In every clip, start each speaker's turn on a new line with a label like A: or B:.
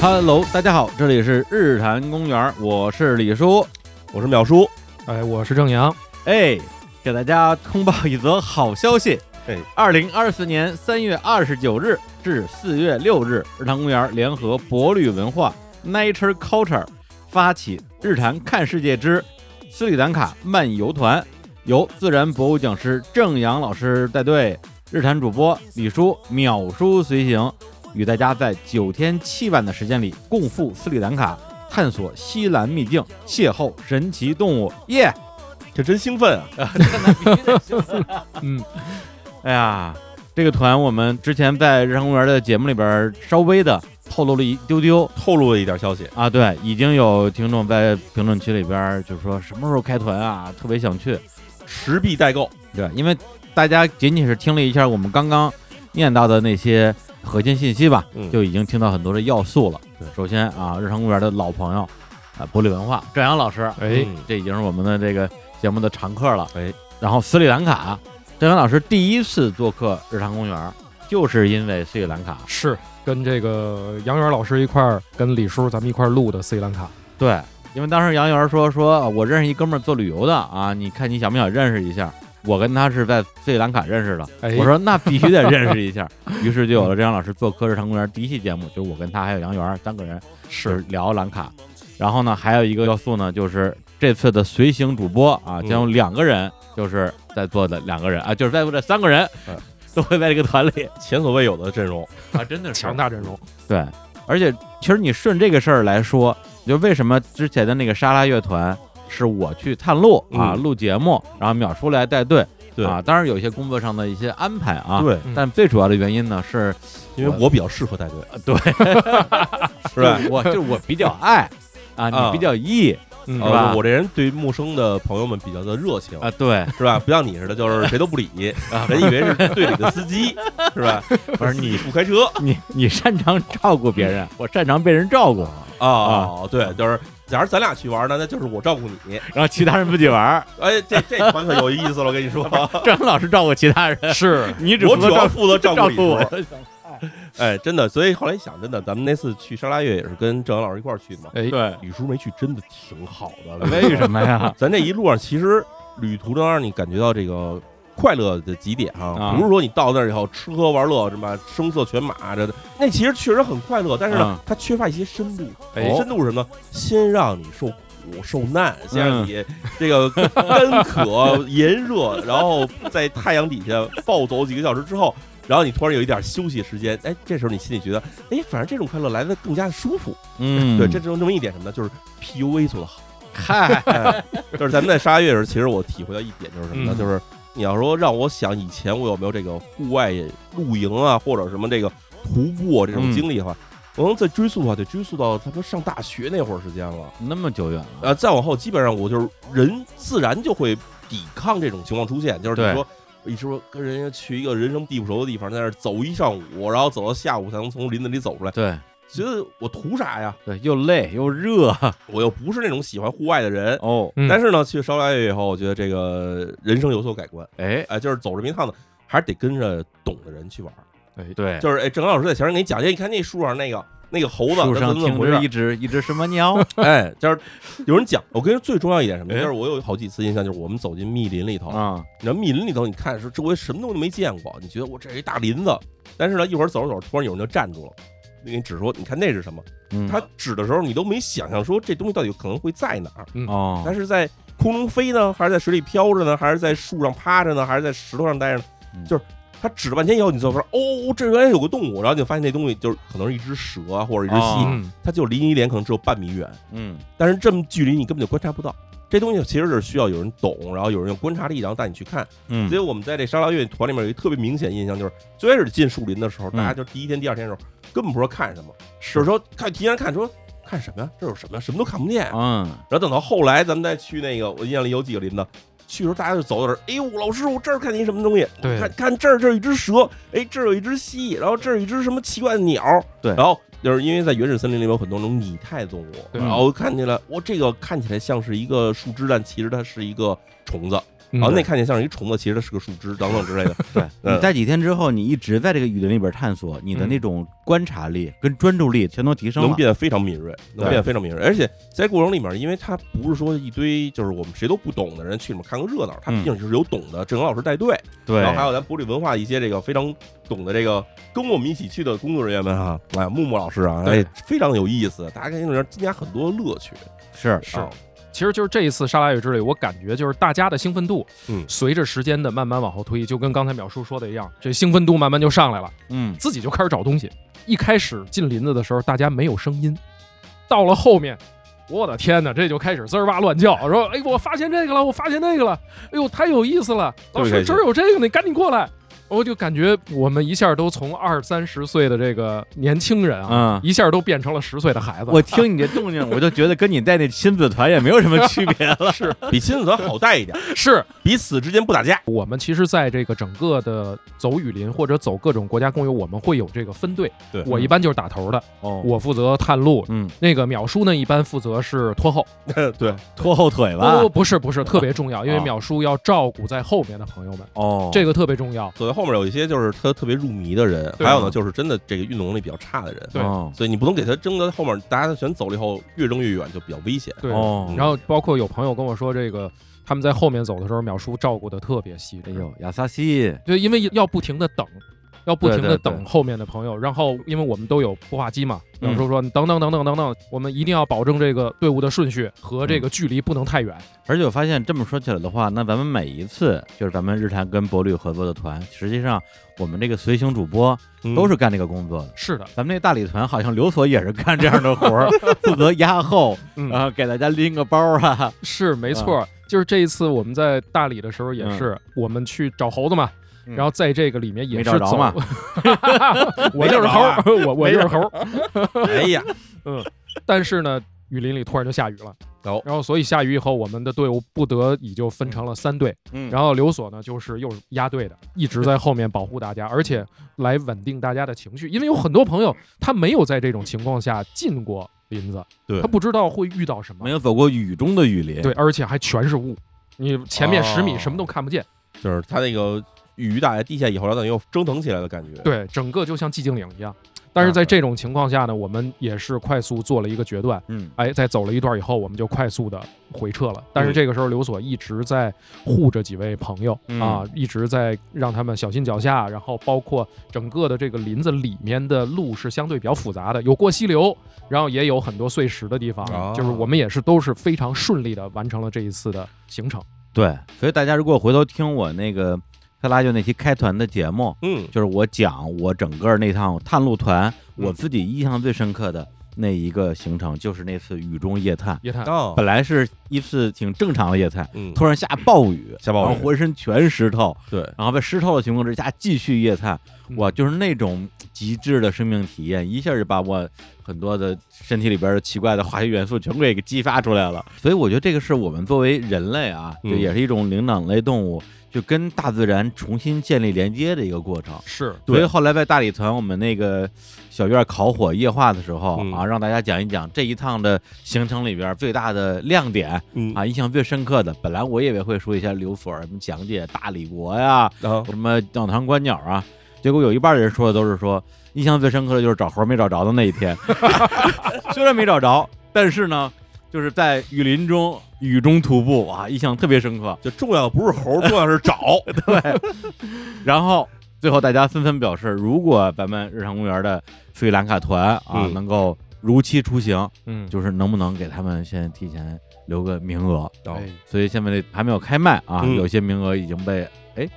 A: Hello，大家好，这里是日坛公园，我是李叔，
B: 我是淼叔。
C: 哎，我是正阳，
A: 哎，给大家通报一则好消息。
B: 哎，
A: 二零二四年三月二十九日至四月六日，日坛公园联合博旅文化 Nature Culture 发起“日坛看世界之斯里兰卡漫游团”，由自然博物讲师郑阳老师带队，日坛主播李叔、淼叔随行，与大家在九天七晚的时间里共赴斯里兰卡，探索西兰秘境，邂逅神奇动物，耶、
B: 这真兴奋啊！
C: 嗯，
A: 哎呀，这个团我们之前在日常公园的节目里边稍微的透露了一丢丢
B: 透露了一点消息，
A: 啊，对，已经有听众在评论区里边就说什么时候开团啊，特别想去。
B: 实必代购。
A: 对，因为大家仅仅是听了一下我们刚刚念到的那些核心信息吧，
B: 嗯
A: 就已经听到很多的要素了
B: 对。
A: 首先啊，日常公园的老朋友啊，博利文化郑阳老师，
C: 哎，
B: 嗯
A: 这已经是我们的这个节目的常客了。
B: 哎，
A: 然后斯里兰卡，郑源老师第一次做客日坛公园，就是因为斯里兰卡。
C: 是跟这个杨元老师一块儿，跟李叔咱们一块儿录的斯里兰卡，
A: 对，因为当时杨元说说，啊我认识一哥们儿做旅游的啊，你看你想不想认识一下？我跟他是在斯里兰卡认识的，
C: 哎
A: 我说那必须得认识一下，于是就有了郑阳老师做客日坛公园第一期节目，就是我跟他还有杨元三个人就是聊兰卡。然后呢，还有一个要素呢，就是这次的随行主播啊，
B: 嗯
A: 将有两个人，就是在座的两个人啊，就是在座的三个人
B: 嗯，
A: 都会在这个团里
B: 前所未有的阵容，
A: 啊，真的
C: 强。大阵容，
A: 对，而且其实你顺这个事儿来说，就为什么之前的那个沙拉乐团是我去探路啊，
B: 嗯
A: 录节目，然后淼叔来带队，
B: 对
A: 啊，当然有一些工作上的一些安排啊，
B: 对，
C: 嗯
A: 但最主要的原因呢是，
B: 因为我比较适合带 队，
A: 对，
B: 是吧？
A: 就我就是我比较爱啊，
B: 啊
A: 你比较 E
C: 嗯
A: 是吧
B: 呃我这人对于陌生的朋友们比较的热 情，
A: 啊，对，
B: 是吧？不像你似的，就是谁都 不理，人以为是队里的司机，是 吧？
A: 不是你
B: 不开车
A: 你你擅长照顾别人，我擅长被人照顾，
B: 啊？对，就是假如咱俩去玩呢，那就是我照顾你。
A: 然后其他人不许玩 儿，
B: 哎，这这团可有意思了，我跟你 说，
A: 郑老师照顾其他人，
C: 是
A: 你只
B: 我
A: 负
B: 主
A: 责
B: 要
A: 照顾
B: 负责照
A: 照
B: 顾你
A: 顾我
B: 说。哎，真的，所以后来一想，真的，咱们那次去沙拉越也是跟郑阳老师一块儿去的嘛。
C: 哎，
A: 对，
B: 李叔没去，真的挺好的。
A: 为什么呀？
B: 咱这一路上，其实旅途中让你感觉到这个快乐的极点
A: 啊
B: 啊，不是说你到那儿以后吃喝玩乐什么声色犬马这，那其实确实很快乐，但是呢
A: 嗯，
B: 它缺乏一些深度。
C: 哎
B: 深度是什么呢？先让你受。苦受难，先让你这个干渴 炎热，然后在太阳底下暴走几个小时之后，然后你突然有一点休息时间，哎，这时候你心里觉得，哎，反正这种快乐来的更加舒服。
A: 嗯
B: 对，这只有这么一点什么呢？就是 PUA 做的好。
A: 嗨，
B: 哎，就是咱们在沙月的时候，其实我体会到一点就是什么呢？
C: 嗯
B: 就是你要说让我想以前我有没有这个户外露营啊，或者什么这个徒步啊这种经历的话，我能再追溯的话，得追溯到他们上大学那会儿时间了。
A: 那么久远了，
B: 呃，再往后，基本上我就是人自然就会抵抗这种情况出现，就是
A: 对
B: 你说。一说跟人家去一个人生地不熟的地方，在那儿走一上午，然后走到下午才能从林子里走出来，
A: 对
B: 觉得我图啥呀？
A: 对，又累又 热
B: 我又不是那种喜欢户外的人，
A: 哦，
C: 嗯
B: 但是呢，去烧腊月以后，我觉得这个人生有所改观。
A: 哎
B: 哎，就是走这么一趟呢，还是得跟着懂的人去玩儿。
A: 对，
B: 就是哎，郑老师在前面给你讲，哎，你看那树上那个那个猴子，
A: 树上
B: 它怎么怎
A: 停
B: 么回事
A: 着
B: 儿
A: 一？只一只什么鸟？
B: 哎，就是有人讲。我跟你说最重要一点什么？
A: 哎
B: 就是我有好几次印象，就是我们走进密林里头，
A: 啊，
B: 你知道密林里头，你看是周围什么东西都没见过，你觉得我这是一大林
A: 嗯
B: 子，但是呢，一会儿走着走着，突然有人就站住了，给你指说，你看那是什么？
A: 嗯
B: 他指的时候，你都没想象说这东西到底可能会在哪儿。
A: 哦，
B: 它是在空中飞呢，还是在水里飘着呢，还是在树上趴着呢，还是在石头上待着呢？
A: 嗯
B: 就是它指了半天以后，你就说哦，这原来有个动物，然后你就发现那东西就是可能是一只蛇啊或者一只
A: 哦
B: 蜥，
C: 嗯，
B: 它就离你脸可能只有半米远，
A: 嗯
B: 但是这么距离你根本就观察不到。这东西其实是需要有人懂，然后有人用观察力，然后带你去看。
A: 嗯
B: 所以我们在这沙拉乐团里面有一特别明显印象，就是最开始进树林的时候，
A: 嗯
B: 大家就第一天、第二天的时候根本不知道看什么，就是说看提前看说看什么呀，这有什么呀，什么都看不见啊。
A: 嗯
B: 然后等到后来咱们再去那个，我印象里有几个林子，去的时候大家就走到这儿，哎呦，老师，我这儿看见一什么东西，
C: 对
B: 看看这儿这儿有一只蛇，哎，这儿有一只蜥蜴，然后这儿有一只什么奇怪的鸟，
A: 对
B: 然后就是因为在原始森林里面有很多那种拟态动物，
C: 对
B: 然后看起来，哇，这个看起来像是一个树枝，但其实它是一个虫子。
C: 嗯
B: 然哦后那看起来像是一虫子，其实它是个树枝等等之类的。
A: 对，
B: 嗯
A: 你待几天之后，你一直在这个雨林里边探索，你的那种观察力跟专注力全都提升
B: 能
A: 了。
B: 变得非常敏锐，能
A: 对
B: 变得非常敏锐。而且在过程里面，因为他不是说一堆就是我们谁都不懂的人去里面看个热闹，他
A: 嗯
B: 毕竟就是有懂的，郑阳老师带队，
A: 对
B: 然后还有咱博旅文化一些这个非常懂的这个跟我们一起去的工作人员们哈，哎，木木老师啊，
C: 对
B: 哎，非常有意思，大家可以里面增加很多乐趣。
A: 是
C: 是
B: 啊
C: 哦其实就是这一次沙拉月之旅，我感觉就是大家的兴奋度，
B: 嗯
C: 随着时间的慢慢往后推，就跟刚才淼叔说的一样，这兴奋度慢慢就上来了，
A: 嗯，
C: 自己就开始找东西。一开始进林子的时候，大家没有声音，到了后面。我的天哪，这就开始滋儿哇乱叫，说：“哎，我发现这个了，我发现那个了，哎呦，太有意思了！老师
B: 特别开心
C: 这儿有这个呢，你赶紧过来！”我就感觉我们一下都从二三十岁的这个年轻人
A: 嗯
C: 啊，一下都变成了十岁的孩子。
A: 我听你这动静，我就觉得跟你带那亲子团也没有什么区 别了。
C: 是
B: 比亲子团好带一点，
C: 是，
B: 彼此之间不打架。
C: 我们其实在这个整个的走雨林或者走各种国家公园，我们会有这个分队。
B: 对嗯
C: 我一般就是打头的，
A: 哦，
C: 我负责探路。
A: 嗯，
C: 那个淼叔呢，一般负责是拖后。哦
B: 对，
A: 拖后腿吧
C: 不，。不是，不是特别重要，因为
A: 啊
C: 淼叔要照顾在后面的朋友们，
A: 哦，
C: 这个特别重要。
B: 走在后面有一些就是他特别入迷的人，
C: 对
B: 还有呢就是真的这个运动能力比较差的人，
C: 对
A: 哦
B: 所以你不能给他争到后面，大家全走了以后越扔越远，就比较危险。
C: 对，
A: 哦，
C: 然后包括有朋友跟我说，这个他们在后面走的时候，淼叔照顾的特别细
A: 哎
C: 致。
A: 呦，亚萨西，
C: 对，因为要不停的等，要不停
A: 对
C: 的
A: 对
C: 等
A: 对
C: 后面的朋友。然后，因为我们都有孵化机嘛，比方
A: 嗯
C: 说说你等等等等等等，我们一定要保证这个队伍的顺序
A: 嗯
C: 和这个距离不能太远。
A: 而且我发现这么说起来的话，那咱们每一次就是咱们日坛跟博律合作的团，实际上我们这个随行主播
C: 嗯
A: 都是干这个工作的。
C: 是的，
A: 咱们那大礼团好像刘所也是干这样的活儿，负责压后，然
C: 嗯，
A: 后给大家拎个包 啊，
C: 是没错儿。就是这一次我们在大理的时候也是，我们去找猴子嘛。
A: 嗯
C: 然后在这个里面也
A: 没
C: 是
A: 找着
C: 走
A: 嘛，
C: 我就是猴儿，
A: 啊
C: 我我
B: 没
C: 就是猴儿。嗯
B: 哎呀，
C: 但是呢，雨林里突然就下雨了，
B: 哦
C: 然后所以下雨以后，我们的队伍不得已就分成了三队，
A: 嗯
C: 然后刘所呢，就是又是压队的，一直在后面保护大家，而且来稳定大家的情绪，因为有很多朋友他没有在这种情况下进过林子，
B: 对
C: 他不知道会遇到什么
A: 没，有走过雨中的雨林，
C: 对，，而且还全是雾，你前面十米
B: 哦
C: 什么都看不见，
B: 就是他那个雨打在地下以后，然后等于又蒸腾起来的感觉。，
C: 对，整个就像寂静岭一样。但
B: 嗯
C: 是在这种情况下呢，我们也是快速做了一个决断，
A: 嗯，
C: 哎，在走了一段以后，我们就快速的回撤了。但
B: 嗯
C: 是这个时候，刘所一直在护着几位朋友、
A: 嗯
C: 啊，一直在让他们小心脚下，然后包括整个的这个林子里面的路是相对比较复杂的，有过溪流，然后也有很多碎石的地方，
B: 哦
C: 就是我们也是都是非常顺利的完成了这一次的行程。
A: 对，所以大家如果回头听我那个他拉就那期开团的节目，
B: 嗯，
A: 就是我讲我整个那趟探路团，
B: 嗯
A: 我自己印象最深刻的那一个行程，就是那次雨中夜探。
C: 叶探，
B: 哦，
A: 本来是一次挺正常的夜探，
B: 嗯，
A: 突然下暴雨，
B: 下暴雨
A: 然后浑身全湿透，
B: 对，
A: 然后被湿透的情况之下继续夜探，
C: 嗯
A: 哇，就是那种极致的生命体验，一下就把我很多的身体里边的奇怪的化学元素全给激发出来了。所以我觉得这个是我们作为人类啊，
B: 嗯
A: 就也是一种灵长类动物，就跟大自然重新建立连接的一个过程。
C: 是
B: 对
A: 所以后来在大理团我们那个小院烤火夜话的时候
B: 嗯
A: 啊，让大家讲一讲这一趟的行程里边最大的亮点
B: 嗯，
A: 啊，印象最深刻的。本来我以为会说一下刘所什么讲解大理国呀，
B: 然后
A: 什么鸟塘观鸟啊，结果有一半的人说的都是说印象最深刻的就是找猴没找着的那一天， 虽然没找着，但是呢，就是在雨林中雨中徒步啊，印象特别深刻。
B: 就重要的不是猴，重要的是 找。
A: 然后最后大家纷纷表示，如果咱们日常公园的斯里兰卡团啊、
B: 嗯
A: 能够如期出行，
C: 嗯，
A: 就是能不能给他们先提前留个名额？
B: 然后
C: 哎
A: 所以现在这还没有开卖啊，
B: 嗯
A: 有些名额已经被哎，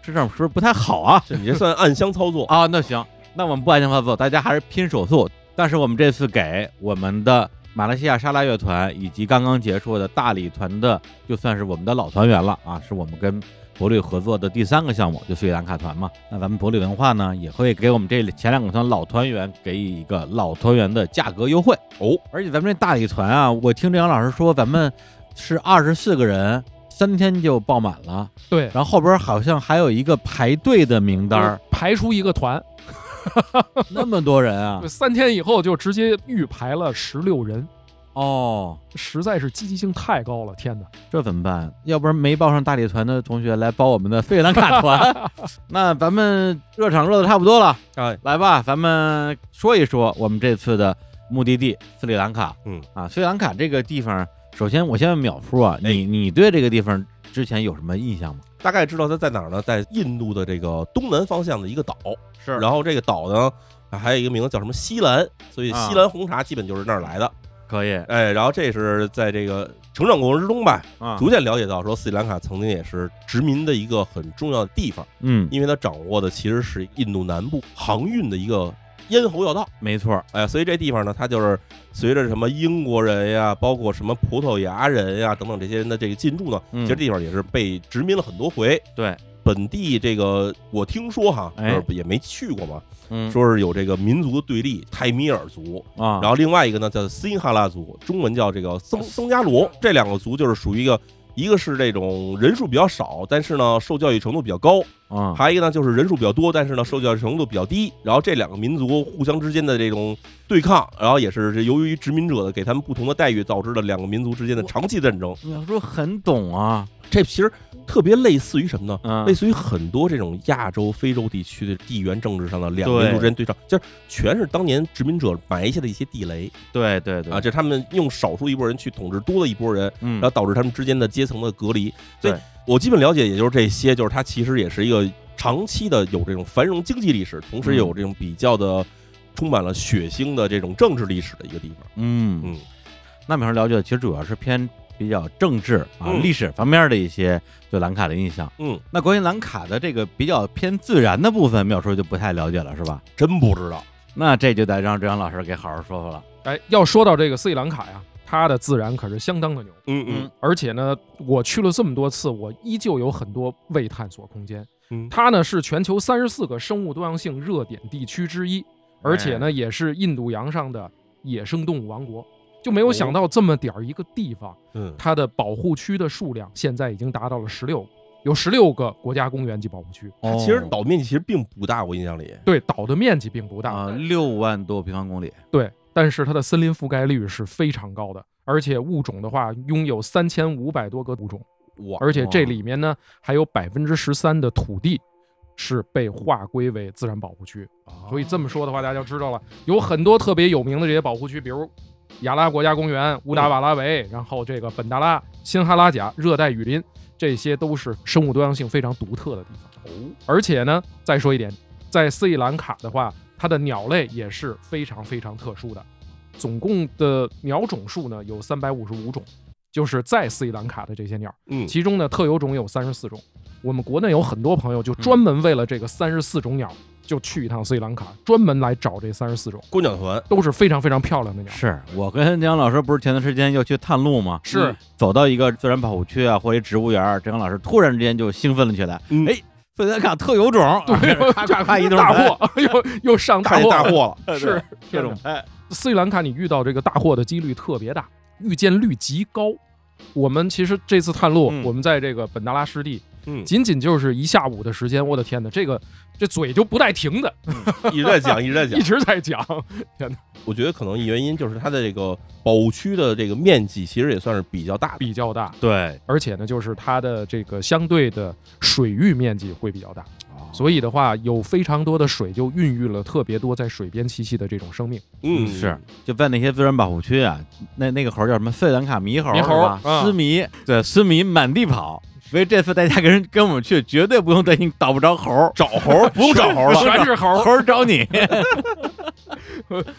A: 这上面是不是不太好啊？
B: 这你这算暗箱操作，
A: 啊，那行，那我们不按计划走，大家还是拼手速。但是我们这次给我们的马来西亚沙拉乐团以及刚刚结束的大理团的，就算是我们的老团员了啊，是我们跟博律合作的第三个项目，就斯里兰卡团嘛。那咱们博律文化呢，也会给我们这前两个团老团员给予一个老团员的价格优惠
B: 哦。
A: 而且咱们这大理团啊，我听郑阳老师说，咱们是二十四个人，三天就爆满了，
C: 对，
A: 然后后边好像还有一个排队的名单儿，
C: 排出一个团，
A: 那么多人啊
C: 就，三天以后就直接预排了十六人。
A: 哦，
C: 实在是积极性太高了，天哪！
A: 这怎么办？要不然没报上大礼团的同学来报我们的费兰卡团。那咱们热场热的差不多了，
B: 哎，
A: 来吧，咱们说一说我们这次的目的地斯里兰卡。
B: 嗯
A: 啊，斯里兰卡这个地方，首先我先问淼叔
B: 哎
A: 啊，你你对这个地方之前有什么印象吗？
B: 大概知道它在哪儿呢？在印度的这个东南方向的一个岛，
A: 是
B: 然后这个岛呢。还有一个名字叫什么西兰，所以
A: 啊
B: 西兰红茶基本就是那儿来的。
A: 可以
B: 哎，然后这是在这个成长过程之中吧，
A: 啊，
B: 逐渐了解到说斯里兰卡曾经也是殖民的一个很重要的地方，
A: 嗯，
B: 因为它掌握的其实是印度南部航运的一个咽喉要道。
A: 没错儿，
B: 哎，所以这地方呢，它就是随着什么英国人呀，包括什么葡萄牙人呀等等这些人的这个进驻呢，
A: 嗯
B: 其实地方也是被殖民了很多回。
A: 对，
B: 本地这个我听说哈，
A: 哎
B: 就是也没去过嘛，
A: 嗯
B: 说是有这个民族的对立，泰米尔族，
A: 啊，
B: 然后另外一个呢叫辛哈拉族，中文叫这个僧僧伽罗，这两个族就是属于一个，一个是这种人数比较少，但是呢受教育程度比较高，
A: 后啊，
B: 还有一个呢就是人数比较多，但是呢受教育程度比较低。然后这两个民族互相之间的这种对抗，然后也是这由于殖民者的给他们不同的待遇，导致了两个民族之间的长期战争。
A: 淼叔很懂啊，
B: 这其实特别类似于什么呢？
A: 嗯
B: 类，似于很多这种亚洲、非洲地区的地缘政治上的两个
A: 对
B: 民族之间对抗，就是全是当年殖民者埋下的一些地雷。
A: 对对对
B: 啊，这是他们用少数一拨人去统治多的一拨人，
A: 嗯
B: 然后导致他们之间的阶层的隔离。所以
A: 对
B: 我基本了解，也就是这些，就是它其实也是一个长期的有这种繁荣经济历史，同时也有这种比较的充满了血腥的这种政治历史的一个地方。
A: 嗯
B: 嗯，
A: 那米上了解，其实主要是偏比较政治啊、
B: 嗯
A: 历史方面的一些对兰卡的印象。
B: 嗯，
A: 那关于兰卡的这个比较偏自然的部分，淼叔就不太了解了，是吧？
B: 真不知道。
A: 那这就得让周阳老师给好好说说了。
C: 哎，要说到这个斯里兰卡呀，它啊的自然可是相当的牛，
B: 嗯
A: 嗯
C: 而且呢，我去了这么多次，我依旧有很多未探索空间。
B: 嗯
C: 它呢是全球三十四个生物多样性热点地区之一，而且呢也是印度洋上的野生动物王国。就没有想到这么点儿一个地方，
B: 嗯
C: 它的保护区的数量现在已经达到了十六，有十六个国家公园级保护区。
A: 哎
B: 它其
A: 哦
B: 实岛面积其实并不大，我印象里。
C: 对岛的面积并不大，
A: 啊，六万多平方公里，
C: 对，但是它的森林覆盖率是非常高的，而且物种的话拥有三千五百多个物种，
B: 哇，
C: 而且这
A: 哇
C: 里面呢还有百分之十三的土地是被划归为自然保护区。所以这么说的话，大家就知道了，有很多特别有名的这些保护区，比如。雅拉国家公园、乌达瓦拉维，然后这个本达拉、新哈拉贾热带雨林，这些都是生物多样性非常独特的地方。而且呢，再说一点，在斯里兰卡的话，它的鸟类也是非常非常特殊的，总共的鸟种数呢有三百五十五种，就是在斯里兰卡的这些鸟，
B: 嗯，
C: 其中呢特有种有三十四种。我们国内有很多朋友就专门为了这个三十四种鸟，就去一趟斯里兰卡，专门来找这三十四种，
B: 观鸟团
C: 都是非常非常漂亮的鸟。
A: 是我跟姜老师不是前段时间又去探路吗？嗯
C: 是
A: 走到一个自然保护区啊，或者一植物园儿，姜老师突然之间就兴奋了起来，
B: 嗯
A: 哎，斯里兰卡特有种，
C: 对，
A: 咔咔咔一顿
C: 大
A: 拍，哦
C: 货， 又又上大
B: 看见
C: 货，
B: 大货了，
C: 是
A: 这种
C: 天
A: 拍，
C: 斯里兰卡你遇到这个大货的几率特别大，遇见率极高。我们其实这次探路，
A: 嗯
C: 我们在这个本达拉湿地，
B: 嗯，
C: 仅仅就是一下午的时间，我的天哪，这个这嘴就不带停的，
B: 一直在 讲，一直在讲
C: 一。直在讲。
B: 我觉得可能原因就是它的这个保护区的这个面积其实也算是比较大的。
C: 比较大，
A: 对，
C: 而且呢，就是它的这个相对的水域面积会比较
B: 哦
C: 大，所以的话，有非常多的水就孕育了特别多在水边栖息的这种生命，
B: 嗯，
A: 是，就在那些自然保护区啊，那那个猴叫什么？费兰卡猕猴，
C: 猕
A: 是
C: 猴
A: 吧？
C: 啊
B: 嗯
A: 斯迷，对，斯迷满地跑。所以这次大家跟人跟我们去，绝对不用担心找不着猴儿，
B: 找猴不用找哦猴了，
C: 全是猴儿
A: 猴儿找你。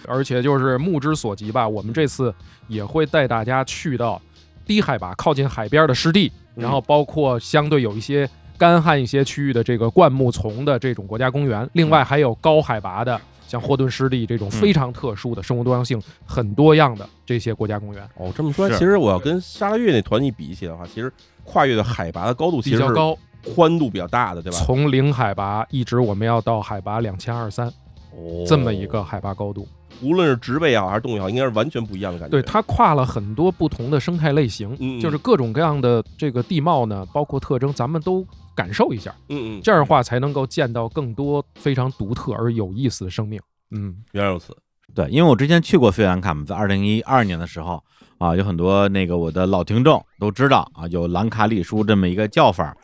C: 而且就是目之所及吧，我们这次也会带大家去到低海拔、靠近海边的湿地，
B: 嗯
C: 然后包括相对有一些干旱一些区域的这个灌木丛的这种国家公
B: 嗯
C: 园，另外还有高海拔的。像霍顿湿地这种非常特殊的生物多样性很多样的这些国家公园
B: 哦，这么说，
A: 是
B: 其实我要跟沙拉月那团一比起的话，其实跨越的海拔的高度其
C: 比
B: 实
C: 较
B: 是
C: 高，
B: 宽度比较大的，对吧？
C: 从零海拔一直我们要到海拔两千二三
B: 哦
C: 这么一，个海拔高度，
B: 无论是植被也好，还是动物也好，应该是完全不一样的感觉。
C: 对，它跨了很多不同的生态类型，
B: 嗯，嗯
C: 就是各种各样的这个地貌呢，包括特征，咱们都感受一下，
B: 嗯嗯，
C: 这样的话才能够见到更多非常独特而有意思的生命。嗯，
B: 原来如此。
A: 对，因为我之前去过斯里兰卡嘛，在二零一二年的时候啊，有很多那个我的老听众都知道啊，有兰卡里书这么一个叫法儿。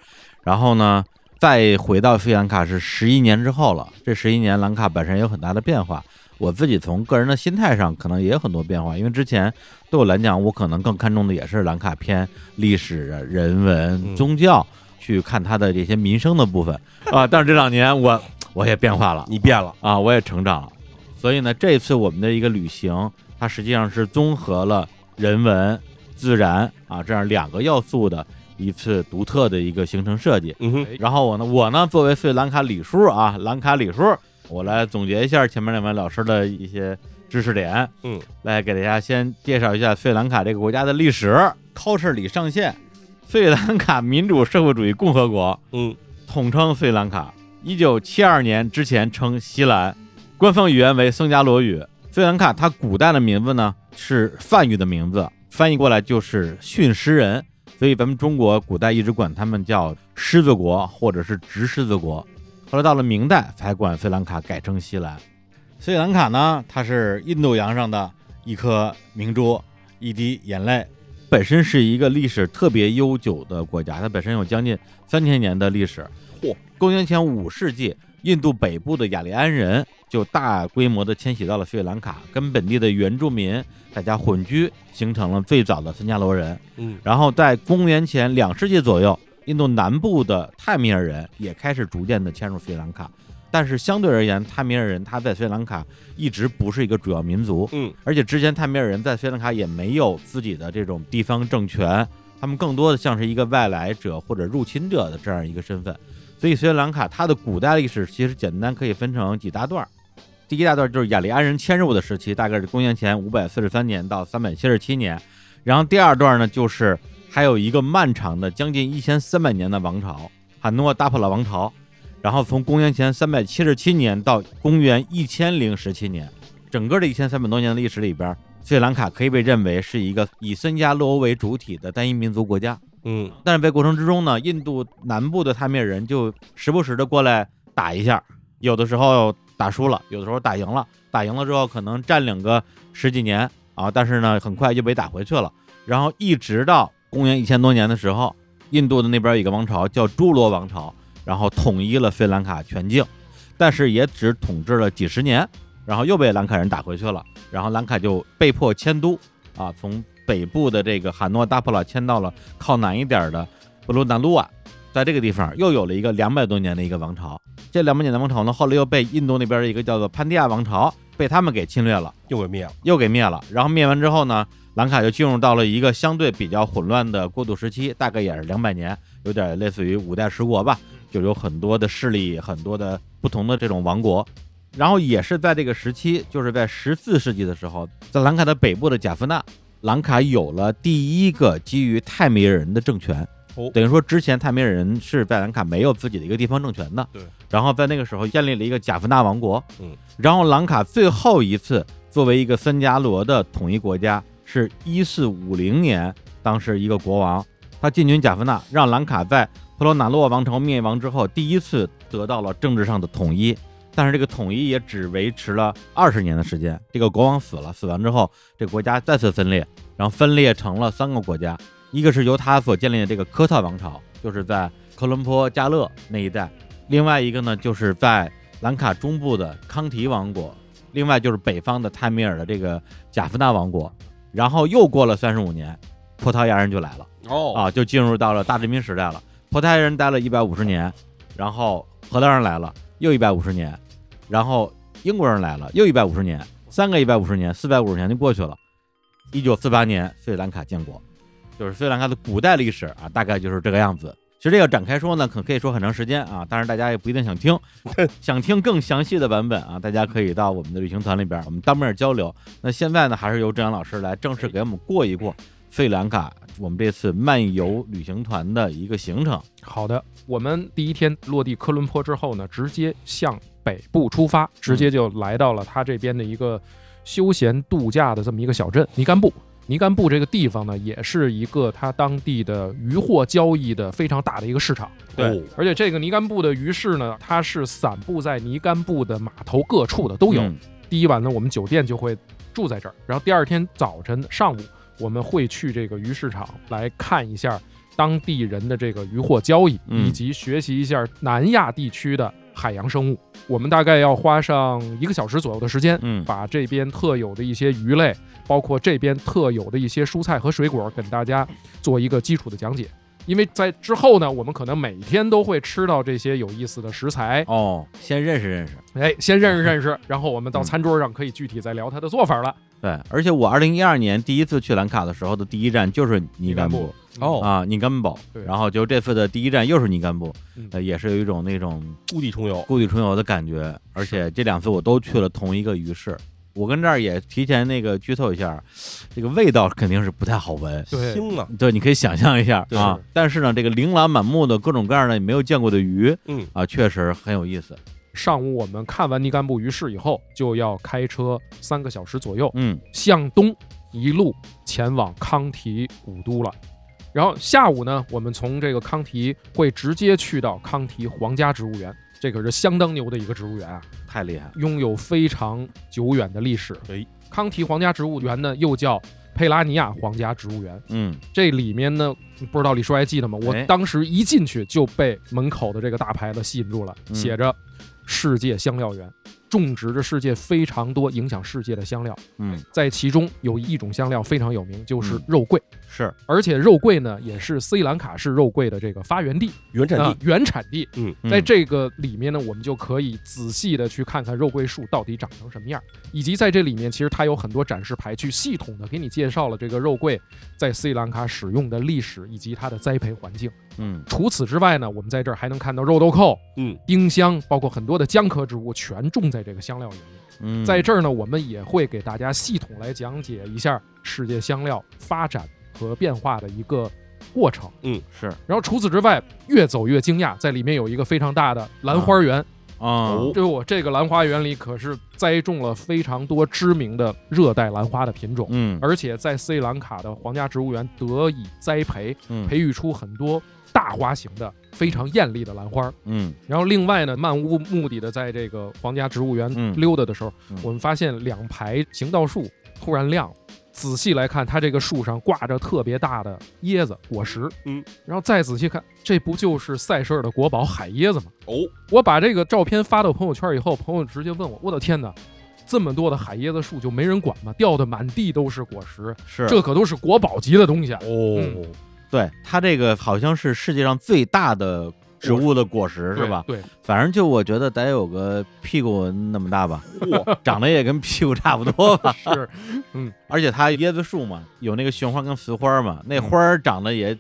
A: 然后呢，再回到斯里兰卡是十一年之后了，这十一年兰卡本身也有很大的变化。我自己从个人的心态上，可能也有很多变化，因为之前对我来讲，我可能更看重的也是兰卡偏历史、人文、
B: 嗯
A: 宗教，去看它的这些民生的部分啊。但是这两年我我也变化了，
B: 你变了，
A: 啊，我也成长了。所以呢，这次我们的一个旅行，它实际上是综合了人文、自然啊这样两个要素的一次独特的一个行程设计。
B: 嗯哼，
C: 哎
A: 然后我呢，我呢作为斯里兰卡李叔啊，兰卡李叔，我来总结一下前面两位老师的一些知识点，
B: 嗯，
A: 来给大家先介绍一下斯里兰卡这个国家的历史，culture 里上线，斯里兰卡民主社会主义共和国，
B: 嗯，
A: 统称斯里兰卡。一九七二年之前称西兰，官方语言为僧伽罗语。斯里兰卡它古代的名字呢是梵语的名字，翻译过来就是驯狮人，所以咱们中国古代一直管他们叫狮子国或者是直狮子国。后来到了明代才管斯里兰卡改称西兰。斯里兰卡呢，它是印度洋上的一颗明珠，一滴眼泪。本身是一个历史特别悠久的国家，它本身有将近三千年的历史。
B: 嚯！
A: 公元前五世纪，印度北部的雅利安人就大规模的迁徙到了斯里兰卡，跟本地的原住民大家混居，形成了最早的僧伽罗人。
B: 嗯，
A: 然后在公元前两世纪左右，印度南部的泰米尔人也开始逐渐的迁入斯里兰卡。但是相对而言，泰米尔人他在斯里兰卡一直不是一个主要民族，
B: 嗯，
A: 而且之前泰米尔人在斯里兰卡也没有自己的这种地方政权，他们更多的像是一个外来者或者入侵者的这样一个身份。所以斯里兰卡它的古代历史其实简单可以分成几大段儿。第一大段就是雅利安人迁入的时期，大概是公元前五百四十三年到三百七十七年。然后第二段呢，就是还有一个漫长的将近一千三百年的王朝——汉诺达破拉王朝。然后从公元前三百七十七年到公元一千零十七年，整个这一千三百多年的历史里边，斯里兰卡可以被认为是一个以僧伽罗为主体的单一民族国家。
B: 嗯，
A: 但是在过程之中呢，印度南部的泰米尔人就时不时的过来打一下，有的时候打输了，有的时候打赢了，打赢了之后可能占领个十几年啊，但是呢，很快就被打回去了。然后一直到公元一千多年的时候，印度的那边有一个王朝叫朱罗王朝，然后统一了斯里兰卡全境，但是也只统治了几十年，然后又被兰卡人打回去了，然后兰卡就被迫迁都啊，从北部的这个罕诺达普拉迁到了。靠南一点的布鲁南鲁瓦，在这个地方又有了一个两百多年的一个王朝。这两百年的王朝呢，后来又被印度那边的一个叫做潘迪亚王朝被他们给侵略了，
B: 又给灭了，
A: 又给灭了。然后灭完之后呢，兰卡就进入到了一个相对比较混乱的过渡时期，大概也是两百年，有点类似于五代十国吧，就有很多的势力，很多的不同的这种王国。然后也是在这个时期，就是在十四世纪的时候，在兰卡的北部的贾夫纳，兰卡有了第一个基于泰米尔人的政权。
B: 哦
A: 等于说之前泰米尔人是在兰卡没有自己的一个地方政权的。
B: 对。
A: 然后在那个时候建立了一个贾夫纳王国。
B: 嗯。
A: 然后兰卡最后一次作为一个僧伽罗的统一国家，是一四五零年，当时一个国王他进军贾夫纳，让兰卡在普罗纳洛王朝灭亡之后，第一次得到了政治上的统一。但是这个统一也只维持了二十年的时间。这个国王死了，死完之后，这个国家再次分裂，然后分裂成了三个国家，一个是由他所建立的这个科特王朝，就是在科伦坡加勒那一带；另外一个呢，就是在兰卡中部的康提王国；另外就是北方的泰米尔的这个贾夫纳王国。然后又过了三十五年，葡萄牙人就来了。
B: 哦，
A: 啊，就进入到了大殖民时代了。葡萄牙人待了一百五十年，然后荷兰人来了又一百五十年，然后英国人来了又一百五十年，三个一百五十年，四百五十年就过去了。一九四八年，斯里兰卡建国，就是斯里兰卡的古代历史啊，大概就是这个样子。其实这个展开说呢，可可以说很长时间啊，但是大家也不一定想听，想听更详细的版本啊，大家可以到我们的旅行团里边，我们当面交流。那现在呢，还是由郑阳老师来正式给我们过一过斯里兰卡我们这次漫游旅行团的一个行程。
C: 好的，我们第一天落地科伦坡之后呢，直接向北部出发，直接就来到了它这边的一个休闲度假的这么一个小镇尼甘布。尼甘布这个地方呢，也是一个它当地的渔获交易的非常大的一个市场。
B: 对，
C: 而且这个尼甘布的鱼市呢，它是散布在尼甘布的码头各处的都有。
A: 嗯
C: 第一晚呢，我们酒店就会住在这儿，然后第二天早晨上午我们会去这个鱼市场来看一下当地人的这个渔获交易，
A: 嗯
C: 以及学习一下南亚地区的海洋生物。我们大概要花上一个小时左右的时间，
A: 嗯
C: 把这边特有的一些鱼类，包括这边特有的一些蔬菜和水果，跟大家做一个基础的讲解。因为在之后呢，我们可能每天都会吃到这些有意思的食材，
A: 哦，先认识认识。
C: 哎，先认识认识，然后我们到
A: 嗯
C: 餐桌上可以具体再聊它的做法了。
A: 对，而且我二零一二年第一次去兰卡的时候的第一站就是尼甘布，
B: 哦，
C: 嗯
A: 啊，尼甘堡
C: 对。
A: 然后就这次的第一站又是尼甘布
C: 嗯，
A: 呃，也是有一种那种
B: 故地重游，
A: 故地重游的感觉。而且这两次我都去了同一个鱼市，我跟这儿也提前那个剧透一下，这个味道肯定是不太好闻。
C: 嗯对
B: 腥啊，
A: 对，你可以想象一下啊
C: 是。
A: 但是呢，这个琳琅满目的各种各样的你没有见过的鱼，
B: 嗯
A: 啊，确实很有意思。
C: 上午我们看完尼甘布鱼市以后，就要开车三个小时左右
A: 嗯
C: 向东一路前往康提古都了。然后下午呢，我们从这个康提会直接去到康提皇家植物园，这可是相当牛的一个植物园啊，
A: 太厉害了。
C: 拥有非常久远的历史
B: 哎。
C: 康提皇家植物园呢，又叫佩拉尼亚皇家植物园。
A: 嗯，
C: 这里面呢，不知道李叔还记得吗？我
A: 哎
C: 当时一进去就被门口的这个大牌子吸引住了，
A: 嗯
C: 写着“世界香料园”，种植着世界非常多影响世界的香料，
A: 嗯，
C: 在其中有一种香料非常有名，就是
A: 嗯
C: 肉桂，
A: 是，
C: 而且肉桂呢也是斯里兰卡式肉桂的这个发源地、
B: 原产
C: 啊
B: 地，
C: 原产地。
B: 嗯，
A: 嗯
C: 在这个里面呢，我们就可以仔细的去看看肉桂树到底长成什么样儿，以及在这里面，其实它有很多展示牌去系统的给你介绍了这个肉桂在斯里兰卡使用的历史以及它的栽培环境。
A: 嗯
C: 除此之外呢，我们在这儿还能看到肉豆蔻、
B: 嗯，
C: 丁香，包括很多的姜科植物，全种在这个香料园里。
A: 嗯，
C: 在这儿呢，我们也会给大家系统来讲解一下世界香料发展和变化的一个过程。
A: 是
C: 然后除此之外，越走越惊讶，在里面有一个非常大的兰花园。
A: 啊，
B: 哦
C: 这我这个兰花园里可是栽种了非常多知名的热带兰花的品种，
A: 嗯
C: 而且在斯里兰卡的皇家植物园得以栽培，
A: 嗯
C: 培育出很多大花型的非常艳丽的兰花。
A: 嗯
C: 然后另外呢，漫无目的的在这个皇家植物园
A: 嗯
C: 溜达的时候，
A: 嗯
C: 我们发现两排行道树突然亮了。仔细来看，它这个树上挂着特别大的椰子果实，
B: 嗯，
C: 然后再仔细看，这不就是塞舌尔的国宝海椰子吗？
B: 哦，
C: 我把这个照片发到朋友圈以后，朋友直接问我：“我的天哪，这么多的海椰子树就没人管吗？掉的满地都是果实，
A: 是
C: 这可都是国宝级的东西啊！”
B: 哦
C: 嗯，
A: 对它这个好像是世界上最大的植物的果实是吧？
C: 对，对
A: 反正就我觉得得有个屁股那么大 吧，
B: 嚯，
A: 长得也跟屁股差不多 吧。
C: 是，
A: 而且它椰子树嘛，有那个雄花跟雌花嘛，
C: 嗯
A: 那花儿长得也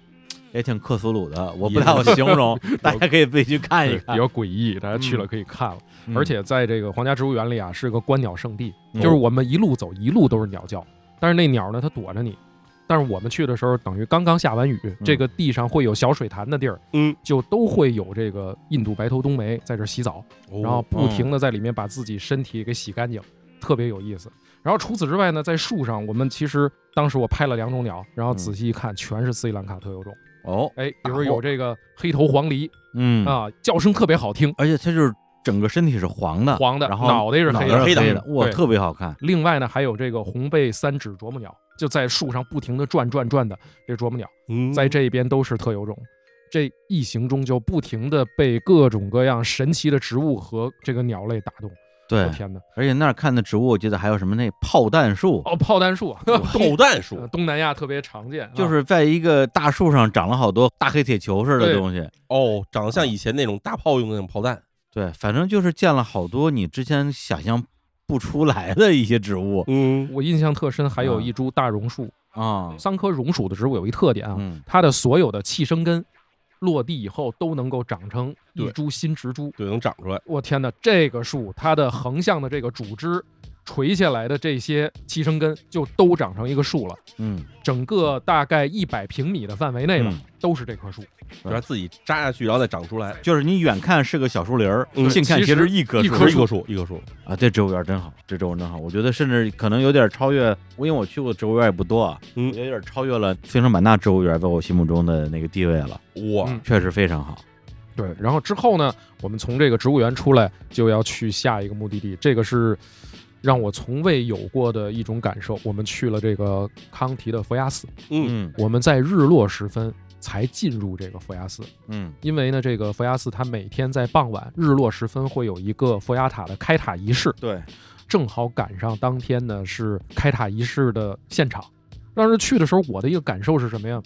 A: 也挺克苏鲁的，我不太好形容， 大家可以自己去看一
C: 对比
A: 看。
C: 较诡异，大家去了可以看了。
A: 哎嗯
C: 而且在这个皇家植物园里啊，是个观鸟圣地，
A: 嗯
C: 就是我们一路走一路都是鸟叫，但是那鸟呢它躲着你。但是我们去的时候，等于刚刚下完雨，
A: 嗯
C: 这个地上会有小水潭的地儿，
B: 嗯，
C: 就都会有这个印度白头冬梅在这儿洗澡，然后
A: 嗯
C: 不停的在里面把自己身体给洗干净，特别有意思。然后除此之外呢，在树上，我们其实当时我拍了两种鸟，
A: 嗯
C: 然后仔细一看，全是斯里兰卡特有种。
A: 哦，
C: 哎，比如有这个黑头黄鹂
A: 嗯，
C: 啊，叫声特别好听，
A: 而且它就是整个身体是黄的，
C: 黄的，
A: 然后
C: 脑袋是
A: 脑
C: 黑
A: 袋是
B: 黑的
A: 黑的，哇，
C: 对
A: 特别好看。
C: 另外呢，还有这个红背三指啄木鸟，就在树上不停地转转转的这啄木鸟，
B: 嗯，
C: 在这边都是特有种。这一行中就不停地被各种各样神奇的植物和这个鸟类打动。
A: 对
C: 我，天哪！
A: 而且那儿看的植物，我记得还有什么那炮弹树，
C: 哦，炮弹 树，
B: 炮弹树
C: 呃，东南亚特别常见，啊
A: 就是在一个大树上长了好多大黑铁球似的
C: 对
A: 东西。
B: 哦，长得像以前那种大炮用的那种炮弹，
A: 对，反正就是见了好多你之前想象不出来的一些植物
B: 嗯，
C: 我印象特深，还有
A: 啊
C: 一株大榕树。
A: 啊，
C: 桑科榕属的植物有一特点啊，
A: 嗯，
C: 它的所有的气生根落地以后都能够长成一
B: 对
C: 株新植株。
B: 对，能长出来，
C: 我天哪，这个树它的横向的这个主枝垂下来的这些气生根就都长成一个树了，
A: 嗯，
C: 整个大概一百平米的范围内吧，
A: 嗯
C: 都是这棵树，
B: 让它自己扎下去，然后再长出来，
A: 就是你远看是个小树林儿，
B: 嗯
A: 近看
C: 其实
A: 实一棵
C: 一
A: 树
C: 棵
B: 一棵树，一棵树，
A: 啊。这植物园儿真好，这植物园真好，我觉得甚至可能有点超越，我因为我去过的植物园儿也不多啊，
B: 嗯
A: 我觉得有点超越了飞城版纳植物园在我心目中的那个地位了，
B: 哇
C: 嗯，
A: 确实非常好。
C: 对，然后之后呢，我们从这个植物园出来就要去下一个目的地，这个是让我从未有过的一种感受。我们去了这个康提的佛牙寺，
B: 嗯
A: 嗯
C: 我们在日落时分才进入这个佛牙寺，
A: 嗯
C: 因为呢，这个佛牙寺它每天在傍晚日落时分会有一个佛牙塔的开塔仪式，
A: 对，
C: 正好赶上当天呢是开塔仪式的现场。当时去的时候，我的一个感受是什么呀？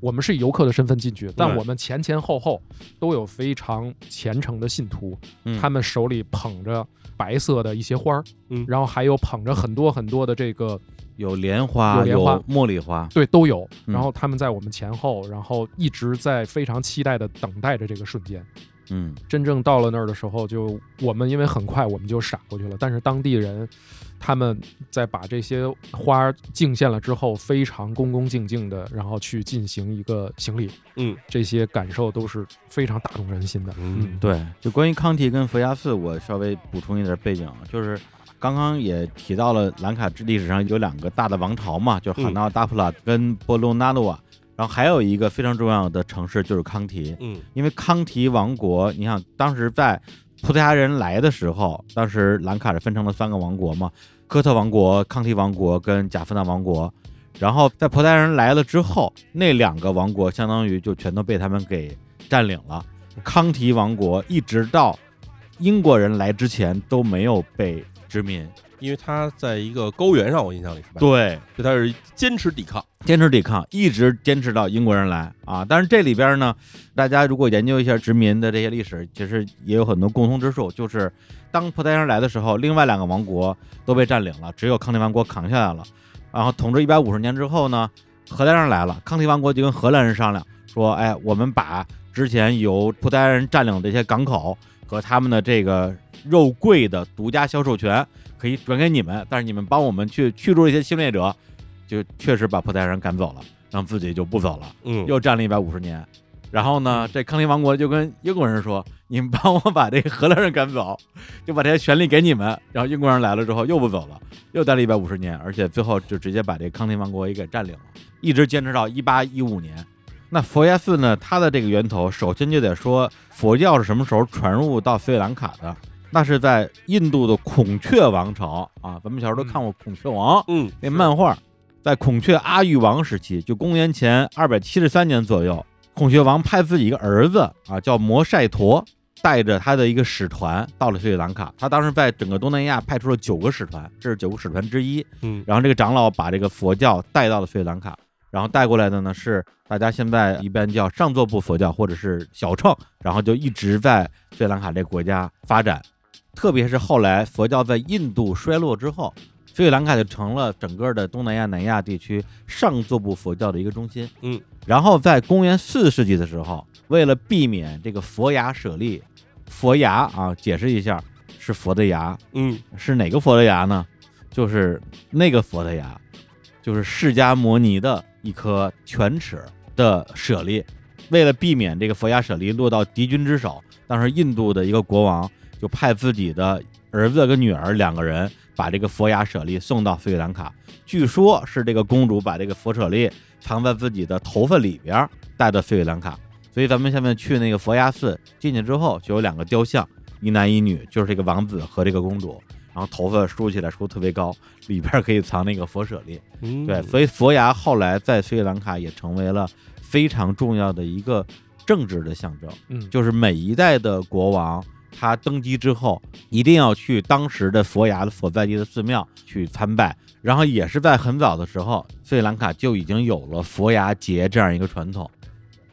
C: 我们是以游客的身份进去，但
B: 对
C: 我们前前后后都有非常虔诚的信徒，
A: 嗯
C: 他们手里捧着白色的一些花儿，
B: 嗯
C: 然后还有捧着很多很多的这个
A: 有莲花，
C: 有莲花
A: 茉莉花，
C: 对都有，
A: 嗯
C: 然后他们在我们前后，然后一直在非常期待的等待着这个瞬间。
A: 嗯
C: 真正到了那儿的时候就，我们因为很快我们就闪过去了，但是当地人他们在把这些花儿敬献了之后，非常恭恭敬敬的，然后去进行一个行礼，
B: 嗯，
C: 这些感受都是非常打动人心的。
B: 嗯
C: 嗯，
A: 对，就关于康提跟佛牙寺，我稍微补充一点背景，啊就是刚刚也提到了兰卡之历史上有两个大的王朝嘛，就是
B: 嗯
A: 哈纳达普拉跟波隆纳鲁瓦，然后还有一个非常重要的城市就是康提，
B: 嗯
A: 因为康提王国，你想当时在葡萄牙人来的时候，当时兰卡是分成了三个王国嘛，哥特王国、康提王国跟贾夫纳王国。然后在葡萄牙人来了之后，那两个王国相当于就全都被他们给占领了。康提王国一直到英国人来之前都没有被殖民，
B: 因为他在一个高原上，我印象里是吧？，
A: 对，
B: 就他是坚持抵抗。
A: 坚持抵抗，一直坚持到英国人来啊。但是这里边呢，大家如果研究一下殖民的这些历史，其实也有很多共通之处，就是当葡萄牙人来的时候，另外两个王国都被占领了，只有康定王国扛下来了。然后统治一百五十年之后呢，荷兰人来了，康定王国就跟荷兰人商量说：“哎，我们把之前由葡萄牙人占领的这些港口和他们的这个肉桂的独家销售权可以转给你们，但是你们帮我们去驱逐一些侵略者。”就确实把葡萄牙人赶走了，让自己就不走了，
B: 嗯
A: 又战了一百五十年。然后呢，这康定王国就跟英国人说：“你们帮我把这个荷兰人赶走，就把这些权利给你们。”然后英国人来了之后又不走了，又待了一百五十年，而且最后就直接把这康定王国也给占领了，一直坚持到一八一五年。那佛耶寺呢，它的这个源头首先就得说佛教是什么时候传入到斯里兰卡的？那是在印度的孔雀王朝啊，咱们小时候都看过《孔雀王》，
B: 嗯
A: 那漫画，在孔雀阿育王时期，就公元前二百七十三年左右，孔雀王派自己一个儿子啊，叫摩晒陀，带着他的一个使团到了斯里兰卡。他当时在整个东南亚派出了九个使团，这是九个使团之一。
B: 嗯
A: 然后这个长老把这个佛教带到了斯里兰卡，然后带过来的呢是大家现在一般叫上座部佛教或者是小乘，然后就一直在斯里兰卡这个国家发展。特别是后来佛教在印度衰落之后，斯里兰卡就成了整个的东南亚、南亚地区上座部佛教的一个中心。
B: 嗯，
A: 然后在公元四世纪的时候，为了避免这个佛牙舍利，佛牙啊，解释一下是佛的牙，
B: 嗯
A: 是哪个佛的牙呢？就是那个佛的牙，就是释迦摩尼的一颗犬齿的舍利。为了避免这个佛牙舍利落到敌军之手，当时印度的一个国王就派自己的儿子跟女儿两个人把这个佛牙舍利送到斯里兰卡。据说是这个公主把这个佛舍利藏在自己的头发里边儿，带到斯里兰卡。所以咱们下面去那个佛牙寺进去之后，就有两个雕像，一男一女，就是这个王子和这个公主。然后头发梳起来梳特别高，里边儿可以藏那个佛舍利。
B: 嗯
A: 对，所以佛牙后来在斯里兰卡也成为了非常重要的一个政治的象征。
C: 嗯，
A: 就是每一代的国王，他登基之后一定要去当时的佛牙的所在地的寺庙去参拜。然后也是在很早的时候，斯里兰卡就已经有了佛牙节这样一个传统。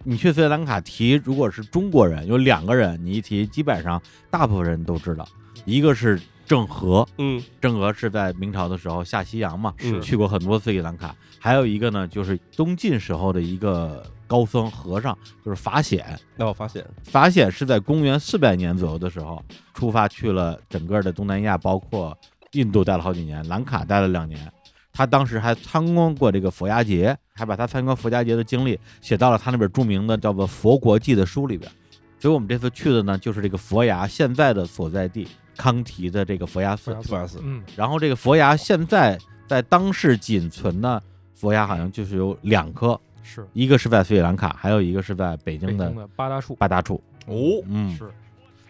A: 你去斯里兰卡提，如果是中国人，有两个人你一提，基本上大部分人都知道，一个是郑和，
B: 嗯
A: 郑和是在明朝的时候下西洋嘛，
B: 是
A: 去过很多斯里兰卡。还有一个呢，就是东晋时候的一个高僧和尚，就是法显，
B: 那我发现
A: 法显是在公元四百年左右的时候出发去了整个的东南亚，包括印度待了好几年，兰卡待了两年。他当时还参观过这个佛牙节，还把他参观佛牙节的经历写到了他那本著名的叫做《佛国记》的书里边。所以我们这次去的呢，就是这个佛牙现在的所在地康提的这个佛牙寺。
B: 不好意思，
C: 嗯，
A: 然后这个佛牙现在在当世仅存的佛牙好像就是有两颗，
C: 是
A: 一个是在斯里兰卡，还有一个是在北
C: 北
A: 京的
C: 京的八大处
A: 八大处。
B: 哦，
A: 嗯，
C: 是，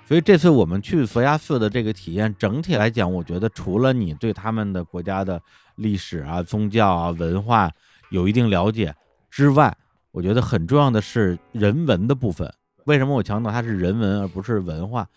A: 所以这次我们去索亚寺的这个体验，整体来讲，我觉得除了你对他们的国家的历史啊、宗教啊、文化有一定了解之外，我觉得很重要的是人文的部分。为什么我强调它是人文而不是文化？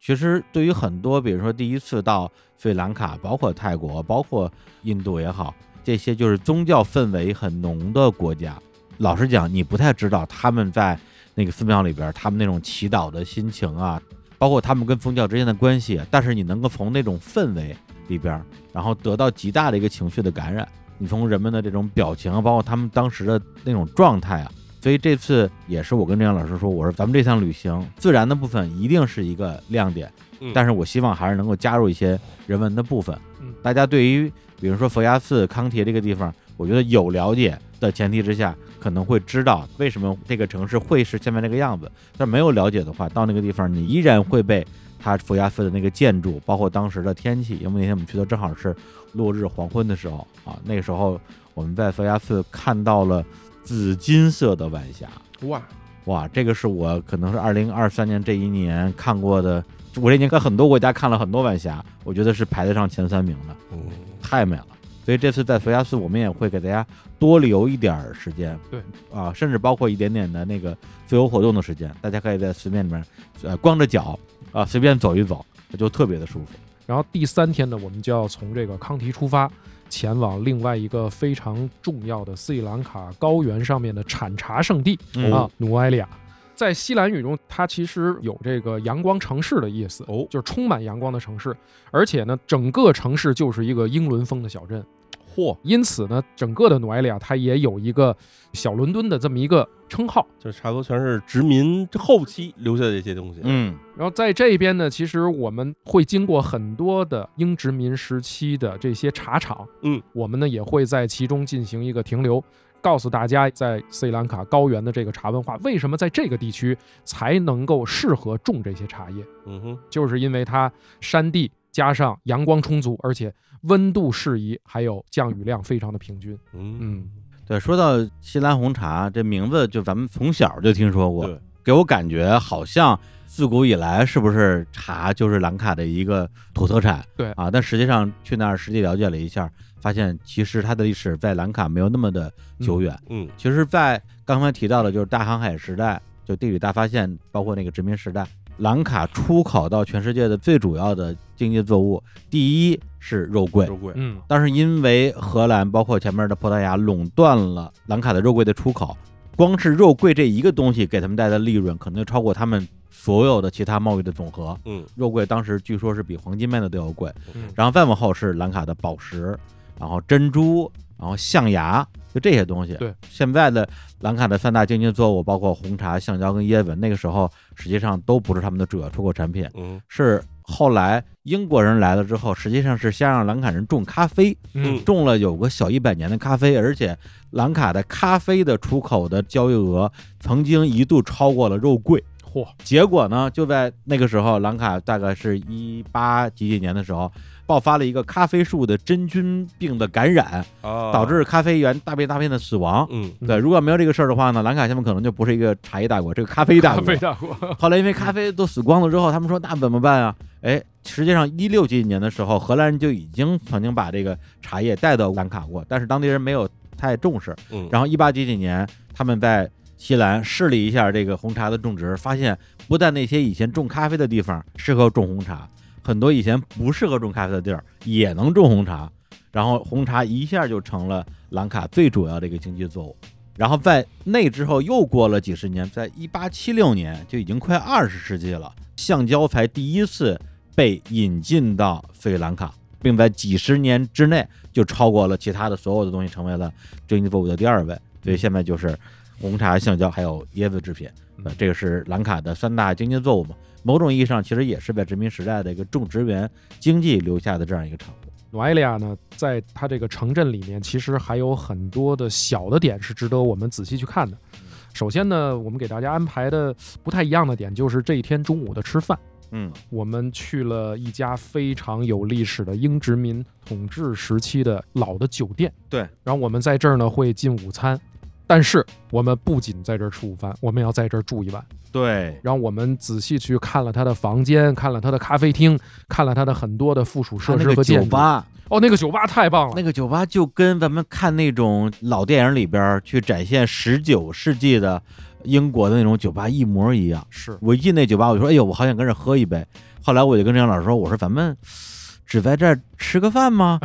A: 其实对于很多，比如说第一次到斯里兰卡，包括泰国、包括印度也好，这些就是宗教氛围很浓的国家，老实讲，你不太知道他们在那个寺庙里边儿他们那种祈祷的心情啊，包括他们跟宗教之间的关系，但是你能够从那种氛围里边儿，然后得到极大的一个情绪的感染。你从人们的这种表情啊，包括他们当时的那种状态啊，所以这次也是我跟郑阳老师说，我说咱们这趟旅行自然的部分一定是一个亮点，
B: 嗯
A: 但是我希望还是能够加入一些人文的部分。
C: 嗯
A: 大家对于比如说佛牙寺、康铁这个地方，我觉得有了解的前提之下，可能会知道为什么这个城市会是现在这个样子。但没有了解的话，到那个地方你依然会被它佛牙寺的那个建筑，包括当时的天气，因为那天我们去的正好是落日黄昏的时候啊，那个时候我们在佛牙寺看到了紫金色的晚霞。
C: 哇，
A: 哇，这个是我可能是二零二三年这一年看过的，我这一年在很多国家看了很多晚霞，我觉得是排得上前三名的，
B: 嗯
A: 太美了。所以这次在佛牙寺，我们也会给大家多留一点儿时间，
C: 对
A: 啊，甚至包括一点点的那个自由活动的时间，大家可以在寺庙里面，呃，光着脚啊，随便走一走，就特别的舒服。
C: 然后第三天呢，我们就要从这个康提出发，前往另外一个非常重要的斯里兰卡高原上面的产茶圣地
A: 嗯
C: 啊，努埃利亚。在西兰语中，它其实有这个“阳光城市”的意思，
B: 哦
C: 就是充满阳光的城市。而且呢，整个城市就是一个英伦风的小镇，
B: 嚯，
C: 因此呢，整个的努埃利亚它也有一个“小伦敦”的这么一个称号。
B: 就差不多全是殖民后期留下的这些东西。
A: 嗯
C: 然后在这边呢，其实我们会经过很多的英殖民时期的这些茶厂，
B: 嗯，
C: 我们呢也会在其中进行一个停留，告诉大家在斯里兰卡高原的这个茶文化为什么在这个地区才能够适合种这些茶叶，
B: 嗯哼，
C: 就是因为它山地加上阳光充足，而且温度适宜，还有降雨量非常的平均。
B: 嗯
A: 对，说到西兰红茶这名字，就咱们从小就听说过
B: 对，
A: 给我感觉好像自古以来是不是茶就是兰卡的一个土特产？
C: 对
A: 啊，但实际上去那儿实地了解了一下，发现其实它的历史在兰卡没有那么的久远。
B: 嗯
A: 其实，在刚才提到的，就是大航海时代，就地理大发现，包括那个殖民时代，兰卡出口到全世界的最主要的经济作物，第一是肉桂，
B: 肉桂，
C: 嗯，
A: 但是因为荷兰包括前面的葡萄牙垄断了兰卡的肉桂的出口，光是肉桂这一个东西给他们带来的利润，可能就超过他们所有的其他贸易的总和。
B: 嗯
A: 肉桂当时据说是比黄金卖的都要贵
B: 嗯，
A: 然后再往后是兰卡的宝石，然后珍珠，然后象牙，就这些东西。
C: 对，
A: 现在的兰卡的三大经济作物包括红茶、橡胶跟椰子，那个时候实际上都不是他们的主要出口产品。
B: 嗯
A: 是后来英国人来了之后，实际上是先让兰卡人种咖啡，
C: 嗯
B: 嗯
A: 种了有个小一百年的咖啡，而且兰卡的咖啡的出口的交易额曾经一度超过了肉桂。
C: 嚯，
A: 结果呢，就在那个时候，兰卡大概是一八几几年的时候，爆发了一个咖啡树的真菌病的感染，
B: 啊，
A: 导致咖啡园大片大片的死亡。
B: 嗯
C: 嗯
A: 对，如果没有这个事儿的话呢，兰卡现在可能就不是一个茶叶大国，这个咖啡大
C: 咖
A: 国。
C: 啡大国，
A: 后来因为咖啡都死光了之后，他们说那怎么办啊？哎，实际上一六几几年的时候，荷兰人就已经曾经把这个茶叶带到兰卡过，但是当地人没有太重视。
B: 嗯，
A: 然后一八几几年，他们在西兰试了一下这个红茶的种植，发现不但那些以前种咖啡的地方适合种红茶，很多以前不适合种咖啡的地儿也能种红茶。然后红茶一下就成了兰卡最主要的一个经济作物。然后在那之后又过了几十年，在一八七六年就已经快二十世纪了，橡胶才第一次被引进到斯里兰卡，并在几十年之内就超过了其他的所有的东西，成为了经济作物的第二位。所以现在就是红茶、橡胶还有椰子制品，呃，这个是兰卡的三大经济作物嘛。某种意义上，其实也是在殖民时代的一个种植园经济留下的这样一个产物。
C: 努埃利亚呢，在它这个城镇里面，其实还有很多的小的点是值得我们仔细去看的。首先呢，我们给大家安排的不太一样的点，就是这一天中午的吃饭，
A: 嗯
C: 我们去了一家非常有历史的英殖民统治时期的老的酒店。
A: 对，
C: 然后我们在这儿呢会进午餐，但是我们不仅在这儿吃午饭，我们要在这儿住一晚。
A: 对，
C: 然后我们仔细去看了他的房间，看了他的咖啡厅，看了他的很多的附属设
A: 他
C: 施
A: 那
C: 和
A: 个
C: 建
A: 酒
C: 筑。
A: 吧，
C: 哦，那个酒吧太棒了，
A: 那个酒吧就跟咱们看那种老电影里边儿去展现十九世纪的英国的那种酒吧一模一样。
C: 是
A: 我一进那酒吧，我就说：“哎呦，我好想跟这儿喝一杯。”后来我就跟张老师说：“我说咱们只在这儿吃个饭 吗？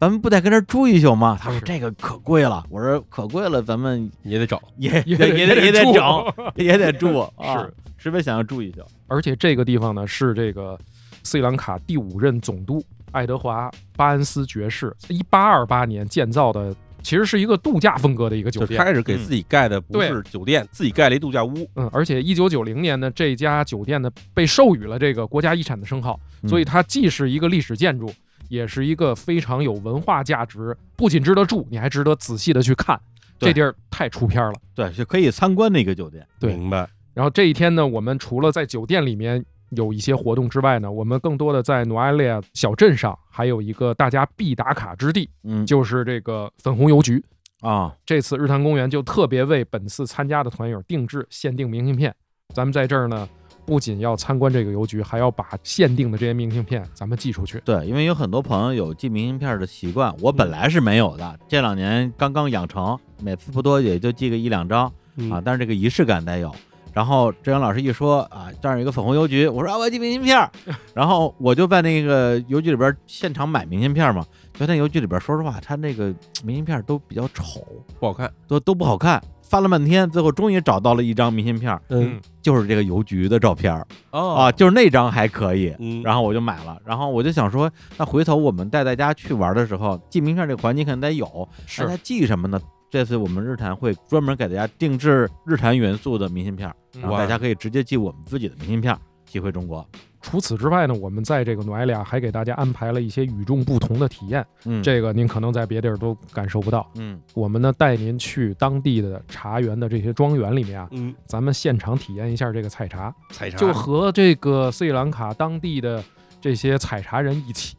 A: 咱们不得跟这儿住一宿吗？”他说
C: 是：“
A: 这个可贵了。”我说：“可贵了，咱们
B: 也得找，
A: 也
C: 也
A: 得也得也得
C: 住
A: 整，也得住啊
C: 是，
A: 十分想要住一宿。
C: 而且这个地方呢是这个斯里兰卡第五任总督爱德华·巴恩斯爵士一八二八年建造的，其实是一个度假风格的一个酒
B: 就
C: 店。
B: 开始给自己盖的不是酒店，自己盖了一度假屋，
C: 嗯，而且一九九零年呢，这家酒店呢被授予了这个国家遗产的称号，
A: 嗯
C: 所以它既是一个历史建筑，也是一个非常有文化价值，不仅值得住，你还值得仔细的去看。这
A: 对
C: 地儿太出片了。
A: 对，就可以参观的一个酒店。
C: 对
B: 明白？
C: 然后这一天呢，我们除了在酒店里面有一些活动之外呢，我们更多的在努埃利亚小镇上还有一个大家必打卡之地，
A: 嗯，
C: 就是这个粉红邮局。
A: 啊，
C: 这次日坛公园就特别为本次参加的团友定制限定明信片。咱们在这儿呢，不仅要参观这个邮局，还要把限定的这些明信片咱们寄出去。
A: 对，因为有很多朋友有寄明信片的习惯，我
C: 嗯
A: 本来是没有的，这两年刚刚养成，每次不多也就寄个一两张
B: 嗯
A: 啊，但是这个仪式感得有。然后志阳老师一说啊，这儿有一个粉红邮局，我说啊，我要寄明信 片儿，然后我就在那个邮局里边现场买明信片嘛，就那邮局里边，说实话，他那个明信片都比较丑，
B: 不好看，
A: 都都不好看，翻了半天，最后终于找到了一张明信片儿，
B: 嗯，
A: 就是这个邮局的照片儿
B: 哦
A: 啊，，就是那张还可以，
B: 嗯，
A: 然后我就买了，然后我就想说，那回头我们带大家去玩的时候，寄名片这个环节肯定得有，
C: 是
A: 大家寄什么呢？这次我们日坛会专门给大家定制日坛元素的明信片，然后
B: 哇
A: 嗯大家可以直接寄我们自己的明信片寄回中国。
C: 除此之外呢，我们在这个努埃利亚还给大家安排了一些与众不同的体验，
A: 嗯，
C: 这个您可能在别地儿都感受不到。
A: 嗯
C: 我们呢带您去当地的茶园的这些庄园里面啊，
B: 嗯，
C: 咱们现场体验一下这个采茶，
B: 采茶
C: 就和这个斯里兰卡当地的这些采茶人一起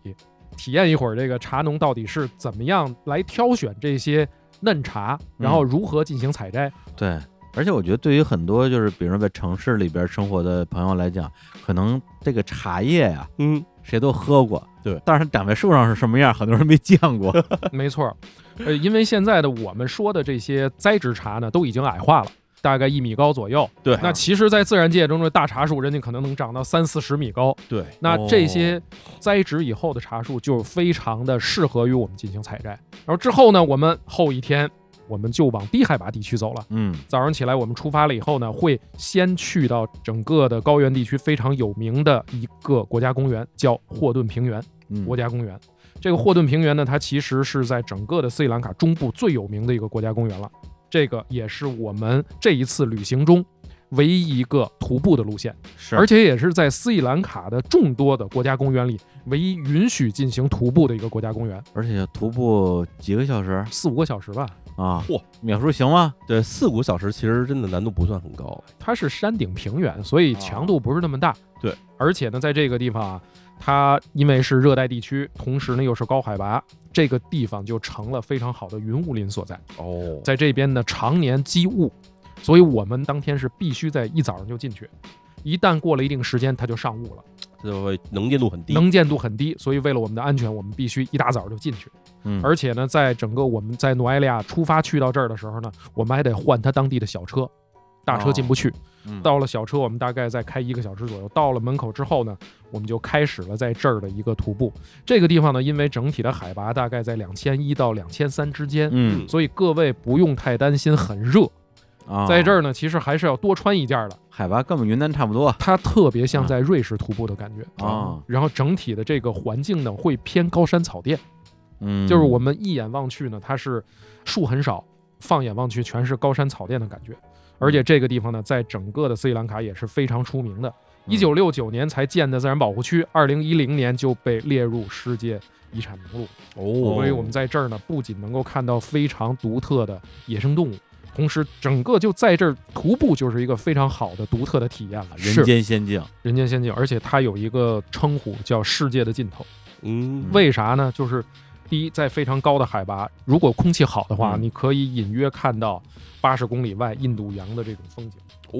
C: 体验一会儿这个茶农到底是怎么样来挑选这些嫩茶，然后如何进行采摘。
A: 对。而且我觉得，对于很多就是比如说在城市里边生活的朋友来讲，可能这个茶叶呀、
B: 嗯，
A: 谁都喝过，
B: 对，
A: 但是长在树上是什么样，很多人没见 过。
C: 没错儿，呃，因为现在的我们说的这些栽植茶呢，都已经矮化了。大概一米高左右，
B: 对啊
C: 那其实，在自然界中的大茶树，人家可能能长到三四十米高。
B: 对，
C: 那这些栽植以后的茶树就非常的适合于我们进行采摘。然后之后呢，我们后一天我们就往低海拔地区走了。
A: 嗯，
C: 早上起来我们出发了以后呢，会先去到整个的高原地区非常有名的一个国家公园，叫霍顿平原
A: 嗯
C: 国家公园。这个霍顿平原呢，它其实是在整个的斯里兰卡中部最有名的一个国家公园了。这个也是我们这一次旅行中唯一一个徒步的路线。
A: 是，
C: 而且也是在斯里兰卡的众多的国家公园里唯一允许进行徒步的一个国家公园，
A: 而且徒步几个小时
C: 四五个小时吧。
A: 啊？
B: 嚯，
A: 秒叔行吗？
B: 对，四五个小时其实真的难度不算很高，
C: 它是山顶平原，所以强度不是那么大。
B: 对，
C: 而且呢，在这个地方啊，它因为是热带地区，同时呢又是高海拔，这个地方就成了非常好的云雾林所在。
B: 哦，
C: 在这边呢常年积雾，所以我们当天是必须在一早上就进去，一旦过了一定时间，它就上雾了。
B: 这就会能见度很低，
C: 能见度很低，所以为了我们的安全，我们必须一大早就进去。
A: 嗯
C: 而且呢，在整个我们在努埃利亚出发去到这儿的时候呢，我们还得换他当地的小车，大车进不去。
A: 嗯
C: 到了小车，我们大概再开一个小时左右。到了门口之后呢，我们就开始了在这儿的一个徒步。这个地方呢，因为整体的海拔大概在两千一到两千三之间。
A: 嗯
C: 所以各位不用太担心很热，
A: 啊，
C: 嗯在这儿呢，啊其实还是要多穿一件儿的。
A: 海拔跟我们云南差不多
C: 它特别
A: 嗯
C: 像在瑞士徒步的感觉
A: 啊
C: 然后整体的这个环境呢，会偏高山草甸，
A: 嗯，
C: 就是我们一眼望去呢，它是树很少，放眼望去全是高山草甸的感觉。
A: 嗯
C: 而且这个地方呢，在整个的斯里兰卡也是非常出名的。
A: 嗯
C: 一九六九年才建的自然保护区，二零一零年就被列入世界遗产名录。
B: 哦，
C: 所以我们在这儿呢，不仅能够看到非常独特的野生动物，同时整个就在这儿徒步就是一个非常好的独特的体验了。
A: 人间仙境，
C: 人间仙境，而且它有一个称呼叫“世界的尽头”。
B: 嗯
C: 为啥呢？就是第一，在非常高的海拔，如果空气好的话，
A: 嗯
C: 你可以隐约看到八十公里外印度洋的这种风景。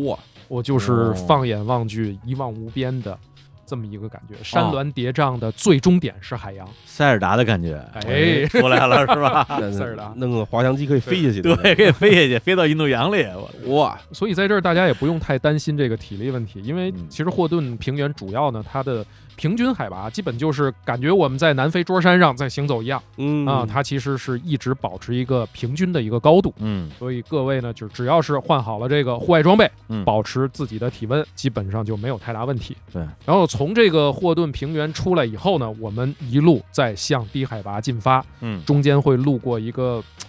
B: 哇，
C: 我就是
A: 哦
C: 放眼望去，一望无边的这么一个感觉。
A: 哦
C: 山峦叠嶂的最终点是海洋。
A: 塞尔达的感觉，
C: 哎
A: 出来了是 吧？
B: 那
C: 啊事儿了
B: 弄个滑翔机可以飞下去的，
A: 对，可以飞下去，飞到印度洋里。我
B: 哇，
C: 所以在这儿大家也不用太担心这个体力问题，因为
A: 嗯
C: 其实霍顿平原主要呢，它的平均海拔基本就是感觉我们在南非桌山上在行走一样
B: 嗯
C: 啊，它其实是一直保持一个平均的一个高度。
A: 嗯
C: 所以各位呢，就只要是换好了这个户外装备，
A: 嗯
C: 保持自己的体温，基本上就没有太大问题。
A: 对。
C: 然后从这个霍顿平原出来以后呢，我们一路再向低海拔进发，
A: 嗯，
C: 中间会路过一个嘖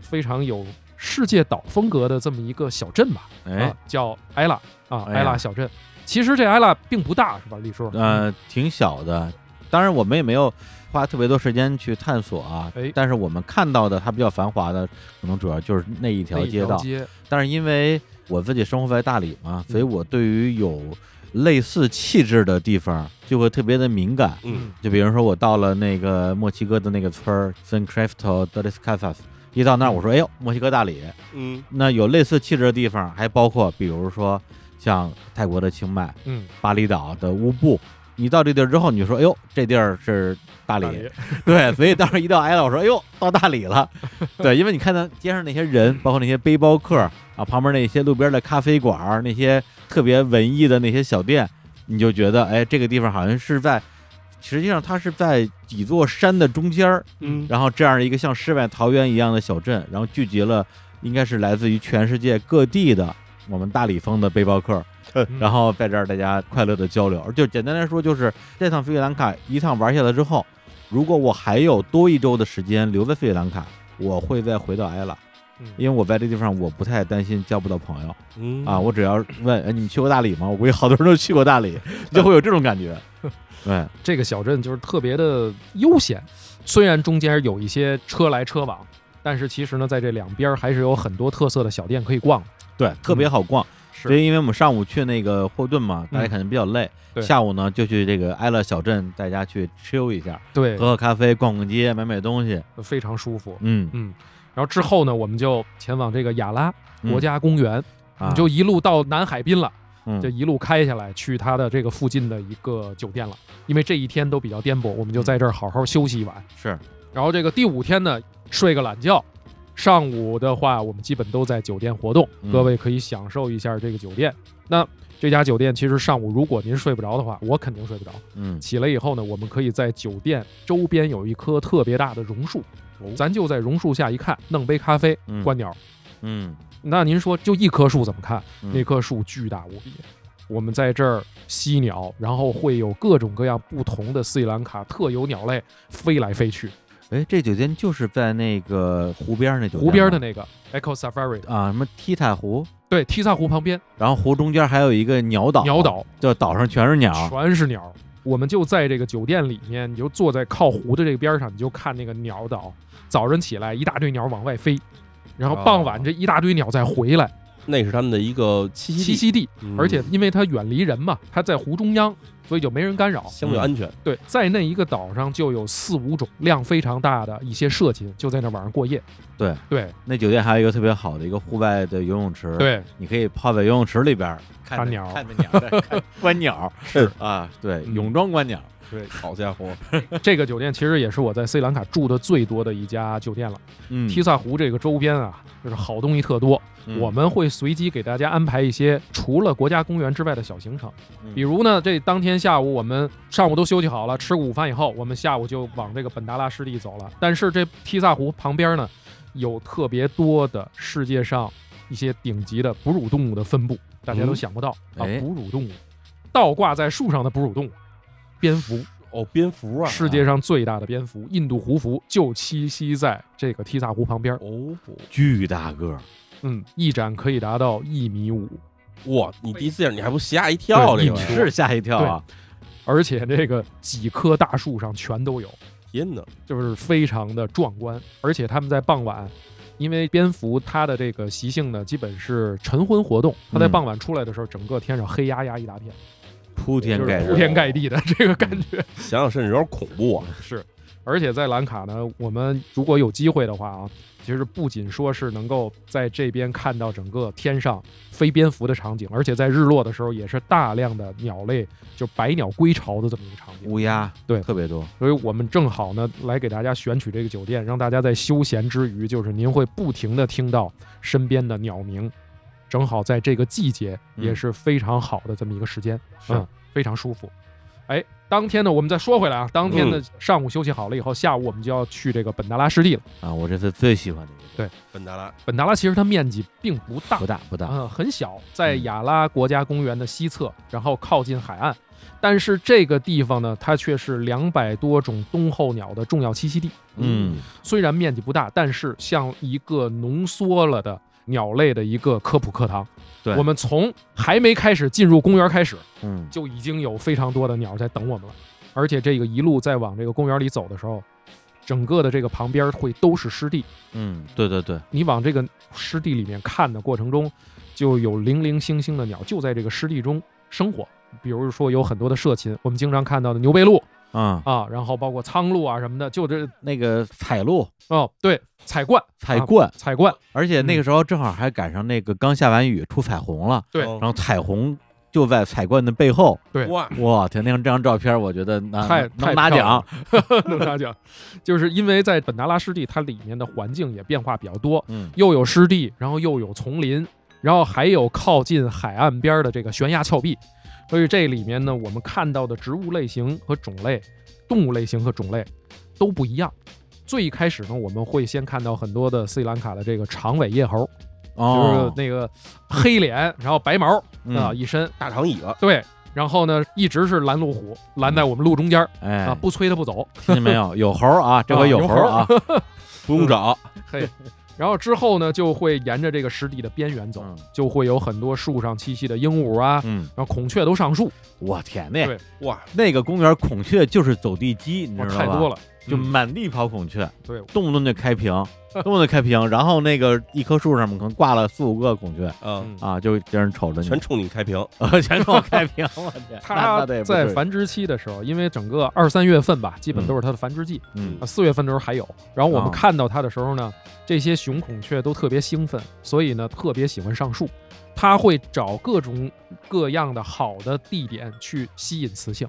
C: 非常有世界岛风格的这么一个小镇吧，
A: 哎
C: 啊，，叫埃拉啊，
A: 哎呀
C: 埃拉小镇。其实这埃拉并不大，是吧，李叔？
A: 呃，挺小的，当然我们也没有花特别多时间去探索啊
C: 哎。
A: 但是我们看到的它比较繁华的，可能主要就是那一
C: 那
A: 条
C: 一
A: 街
C: 条
A: 道。
C: 街，
A: 但是因为我自己生活在大理嘛，
C: 嗯
A: 所以我对于有类似气质的地方就会特别的敏感。
B: 嗯，
A: 就比如说我到了那个墨西哥的那个村儿 San Cristobal de las Casas，一到那儿我说，哎呦，墨西哥大理。
B: 嗯
A: 那有类似气质的地方，还包括比如说像泰国的清迈、
C: 嗯，
A: 巴厘岛的乌布。你到这地儿之后，你就说，哎呦，这地儿是大理，
C: 大理
A: 对，所以当时一到挨了，我说，哎呦，到大理了，对，因为你看到街上那些人，包括那些背包客啊，旁边那些路边的咖啡馆儿，那些特别文艺的那些小店，你就觉得，哎，这个地方好像是在，实际上它是在几座山的中间儿，
B: 嗯，
A: 然后这样一个像世外桃源一样的小镇，然后聚集了应该是来自于全世界各地的我们大理风的背包客，
C: 嗯
A: 然后在这儿大家快乐的交流。就简单来说，就是这趟斯里兰卡一趟玩下来之后，如果我还有多一周的时间留在斯里兰卡，我会再回到埃拉，
C: 嗯
A: 因为我在这地方我不太担心交不到朋友
B: 嗯
A: 啊。我只要问，哎，你们去过大理吗？我估计好多人都去过大 理，就会有这种感觉。对，
C: 这个小镇就是特别的悠闲，虽然中间有一些车来车往，但是其实呢，在这两边还是有很多特色的小店可以逛的。
A: 对，特别好逛。
C: 嗯是
A: 所以因为我们上午去那个霍顿嘛，大家
C: 嗯
A: 可能比较累，
C: 对
A: 下午呢就去这个埃勒小镇，大家去 chill 一下，
C: 对
A: 喝，喝咖啡，逛逛街，买买东西。
C: 非常舒服。
A: 嗯，
C: 嗯，然后之后呢，我们就前往这个雅拉
A: 嗯
C: 国家公园，
A: 啊
C: 嗯你就一路到南海滨了，
A: 嗯
C: 这一路开下来，去它的这个附近的一个酒店了。因为这一天都比较颠簸，我们就在这儿好好休息一晚。
A: 是
C: 然后这个第五天呢，睡个懒觉。上午的话，我们基本都在酒店活动，
A: 嗯
C: 各位可以享受一下这个酒店。那这家酒店其实上午如果您睡不着的话，我肯定睡不着。
A: 嗯
C: 起来以后呢，我们可以在酒店周边有一棵特别大的榕树，
B: 哦
C: 咱就在榕树下一看，弄杯咖啡，
A: 嗯
C: 观鸟。
A: 嗯
C: 那您说就一棵树怎么看？
A: 嗯
C: 那棵树巨大无比。我们在这儿吸鸟，然后会有各种各样不同的斯里兰卡特有鸟类飞来飞去。
A: 哎，这酒店就是在那个湖边儿那酒店吗，
C: 湖边的那个 Echo Safari，
A: 啊，什么踢踏湖，
C: 对，提萨湖旁边
A: 然后湖中间还有一个鸟
B: 哦
A: 岛，
C: 鸟，岛
A: 就岛上全是鸟，
C: 全是鸟。我们就在这个酒店里面，你就坐在靠湖的这个边上，你就看那个鸟岛。早晨起来，一大堆鸟往外飞，然后
B: 哦
C: 傍晚这一大堆鸟再回来
B: 那是他们的一个栖息
C: 栖
B: 地，
C: 息地。
B: 嗯
C: 而且因为它远离人嘛，它在湖中央，所以就没人干扰。
B: 相对安全，
C: 对，在那一个岛上就有四五种量非常大的一些社禽，就在那晚上过夜。
A: 对
C: 对
A: 那酒店还有一个特别好的一个户外的游泳池，，
C: 对，
A: 你可以泡在游泳池里边儿看
C: 看
A: 着
C: 鸟
A: 看着鸟对，看观 鸟
B: 是
A: 啊，对，
C: 嗯
A: 泳装观鸟，
B: 好家伙，
C: 这个酒店其实也是我在斯里兰卡住的最多的一家酒店了。
A: 嗯，
C: 提萨湖这个周边啊，就是好东西特多。
A: 嗯
C: 我们会随机给大家安排一些除了国家公园之外的小行程
A: 嗯，
C: 比如呢，这当天下午我们上午都休息好了，吃过午饭以后，我们下午就往这个本达拉湿地走了。但是这提萨湖旁边呢，有特别多的世界上一些顶级的哺乳动物的分布，大家都
B: 嗯
C: 想不到啊
A: 哎，
C: 哺乳动物，倒挂在树上的哺乳动物，蝙蝠，
B: 哦，蝙蝠啊，
C: 世界上最大的蝙蝠，印度胡蝠就栖息在这个提萨湖旁边。
B: 哦，
A: 巨大个儿，
C: 嗯，翼展可以达到一米五，
B: 哇，你第一次见你还不吓一跳
C: 对
B: 这
A: 你
B: 个玩意儿，
A: 是吓一跳啊！
C: 而且这个几棵大树上全都有，
B: 天哪，
C: 就是非常的壮观。而且它们在傍晚，因为蝙蝠它的这个习性呢，基本是晨昏活动，它在
A: 嗯
C: 傍晚出来的时候，整个天上黑压压一大片，
A: 铺天
C: 就
A: 盖
C: 是
A: 日，
C: 铺天盖地的这个感觉。
B: 想想甚至有点恐怖啊，
C: 是，而且在兰卡呢，我们如果有机会的话啊，其实不仅说是能够在这边看到整个天上飞蝙蝠的场景，而且在日落的时候也是大量的鸟类就百鸟归巢的这么一个场景。
A: 乌鸦
C: 对
A: 特别多，
C: 所以我们正好呢来给大家选取这个酒店，让大家在休闲之余，就是您会不停的听到身边的鸟鸣，正好在这个季节
A: 嗯
C: 也是非常好的这么一个时间，
A: 是
C: 嗯，非常舒服。哎，当天呢，我们再说回来啊，当天呢上午休息好了以后，下午我们就要去这个本达拉湿地了。
A: 啊，我这次最喜欢的一个
B: 本达拉，
C: 本达拉其实它面积并不大
A: 不，大不大，
C: 嗯，很小，在雅拉国家公园的西侧，然后靠近海
A: 嗯
C: 岸。但是这个地方呢，它却是两百多种冬候鸟的重要栖息地。
A: 嗯，
C: 虽然面积不大，但是像一个浓缩了的鸟类的一个科普课堂。
A: 对
C: 我们从还没开始进入公园开始，
A: 嗯，
C: 就已经有非常多的鸟在等我们了。而且这个一路在往这个公园里走的时候，整个的这个旁边会都是湿地，
A: 嗯，对对对，
C: 你往这个湿地里面看的过程中，就有零零星星的鸟就在这个湿地中生活。比如说有很多的社禽，我们经常看到的牛背鹭
A: 啊，
C: 啊，然后包括苍鹭啊什么的，就这
A: 那个彩鹭、
C: 哦，对，彩冠，
A: 彩冠，
C: 彩冠，
A: 而且
C: 嗯
A: 那个时候正好还赶上那个刚下完雨出彩虹了，
C: 对
A: 然后彩虹就在彩冠的背后，
C: 对
B: 嗯哇，
A: 哇天，那张这张照片，我觉得那
C: 太
A: 能
C: 太
A: 拿
C: 漂
A: 奖，
C: 能拿奖，就是因为在本达拉湿地，它里面的环境也变化比较多，
A: 嗯
C: 又有湿地，然后又有丛林，然后还有靠近海岸边的这个悬崖峭壁，所以这里面呢，我们看到的植物类型和种类、动物类型和种类都不一样。最开始呢，我们会先看到很多的斯里兰卡的这个长尾叶猴，就是
A: 哦，
C: 那个黑脸，然后白毛啊、
A: 嗯
C: 一身，
B: 大长椅了，
C: 对，然后呢一直是拦路虎，拦在我们路中间儿啊，
A: 哎，
C: 不催它不走，
A: 听见没有？有猴儿啊，这
C: 啊
A: 回
C: 有
A: 猴
C: 猴
A: 儿
C: 儿
A: 啊，
B: 不用找，
C: 嘿。然后之后呢，就会沿着这个湿地的边缘走，
A: 嗯
C: 就会有很多树上栖息的鹦鹉啊，
A: 嗯，
C: 然后孔雀都上树，
A: 我天
C: 对
A: 那
B: 哇，
A: 那个公园孔雀就是走地鸡，你知
C: 哇，
A: 道吧？
C: 太多了，
A: 就
C: 嗯
A: 满地跑孔雀，
C: 对
A: 动不动就开屏，动不动就开屏，然后那个一棵树上面可能挂了四五个孔雀
B: 嗯，
C: 嗯
A: 啊，就让人瞅着你
B: 全，冲你开屏，
A: 全 全冲我开屏，我天，那
C: 它
A: 那得不
C: 在
A: 至于
C: 繁殖期的时候，因为整个二三月份吧，基本都是它的繁殖季
A: 嗯
C: 啊，四月份的时候还有。然后我们
A: 啊
C: 看到它的时候呢，这些雄孔雀都特别兴奋，所以呢特别喜欢上树，它会找各种各样的好的地点去吸引雌性，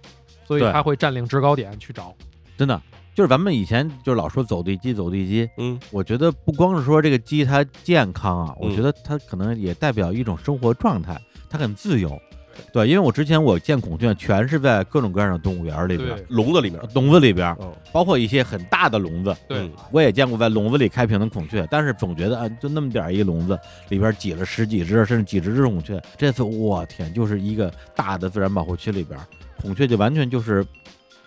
C: 所以
A: 对
C: 它会占领制高点去找。
A: 真的。就是咱们以前就是老说走地鸡，走地鸡。
B: 嗯，
A: 我觉得不光是说这个鸡它健康啊，我
B: 嗯
A: 觉得它可能也代表一种生活状态，它很自由。对，因为我之前我见孔雀全是在各种各样的动物园里边呃
C: 对，
B: 笼子里面，
A: 笼子里边，
B: 嗯，
A: 包括一些很大的笼子，
C: 对
B: 嗯，
A: 我也见过在笼子里开屏的孔雀，但是总觉得啊，就那么点儿一笼子，里边挤了十几只甚至几十只孔雀。这次我天，就是一个大的自然保护区里边，孔雀就完全就是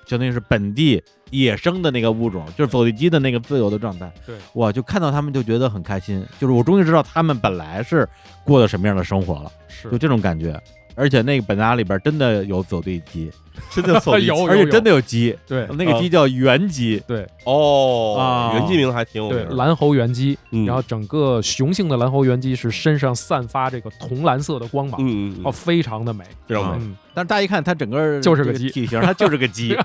A: 相当于是本地野生的那个物种，就是走地鸡的那个自由的状态。
C: 对，
A: 哇，就看到它们就觉得很开心，就是我终于知道它们本来是过的什么样的生活了，
C: 是
A: 就这种感觉。而且那个本达里边真的有走地鸡，
B: 真的走地
C: 有
A: 而且真的 有鸡，
C: 对
A: 那个鸡叫原鸡，
B: 哦
A: 啊，
B: 袁继明还挺有
C: 对
B: 名的，
C: 蓝喉原鸡，
B: 嗯
C: 然后整个雄性的蓝喉原鸡是身上散发这个铜蓝色的光芒，
B: 嗯啊嗯
C: 哦，
B: 嗯，
C: 非常的美。
B: 非常美，
C: 嗯，
A: 但是大家一看它整个
C: 就是
A: 这
C: 个
A: 个
C: 鸡
A: 体型，它就是个 鸡。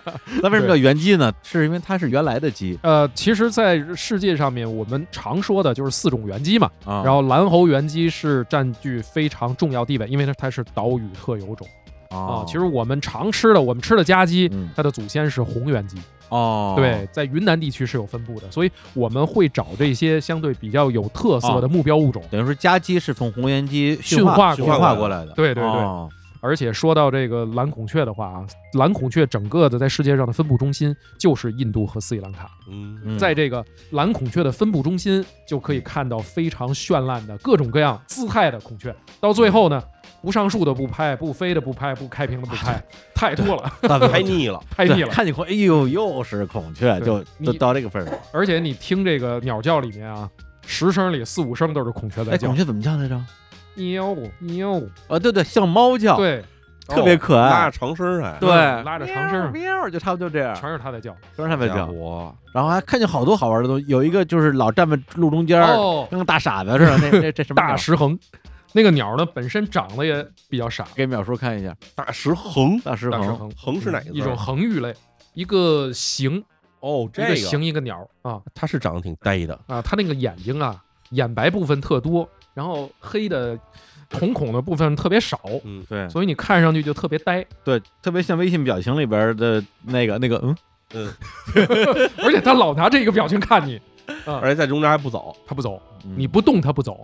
A: 那为什么叫原鸡呢？是因为它是原来的鸡
C: 呃，其实，在世界上面，我们常说的就是四种原鸡嘛。
A: 啊。
C: 然后蓝喉原鸡是占据非常重要地位，因为它它是岛屿特有种啊
A: 哦，。
C: 其实我们常吃的，我们吃的家鸡，
A: 嗯
C: 它的祖先是红原鸡，
A: 哦，
C: 对，在云南地区是有分布的，所以我们会找这些相对比较有特色的目标物种。
A: 等于说家鸡是从红原鸡
C: 驯
A: 化
C: 化
A: 驯
B: 过来
A: 化
B: 的
A: 过来的。
C: 对对对
A: 哦
C: 而且说到这个蓝孔雀的话啊，蓝孔雀整个的在世界上的分布中心就是印度和斯里兰卡。
B: 嗯，
A: 嗯
C: 在这个蓝孔雀的分布中心，就可以看到非常绚烂的各种各样姿态的孔雀。到最后呢，不上树的不拍，不飞的不拍，不开屏的不拍，太多了，
A: 大
B: 太
A: 白
B: 腻了，
C: 拍腻了。
A: 看见孔，哎呦，又是孔雀，
C: 对
A: 就
C: 你
A: 就到这个份儿上。
C: 而且你听这个鸟叫里面啊，十声里四五声都是孔雀在
A: 哎，
C: 叫
A: 孔，雀怎么叫来着？
C: 喵喵，
A: 啊，对对，像猫叫，
C: 对
A: 特别
B: 哦
A: 可爱
B: 拉着长声还，
A: 对，
C: 嗯拉着长声
A: 喵，喵就差不多就这样，
C: 全是它在叫。
A: 全上面
B: 家
A: 叫。
B: 伙，
A: 然后还看见好多好玩的东西，有一个就是老站在路中间儿，
C: 哦，
A: 跟个大傻子似的。那那这什么鸟
C: 大石恒，那个鸟呢本身长得也比较傻，
A: 给淼叔看一下，
B: 大石横，
A: 大石
C: 大石
A: 鹏
C: 恒
B: 横是哪个字？
C: 一种恒玉类，一个形
B: 哦，
C: 一
B: 这
C: 个
B: 个
C: 形一个鸟啊
B: 他是长得挺呆的，
C: 啊，它那个眼睛啊，眼白部分特多，然后黑的瞳孔的部分特别少，
B: 嗯，
A: 对
C: 所以你看上去就特别呆，
A: 对，特别像微信表情里边的那个那个嗯，
C: 而且它老拿这个表情看你，
B: 而且在中间还不走，
C: 它不走，
A: 嗯
C: 你不动它不走。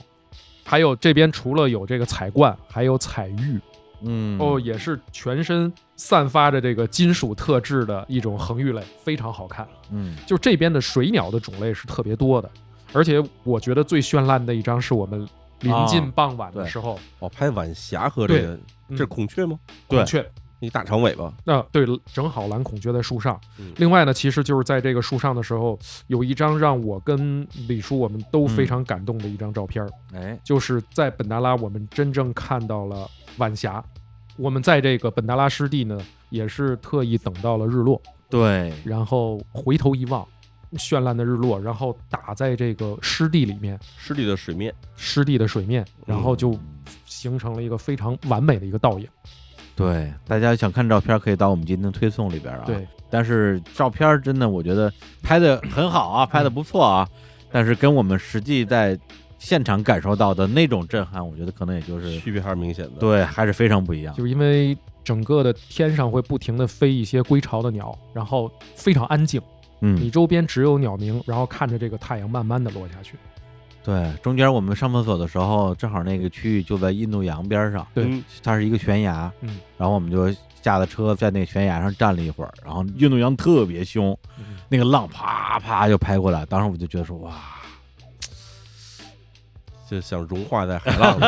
C: 还有这边除了有这个彩冠，还有彩玉，
A: 嗯
C: 哦，也是全身散发着这个金属特质的一种恒玉类，非常好看。
A: 嗯
C: 就这边的水鸟的种类是特别多的，而且我觉得最绚烂的一张是我们临近傍晚的时候，
B: 哦，拍晚霞和这个，
C: 嗯
B: 这是孔雀吗？
A: 对
C: 孔雀，
B: 一大长尾巴，
C: 那、对，正好蓝孔雀在树上。
B: 嗯
C: 另外呢，其实就是在这个树上的时候，有一张让我跟李叔我们都非常感动的一张照片儿，
A: 哎
C: 就是在本达拉我们真正看到了晚霞。我们在这个本达拉湿地呢，也是特意等到了日落，
A: 对，
C: 然后回头一望，绚烂的日落，然后打在这个湿地里面，
B: 湿地的水面，
C: 湿地的水面，然后就形成了一个非常完美的一个倒影。
A: 对，大家想看照片可以到我们今天的推送里边啊。，
C: 对，
A: 但是照片真的我觉得拍的很好啊，拍的不错啊，但是跟我们实际在现场感受到的那种震撼，我觉得可能也就是
B: 区别还是明显的。，
A: 对，还是非常不一样。
C: 就是因为整个的天上会不停的飞一些归巢的鸟，然后非常安静，
A: 嗯
C: 你，周边只有鸟鸣，然后看着这个太阳慢慢的落下去。
A: 对，中间我们上厕所的时候，正好那个区域就在印度洋边上，
C: 对
B: 嗯
A: 它是一个悬崖，
C: 嗯，
A: 然后我们就下了车，在那个悬崖上站了一会儿，然后运动洋特别凶，
C: 嗯
A: 那个浪啪啪就拍过来，当时我就觉得说哇，
B: 就想融化在海浪里，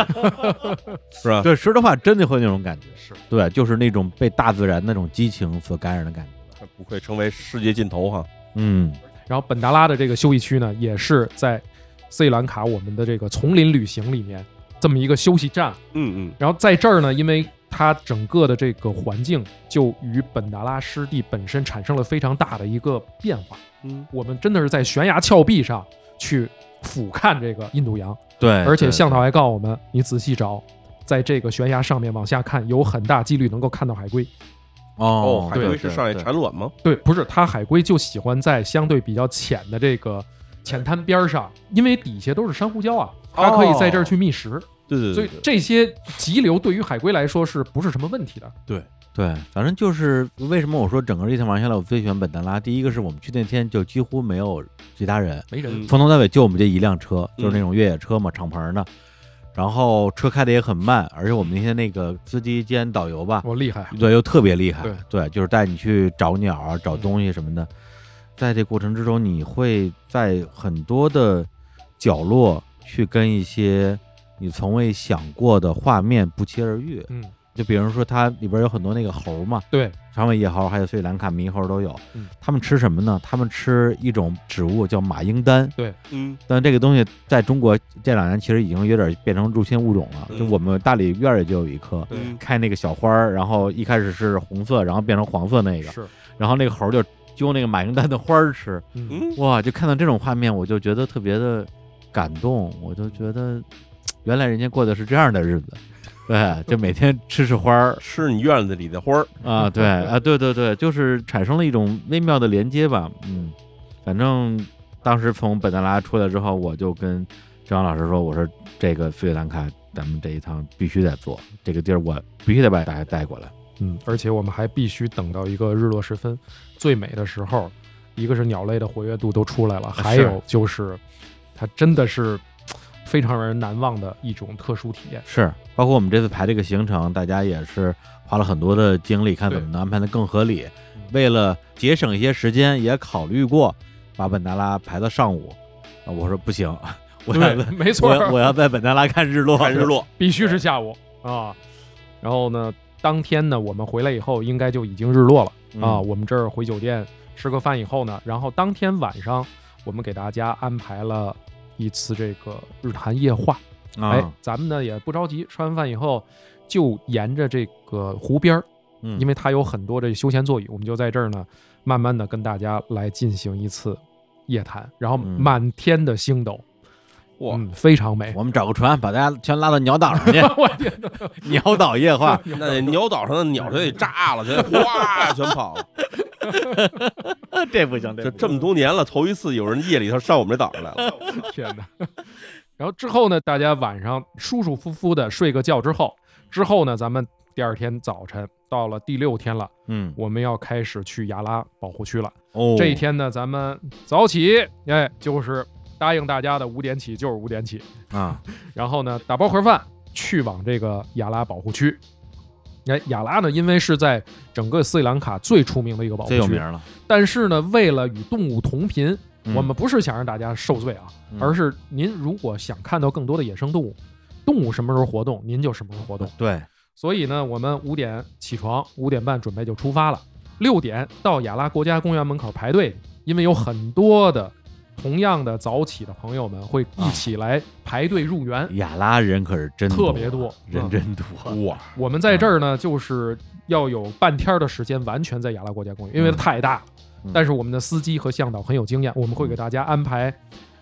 B: 是吧？
A: 对，说实话真的会有那种感觉，
C: 是
A: 对，就是那种被大自然那种激情所感染的感觉。
B: 不愧成为世界尽头哈，
A: 嗯，
C: 然后本达拉的这个休息区呢，也是在斯里兰卡我们的这个丛林旅行里面这么一个休息站。
B: 嗯嗯，
C: 然后在这儿呢，因为它整个的这个环境就与本达拉湿地本身产生了非常大的一个变化。
B: 嗯，
C: 我们真的是在悬崖峭壁上去俯瞰这个印度洋，
A: 哎对，
C: 而且向导
A: 对
C: 还告诉我们，你仔细找，在这个悬崖上面往下看，有很大几率能够看到海龟。
A: 哦
B: 哦，，海龟
A: 对
B: 是上来，产卵吗？
C: 对，不是它海龟就喜欢在相对比较浅的这个浅滩边上，因为底下都是珊瑚礁啊，它可以在这儿去觅食，
B: 对对
C: 所
B: 对
C: 以，这些急流对于海龟来说是不是什么问题的？
A: 对对，反正就是为什么我说整个这趟玩下来，我最喜欢本达拉。第一个是我们去那天就几乎没有其他人，
C: 没人。
B: 嗯
A: 从头到尾就我们这一辆车，
B: 嗯
A: 就是那种越野车嘛，敞篷的，然后车开的也很慢，而且我们那天那个司机兼导游吧，
C: 我厉害，啊
A: 对，又特别厉害，
C: 对嗯
A: 就是带你去找鸟啊、找东西什么的。在这过程之中，你会在很多的角落去跟一些你从未想过的画面不期而遇。
C: 嗯，
A: 就比如说，它里边有很多那个猴嘛，
C: 对，
A: 长尾叶猴，还有斯里兰卡猕猴都有
C: 嗯。
A: 它们吃什么呢？它们吃一种植物叫马英丹，
B: 嗯，
A: 但这个东西在中国这两年其实已经有点变成入侵物种了。
B: 嗯
A: 就我们大理院里就有一棵，
C: 对
B: 嗯
A: 开那个小花儿，然后一开始是红色，然后变成黄色那个，
C: 是，
A: 然后那个猴儿就揪那个马英丹的花儿吃，
C: 嗯，
B: 嗯，
A: 哇，就看到这种画面，我就觉得特别的感动，我就觉得原来人家过的是这样的日子， 对，就每天吃吃花儿
B: 吃你院子里的花儿，
A: 啊，对啊，对对对，就是产生了一种微妙的连接吧，嗯，反正当时从本达拉出来之后，我就跟张老师说，我说这个斯里兰卡咱们这一趟必须得做，这个地儿我必须得把大家带过来。
C: 嗯，而且我们还必须等到一个日落时分最美的时候，一个是鸟类的活跃度都出来了，
A: 啊
C: 还有就是它真的是非常让人难忘的一种特殊体验。
A: 是，包括我们这次排这个行程，大家也是花了很多的精力，看怎么能安排的更合理。为了节省一些时间，也考虑过把本达拉排到上午。啊我说不行， 我要
C: 对
A: 在，
C: 没错
A: 我，要我要在本达拉看日落，
B: 看日。落，
C: 必须是下午啊。然后呢，当天呢，我们回来以后应该就已经日落了啊。
A: 嗯
C: 我们这儿回酒店吃个饭以后呢，然后当天晚上我们给大家安排了一次这个日坛夜话。哎
A: 啊，，
C: 咱们呢也不着急，吃完饭以后就沿着这个湖边儿，
A: 嗯
C: 因为它有很多这休闲座椅，我们就在这儿呢，慢慢的跟大家来进行一次夜谈，然后
A: 嗯
C: 满天的星斗，
B: 哇，
C: 嗯，非常美。
A: 我们找个船，把大家全拉到鸟岛 上去，
C: 我天哪！
A: 鸟岛夜 话。
B: 那鸟岛上的鸟就得炸了，全哗全跑了，
C: 啊
A: 这不行，
B: 这
A: 不
B: 这么
A: 行
B: 多年了，头一次有人夜里头上我们这档来了。
C: 天哪！然后之后呢，大家晚上舒舒服服的睡个觉之后，之后呢，咱们第二天早晨到了第六天了，
A: 嗯
C: 我们要开始去雅拉保护区了。
A: 哦，
C: 这一天呢，咱们早起，哎，就是答应大家的五点起就是五点起，
A: 啊，
C: 然后呢，打包盒饭去往这个雅拉保护区。哎，雅拉呢，因为是在整个斯里兰卡最出名的一个保护
A: 最有名
C: 区，
A: 了，
C: 但是呢，为了与动物同频，
A: 嗯
C: 我们不是想让大家受罪啊，
A: 嗯
C: 而是您如果想看到更多的野生动物，动物什么时候活动，您就什么时候活动。
A: 对，
C: 所以呢，我们五点起床，五点半准备就出发了，六点到雅拉国家公园门口排队，因为有很多的同样的早起的朋友们会一起来排队入园。
A: 雅拉人可是真
C: 特别多
A: 人
C: 嗯
A: 真多，
B: 哇，
C: 我们在这儿呢，就是要有半天儿的时间完全在雅拉国家公园，因为它太大了
A: 嗯。
C: 但是我们的司机和向导很有经验，我们会给大家安排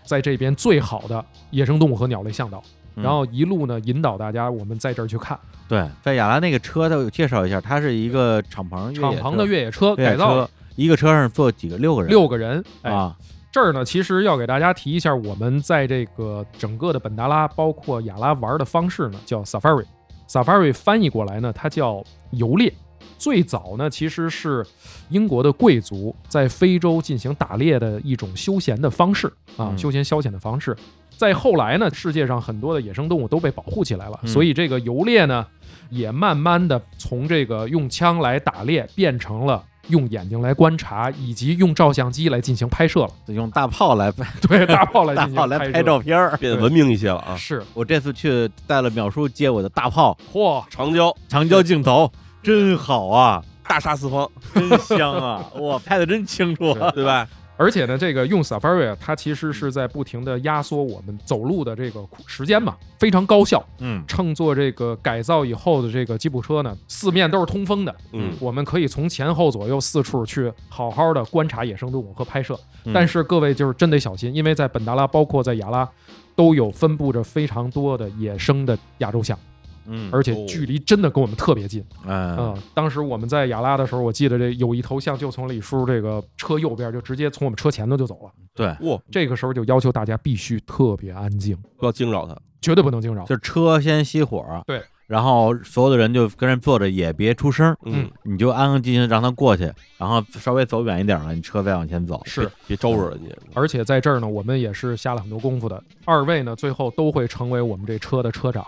C: 在这边最好的野生动物和鸟类向导，
A: 嗯
C: 然后一路呢引导大家，我们在这儿去看
A: 对，在雅拉那个车，它有介绍一下，它是一个敞篷越野
C: 敞篷的
A: 车
C: 越野车
A: 越野
C: 改造
A: 车，一个车上坐几个六个人，
C: 六个人。哎，
A: 啊，
C: 这儿呢，其实要给大家提一下，我们在这个整个的本达拉，包括雅拉玩的方式呢，叫 safari。safari 翻译过来呢，它叫游猎。最早呢，其实是英国的贵族在非洲进行打猎的一种休闲的方式啊，
A: 嗯
C: 休闲消遣的方式。再后来呢，世界上很多的野生动物都被保护起来了，
A: 嗯
C: 所以这个游猎呢，也慢慢的从这个用枪来打猎变成了用眼睛来观察，以及用照相机来进行拍摄了。
A: 用大炮来拍
C: 对，大炮 来
A: 大
C: 进行
A: 炮来拍照片儿。
B: 变得文明一些了
C: 摄。
B: 啊！
C: 是，
A: 我这次去带了淼叔接我的大炮
C: 嚯，
B: 长焦
A: 长焦镜头，真好啊，
B: 大杀四 方，
A: 真香 啊！哇，拍的真清楚啊，
B: 对吧？
C: 而且呢，这个用 Safari 啊它其实是在不停的压缩我们走路的这个时间嘛，非常高效。
A: 嗯
C: 乘坐这个改造以后的这个吉普车呢，四面都是通风的，
B: 嗯，
C: 我们可以从前后左右四处去好好的观察野生动物和拍摄
A: 嗯。
C: 但是各位就是真得小心，因为在本达拉，包括在雅拉，都有分布着非常多的野生的亚洲象，
A: 嗯，
C: 而且
B: 哦
C: 距离真的跟我们特别近。
A: 嗯
C: 嗯，当时我们在雅拉的时候，我记得这有一头象就从李叔这个车右边就直接从我们车前头就走了。
A: 对，
B: 哇，
C: 这个时候就要求大家必须特别安静，
B: 不要惊扰他。
C: 绝对不能惊扰。
A: 就是车先熄火，
C: 对，
A: 然后所有的人就跟着坐着，也别出声，
B: 嗯，
A: 你就安安静静让他过去，然后稍微走远一点了，你车再往前走。
C: 是，
B: 别招惹人家。
C: 而且在这儿呢，我们也是下了很多功夫的。二位呢，最后都会成为我们这车的车长。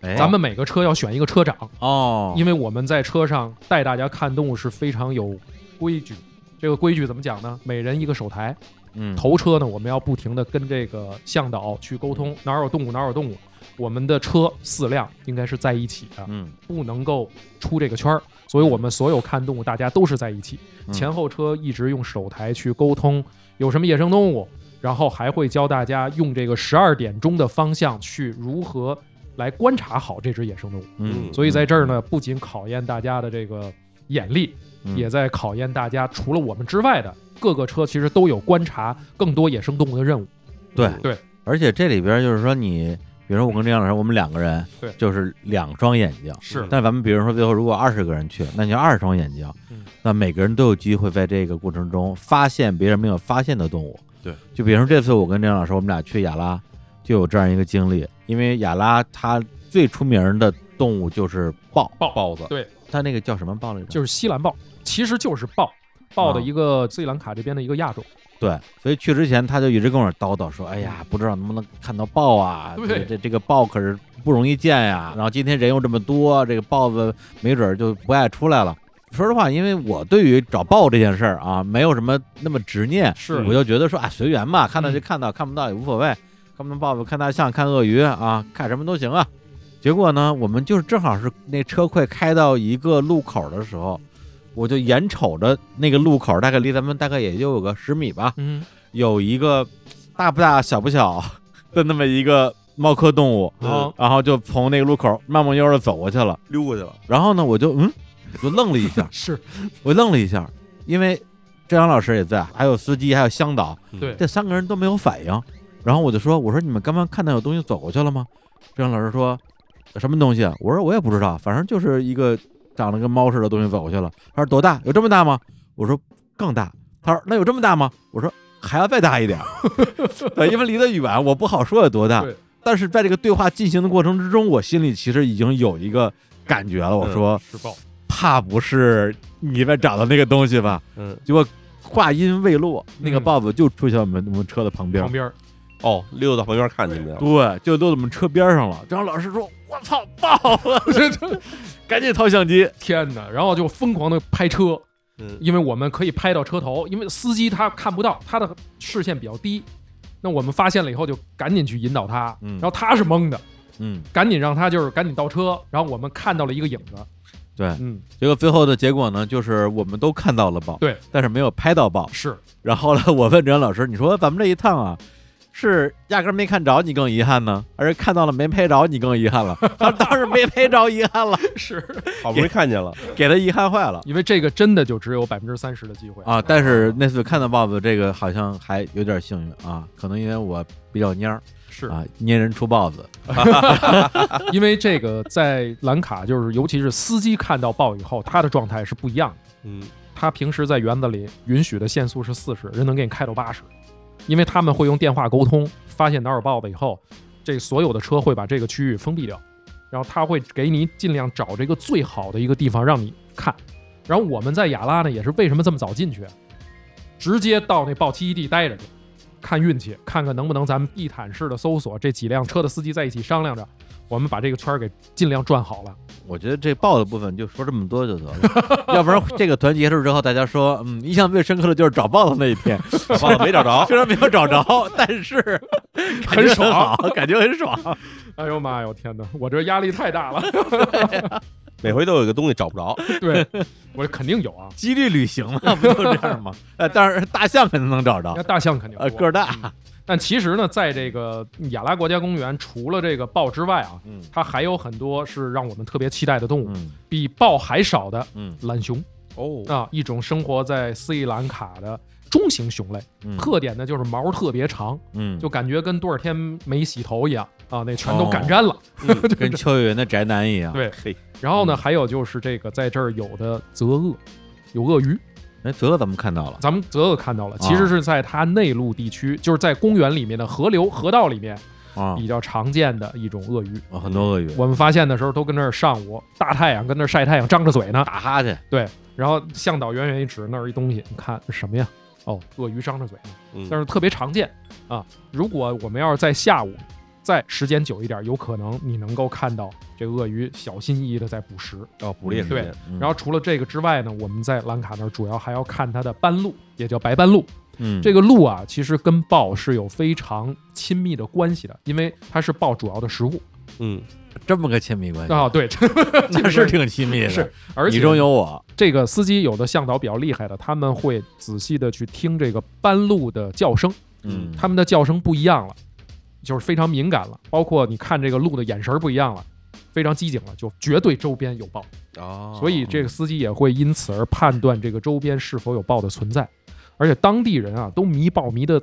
A: 哎，
C: 咱们每个车要选一个车长，
A: 哦，
C: 因为我们在车上带大家看动物是非常有规矩。这个规矩怎么讲呢？每人一个手台，
A: 嗯
C: 头车呢，我们要不停的跟这个向导去沟通，哪儿有动物哪儿有动物。我们的车四辆应该是在一起的，
A: 嗯
C: 不能够出这个圈儿，所以我们所有看动物大家都是在一起，
A: 嗯
C: 前后车一直用手台去沟通有什么野生动物，然后还会教大家用这个十二点钟的方向去如何来观察好这只野生动物。
A: 嗯，
C: 所以在这儿呢，不仅考验大家的这个眼力，
A: 嗯
C: 也在考验大家除了我们之外的各个车其实都有观察更多野生动物的任务。
A: 对
B: 嗯
C: 对
A: 而且这里边就是说你，比如说我跟张老师，我们两个人，
C: 对
A: 就是两双眼睛。
B: 是
A: 但咱们比如说最后如果二十个人去，那你就二十双眼睛，
C: 嗯
A: 那每个人都有机会在这个过程中发现别人没有发现的动物。
B: 对，
A: 就比如说这次我跟张老师，我们俩去雅拉就有这样一个经历，因为雅拉它最出名的动物就是豹，
C: 豹
B: 豹子
C: 对，
A: 它那个叫什么豹来着？
C: 就是西兰豹，其实就是豹。豹的一个斯里兰卡这边的一个亚种，
A: 对，所以去之前他就一直跟我叨叨说：“哎呀，不知道能不能看到豹啊？
C: 对
A: 这这这个豹可是不容易见呀。然后今天人又这么多，这个豹子没准儿就不爱出来了。”说实话，因为我对于找豹这件事儿啊，没有什么那么执念，
C: 是嗯
A: 我就觉得说啊，随缘吧，看到就看到，看不到也无所谓，看不到豹子，看大象，看鳄鱼啊，看什么都行啊。结果呢，我们就是正好是那车快开到一个路口的时候，我就眼瞅着那个路口，大概离咱们大概也就有个十米吧，
C: 嗯，
A: 有一个大不大小不 小的那么一个猫科动物，
C: 啊，，
A: 然后就从那个路口慢慢悠的走过去了。
B: 溜过去了。
A: 然后呢，我就嗯，我就愣了一下
C: 是
A: 我愣了一下，因为张扬老师也在，还有司机，还有向导，
C: 对
A: 这三个人都没有反应。然后我就说：“我说你们刚刚看到有东西走过去了吗？”张老师说：“什么东西啊？”我说：“我也不知道，反正就是一个长得跟猫似的东西走过去了。”他说：“多大？有这么大吗？”我说：“更大。”他说：“那有这么大吗？”我说：“还要再大一点儿。” 对，因为离得远，我不好说有多大
C: 对。
A: 但是在这个对话进行的过程之中，我心里其实已经有一个感觉了。我
B: 嗯
A: 说
C: 施暴，：“
A: 怕不是你们找的那个东西吧
B: 嗯，？”
A: 结果话音未落，那个
C: 嗯
A: 豹子就出现在我们我们车的旁边
C: 旁。边儿
B: 哦，溜到旁边看见没有？
A: 对，就落到我们车边上了。然后老师说：“我操，豹子，
C: 这这
A: 赶紧掏相机。
C: 天哪！然后就疯狂的拍车，
B: 嗯
C: 因为我们可以拍到车头，因为司机他看不到，他的视线比较低。那我们发现了以后，就赶紧去引导他，
A: 嗯
C: 然后他是懵的，”
A: 嗯，
C: 赶紧让他就是赶紧倒车。然后我们看到了一个影子，
A: 对
C: 嗯，
A: 结果最后的结果呢，就是我们都看到了豹，
C: 对，
A: 但是没有拍到豹。
C: 是
A: 然后呢，我问任老师，你说咱们这一趟啊，是压根儿没看着你更遗憾呢，还是看到了没拍着你更遗憾了？ 他当时没拍着遗憾了，
C: 是，
B: 好不容易看见了，
A: 给他遗憾坏了
C: 因为这个真的就只有百分之三十的机会
A: 啊！但是那次看到豹子，这个好像还有点幸运啊，可能因为我比较蔫儿
C: 是
A: 啊，蔫人出豹子。
C: 因为这个在兰卡，就是尤其是司机看到豹以后，他的状态是不一样的。
B: 嗯，
C: 他平时在园子里允许的限速是四十，人能给你开到八十，因为他们会用电话沟通，发现哪儿有豹子以后，这所有的车会把这个区域封闭掉，然后他会给你尽量找这个最好的一个地方让你看。然后我们在雅拉呢，也是为什么这么早进去，啊直接到那豹栖地待着去，看运气，看看能不能咱们地毯式的搜索，这几辆车的司机在一起商量着，我们把这个圈儿给尽量转好了。
A: 我觉得这豹的部分就说这么多就得了， 要不然这个团结束之后，大家说，嗯，印象最深刻的就是找豹子那一天，
B: 忘了没找着。
A: 虽然没有找着，但是感觉很好，感觉很爽。
C: 哎呦妈呀，天哪，我这压力太大了。
B: 每回都有一个东西找不着，
C: 对，我这肯定有啊。
A: 激励旅行嘛，不就这样吗？呃，当然大象肯定能找着
C: 那，大象肯定
A: 呃，
C: 多
A: 个儿大，
C: 嗯但其实呢，在这个雅拉国家公园，除了这个豹之外啊，
A: 嗯
C: 它还有很多是让我们特别期待的动物，
A: 嗯
C: 比豹还少的
A: 嗯
C: 蓝熊
B: 哦
C: 啊，一种生活在斯里兰卡的中型熊类，
A: 嗯，
C: 特点呢就是毛特别长，
A: 嗯
C: 就感觉跟多少天没洗头一样啊，那全
A: 哦
C: 都敢粘了。
A: 跟邱岳云的宅男一样。
C: 对
B: 嘿，
C: 然后呢，
A: 嗯
C: 还有就是这个在这儿有的泽鳄，有鳄鱼，
A: 哎，泽乐咱们看到了，
C: 咱们泽鳄看到了，其
A: 哦
C: 实是在它内陆地区，就是在公园里面的河流、河道里面
A: 啊，
C: 比较常见的一种鳄鱼。
A: 哦很多鳄鱼，
C: 我们发现的时候都跟那儿上午大太阳跟那儿晒太阳，张着嘴呢。
A: 打哈欠，
C: 然后向导远远一指，那儿一东西，你看是什么呀？哦，鳄鱼张着嘴呢，
B: 嗯
C: 但是特别常见啊。如果我们要是在下午，再时间久一点，有可能你能够看到这鳄鱼小心翼翼的在捕食。
B: 哦，捕猎时
C: 对
B: 间，
A: 嗯
C: 然后除了这个之外呢，我们在兰卡那儿主要还要看它的斑鹿，也叫白斑鹿。
A: 嗯，
C: 这个鹿啊，其实跟豹是有非常亲密的关系的，因为它是豹主要的食物
B: 嗯，
A: 这么个亲密关系，
C: 啊。对，
A: 那是挺亲密的，
C: 是，而
A: 你
C: 且
A: 中有我，
C: 这个司机有的向导比较厉害的，他们会仔细的去听这个斑鹿的叫声，
A: 嗯，
C: 他们的叫声不一样了，就是非常敏感了，包括你看这个鹿的眼神儿不一样了。非常机警了，就绝对周边有豹，
B: 哦
C: 所以这个司机也会因此而判断这个周边是否有豹的存在，而且当地人啊都迷豹迷得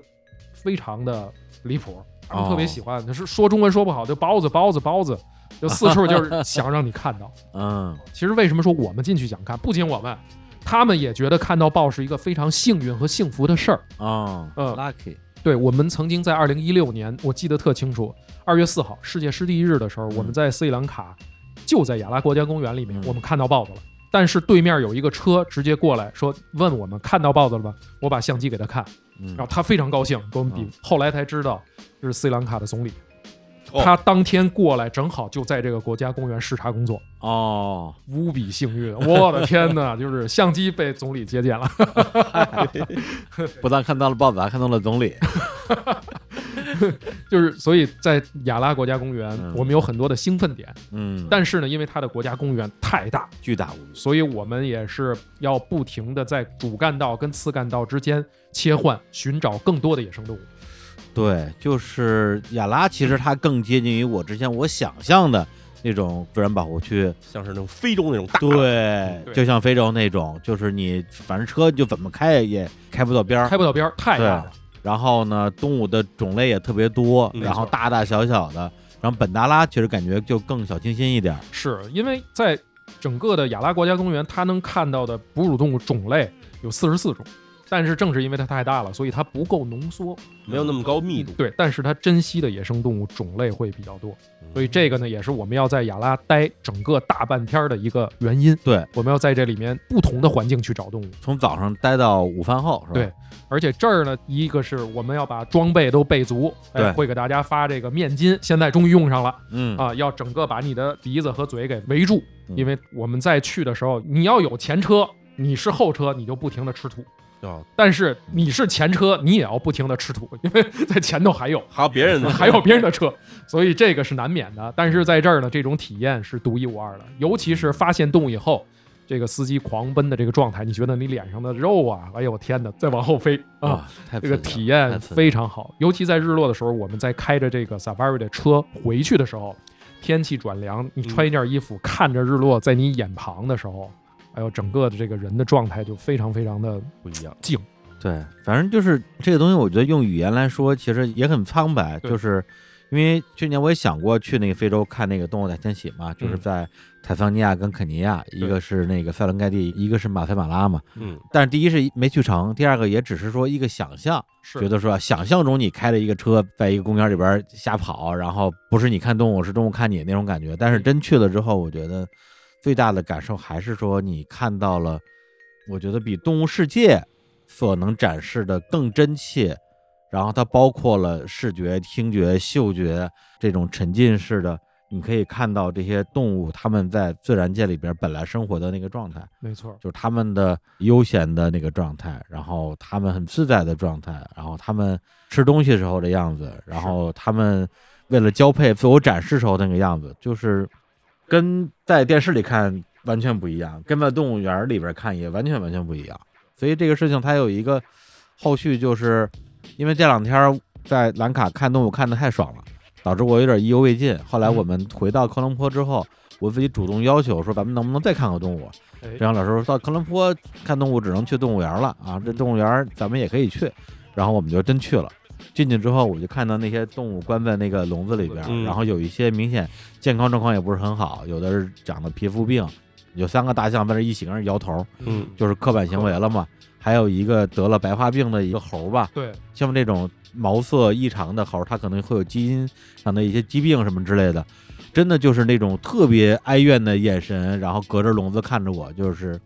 C: 非常的离谱，他们特
A: 哦
C: 别喜欢，就是说中文说不好就包子包子包子，就四处就是想让你看到。
A: 嗯
C: 其实为什么说我们进去想看，不仅我们，他们也觉得看到豹是一个非常幸运和幸福的事儿。
A: 哦
C: 嗯
A: ，lucky，
C: 对我们曾经在二零一六年，我记得特清楚，二月四号世界湿地日的时候，我们在斯里兰卡，就在雅拉国家公园里面
A: 嗯，
C: 我们看到豹子了。但是对面有一个车直接过来说，问我们看到豹子了吗？我把相机给他看，
A: 嗯
C: 然后他非常高兴，跟我们比
A: 嗯。
C: 后来才知道，这是斯里兰卡的总理，
B: 哦
C: 他当天过来，正好就在这个国家公园视察工作。
A: 哦，
C: 无比幸运，我的天哪！就是相机被总理接见了，
A: 不但看到了豹子，还看到了总 理，
C: 就是所以在雅拉国家公园，
A: 嗯
C: 我们有很多的兴奋点，
A: 嗯，
C: 但是呢，因为它的国家公园太大，
A: 巨大无比，
C: 所以我们也是要不停的在主干道跟次干道之间切换，寻找更多的野生动物。
A: 对，就是雅拉，其实它更接近于我之前我想象的那种自然保护区。
B: 像是那种非洲那种大，
A: 对，
C: 对
A: 就像非洲那种，就是你反正车就怎么开也开不到边儿
C: 开。不到边儿，太大
A: 啊对
C: 了。
A: 然后呢，动物的种类也特别多，
B: 嗯
A: 然后
C: 没错
A: 大大小小的。然后本达拉其实感觉就更小清新一点儿。
C: 是因为在整个的雅拉国家公园，它能看到的哺乳动物种类有四十四种，但是正是因为它太大了，所以它不够浓缩。
B: 没有那么高密度，
C: 对，但是它珍稀的野生动物种类会比较多，
A: 嗯
C: 所以这个呢也是我们要在亚拉待整个大半天儿的一个原因。
A: 对，
C: 我们要在这里面不同的环境去找动物。
A: 从早上待到午饭后，是吧？
C: 对而且这儿呢，一个是我们要把装备都备足，
A: 对
C: 哎，会给大家发这个面巾，现在终于用上了
A: 嗯
C: 啊！要整个把你的鼻子和嘴给围住，
A: 嗯
C: 因为我们在去的时候，你要有前车，你是后车，你就不停的吃土。
B: 啊，
C: 但是你是前车，你也要不停的吃土，因为在前头还有
B: 还有别人的
C: 嗯还有别人的车，所以这个是难免的。但是在这儿呢，这种体验是独一无二的，尤其是发现动物以后，这个司机狂奔的这个状态，你觉得你脸上的肉啊，哎呦我天哪，再往后飞啊！
A: 哇，哦太
C: 这
A: 刺激
C: 个
A: 了
C: 体
A: 太
C: 验
A: 刺激了
C: 非常好，尤其在日落的时候，我们在开着这个 Safari 的车回去的时候，天气转凉，你
A: 嗯
C: 穿一件衣服，看着日落在你眼旁的时候，哎呦，整个的这个人的状态就非常非常的
B: 不一样，
A: 对，反正就是这个东西，我觉得用语言来说，其实也很苍白，
C: 对
A: 就是因为去年我也想过去那个非洲看那个动物大迁徙嘛，就是
C: 嗯
A: 在坦桑尼亚跟肯尼亚，一
C: 对
A: 个是那个塞伦盖蒂，一个是马赛马拉嘛。
B: 嗯，
A: 但是第一是没去成，第二个也只是说一个想象，
C: 是
A: 觉得说想象中你开着一个车在一个公园里边瞎跑，然后不是你看动物，是动物看你那种感觉。但是真去了之后，我觉得最大的感受还是说你看到了，我觉得比动物世界所能展示的更真切。然后它包括了视觉、听觉、嗅觉这种沉浸式的，你可以看到这些动物它们在自然界里边本来生活的那个状态。
C: 没错，
A: 就是他们的悠闲的那个状态，然后他们很自在的状态，然后他们吃东西时候的样子，然后他们为了交配自我展示时候那个样子，就是跟在电视里看完全不一样，跟在动物园里边看也完全完全不一样。所以这个事情它有一个后续，就是因为这两天在兰卡看动物看的太爽了，导致我有点意犹未尽。后来我们回到科隆坡之后，我自己主动要求说，咱们能不能再看看动物？
C: 哎，
A: 然后老师说到科伦坡看动物只能去动物园了啊，这动物园咱们也可以去。然后我们就真去了。进去之后，我就看到那些动物关在那个笼子里边，
B: 嗯
A: 然后有一些明显健康状况也不是很好，有的是长了皮肤病，有三个大象在那一起跟人摇头，
B: 嗯
A: 就是刻板行为了嘛。还有一个得了白化病的一个猴吧，
C: 对，
A: 像这种毛色异常的猴，它可能会有基因上的一些疾病什么之类的，真的就是那种特别哀怨的眼神，然后隔着笼子看着我，就是。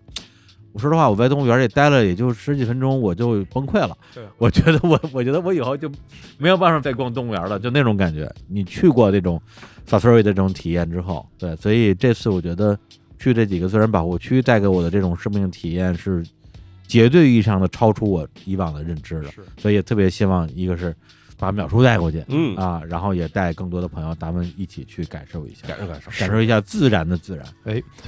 A: 我说实话，我在动物园里待了也就十几分钟，我就崩溃了
C: 对。
A: 我觉得我，我觉得我以后就没有办法再逛动物园了，就那种感觉。你去过这种 safari 的这种体验之后，对，所以这次我觉得去这几个自然保护区带给我的这种生命体验是绝对意义上的超出我以往的认知的。
C: 是
A: 所以也特别希望一个是把淼叔带过去
B: 嗯，
A: 啊，然后也带更多的朋友，咱们一起去感受一下，
B: 感受感受，
A: 感受一下自然的自然。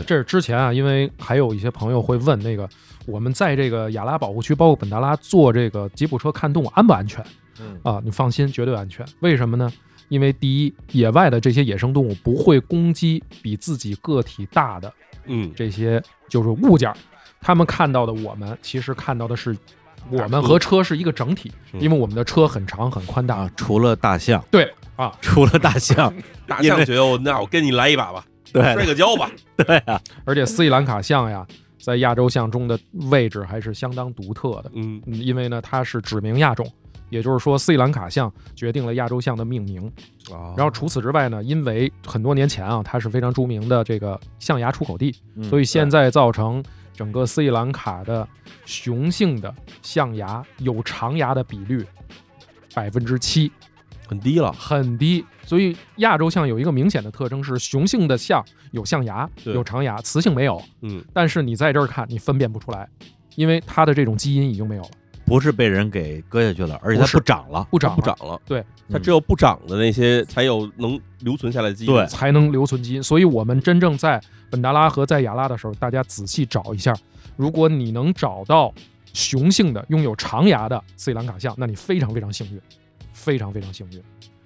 C: 这是之前啊，因为还有一些朋友会问那个，我们在这个亚拉保护区，包括本达拉坐这个吉普车看动物安不安全
A: 嗯
C: 啊？你放心，绝对安全。为什么呢？因为第一，野外的这些野生动物不会攻击比自己个体大的
B: 嗯，
C: 这些就是物件儿，他们看到的我们其实看到的是我们和车是一个整体，
B: 嗯
C: 因为我们的车很长很宽大。
A: 啊，除了大象，
C: 对啊，
A: 除了大 象，
B: 大
A: 因为
B: 象觉得我那我跟你来一 把吧，摔
A: 对
B: 个跤吧，
A: 对啊，
C: 而且斯里兰卡象呀，在亚洲象中的位置还是相当独特的。
B: 嗯
C: 嗯，因为呢它是指明亚种，也就是说斯里兰卡象决定了亚洲象的命名。
B: 啊
C: 然后除此之外呢，因为很多年前啊，它是非常著名的这个象牙出口地，
A: 嗯
B: 嗯
C: 所以现在造成整个斯里兰卡的雄性的象牙有长牙的比率百分之七，
B: 很低了，
C: 很低。所以亚洲象有一个明显的特征是雄性的象有象牙、
B: 对
C: 有长牙，雌性没有。
B: 嗯，
C: 但是你在这儿看，你分辨不出来，因为它的这种基因已经没有了，
A: 不是被人给割下去了，而且它
C: 不是
A: 不长了，
C: 不长
B: 不
C: 了
B: 长了，嗯
C: 对，
B: 它只有不长的那些才有能留存下来的基因，
A: 对
C: 才能留存基因。所以我们真正在本达拉和在雅拉的时候，大家仔细找一下，如果你能找到雄性的拥有长牙的斯里兰卡象，那你非常非常幸运，非常非常幸运。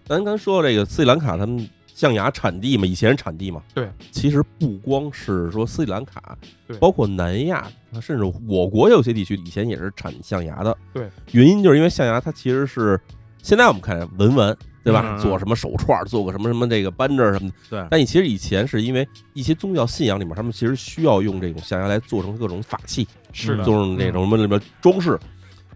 B: 咱刚说这个斯里兰卡，他们象牙产地嘛，以前是产地嘛。
C: 对，
B: 其实不光是说斯里兰卡
C: 对，
B: 包括南亚，甚至我国有些地区以前也是产象牙的。
C: 对，
B: 原因就是因为象牙它其实是现在我们看文玩，对吧？
A: 嗯
B: 做什么手串，做个什么什么这个扳指什么的。
A: 对
B: 但你其实以前是因为一些宗教信仰里面，他们其实需要用这种象牙来做成各种法器，
A: 是的
B: 做成那种什么里面装饰。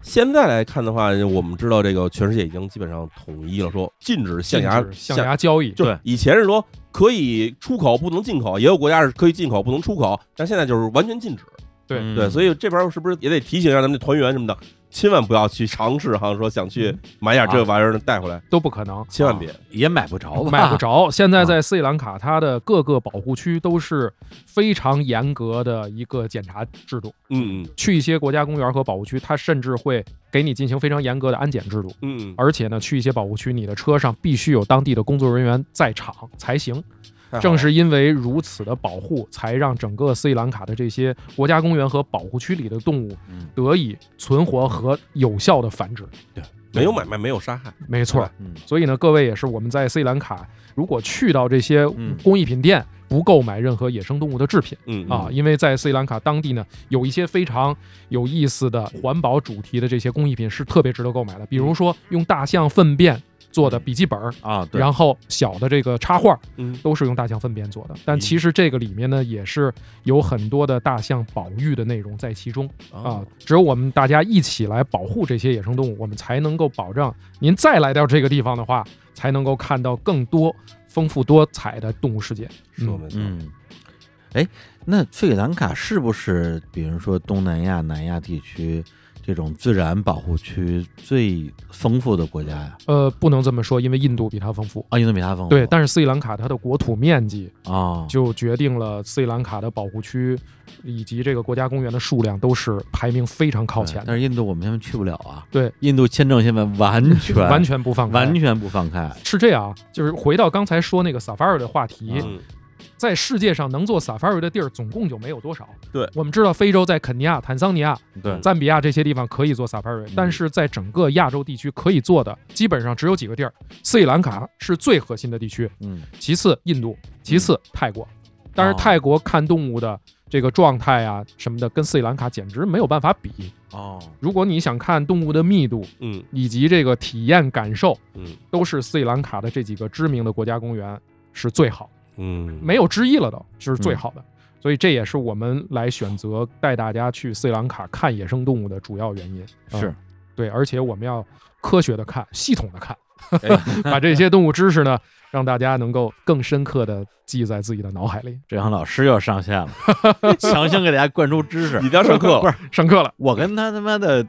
B: 现在来看的话，我们知道这个全世界已经基本上统一了，说禁止象牙
C: 禁止象牙交易，
B: 就是
A: 对
B: 以前是说可以出口不能进口，也有国家是可以进口不能出口，但现在就是完全禁止。
C: 对
A: 嗯
B: 对，所以这边儿是不是也得提醒一下咱们的团员什么的，千万不要去尝试哈，说想去买点
C: 啊
B: 这玩意儿带回来，
C: 都不可能。啊
B: 千万别。啊
A: 也买不着吧？
C: 买不着。现在在斯里兰卡，它的各个保护区都是非常严格的一个检查制度。
B: 嗯嗯
C: 去一些国家公园和保护区，它甚至会给你进行非常严格的安检制度。
B: 嗯，
C: 而且呢，去一些保护区，你的车上必须有当地的工作人员在场才行。
B: 太好
C: 正
B: 了
C: 是因为如此的保护，才让整个斯里兰卡的这些国家公园和保护区里的动物
A: 嗯
C: 得以存活和有效的繁殖。
B: 没有买卖，没有杀害。
C: 没错儿，
A: 嗯
C: 所以呢，各位也是我们在斯里兰卡，如果去到这些
A: 嗯
C: 工艺品店，不购买任何野生动物的制品
B: 嗯
C: 啊，
B: 嗯
C: 因为在斯里兰卡当地呢，有一些非常有意思的环保主题的这些工艺品是特别值得购买的，比如说用大象粪便做的笔记本儿。
A: 啊，对，
C: 然后小的这个插画
B: 嗯
C: 都是用大象粪便做的，
A: 嗯
C: 但其实这个里面呢也是有很多的大象保育的内容在其中。
A: 哦
C: 啊，，只有我们大家一起来保护这些野生动物，我们才能够保障您再来到这个地方的话，才能够看到更多丰富多彩的动物世界。
B: 说没错。
A: 嗯，哎，那斯里兰卡是不是，比如说东南亚、南亚地区这种自然保护区最丰富的国家呀？
C: 呃，不能这么说，因为印度比它丰富。
A: 啊，印度比它丰富。
C: 对，但是斯里兰卡它的国土面积
A: 啊，
C: 就决定了斯里兰卡的保护区以及这个国家公园的数量都是排名非常靠
A: 对
C: 前的，
A: 嗯但是印度我们现在去不了啊。
C: 对，
A: 印度签证现在完 全
C: 完全不放开。
A: 完全不放开。
C: 是这样啊，就是回到刚才说那个 safari 的话题，
A: 嗯
B: 嗯
C: 在世界上能做 safari 的地儿总共就没有多少。
B: 对，
C: 我们知道非洲在肯尼亚、坦桑尼亚、
A: 对
C: 赞比亚这些地方可以做 safari，、但
A: 嗯
C: 是在整个亚洲地区可以做的基本上只有几个地儿，斯里兰卡是最核心的地区，
A: 嗯，
C: 其次印度，其次泰国。但是
A: 哦
C: 泰国看动物的这个状态啊什么的，跟斯里兰卡简直没有办法比。
A: 哦，
C: 如果你想看动物的密度
B: 嗯
C: 以及这个体验感受，
B: 嗯
C: 都是斯里兰卡的这几个知名的国家公园是最好。
B: 嗯，
C: 没有之一了都，就是最好的。所以这也是我们来选择带大家去斯里兰卡看野生动物的主要原因。啊
A: 是
C: 对，而且我们要科学的看，系统的看，
B: 哎
C: 把这些动物知识呢，让大家能够更深刻的记在自己的脑海里。
A: 志航老师又上线 了，强行给大家灌输知识
B: 你。当上课了
A: 不是
C: 上课了，
A: 我跟他他妈的，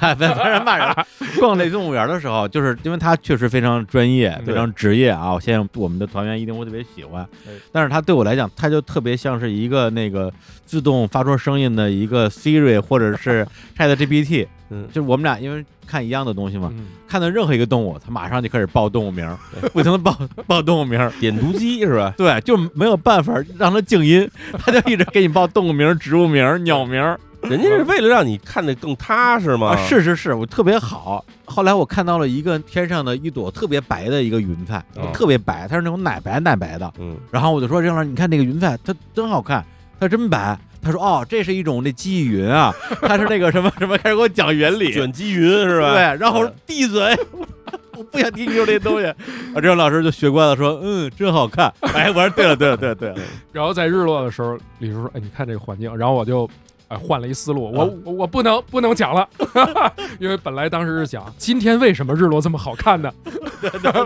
A: 当然骂人 了。逛那动物园的时候，就是因为他确实非常专业、
C: 嗯
A: 非常职业啊，我相信我们的团员一定会特别喜欢
C: 哎。
A: 但是他对我来讲，他就特别像是一个那个自动发出声音的一个 Siri 或者 是 Chat GPT，
B: 嗯
A: 就是我们俩因为看一样的东西嘛，
C: 嗯，
A: 看到任何一个动物，他马上就开始报动物名儿，不停的报 报动物名儿。
B: 点读机是吧？
A: 对，就没有办法让它静音， 他就一直给你报动物名儿、植物名儿、鸟名儿。
B: 人家是为了让你看得更踏实嘛。
A: 啊，是是是，我特别好。后来我看到了一个天上的一朵特别白的一个云彩，
B: 哦
A: 特别白，它是那种奶白奶白的。
B: 嗯
A: 然后我就说：“郑老师，你看这个云彩，它真好看，它真白。”他说：“哦，这是一种这记忆云啊，它是那个什么 什么，开始给我讲原 理，
B: 卷积云是吧？
A: 对。”然后我说
B: 嗯：“
A: 闭嘴， 我不想听你说这些东西。” 啊，郑老师就学乖了，说：“嗯，真好 看。”哎，我说：“对了，对了，对了，对了。
C: 然后在日落的时候，李叔说：“哎，你看这个环境。”然后我就。哎，换了一思路，我
B: 啊
C: 我我不能不能讲了， 因为本来当时是想今天为什么日落这么好看呢？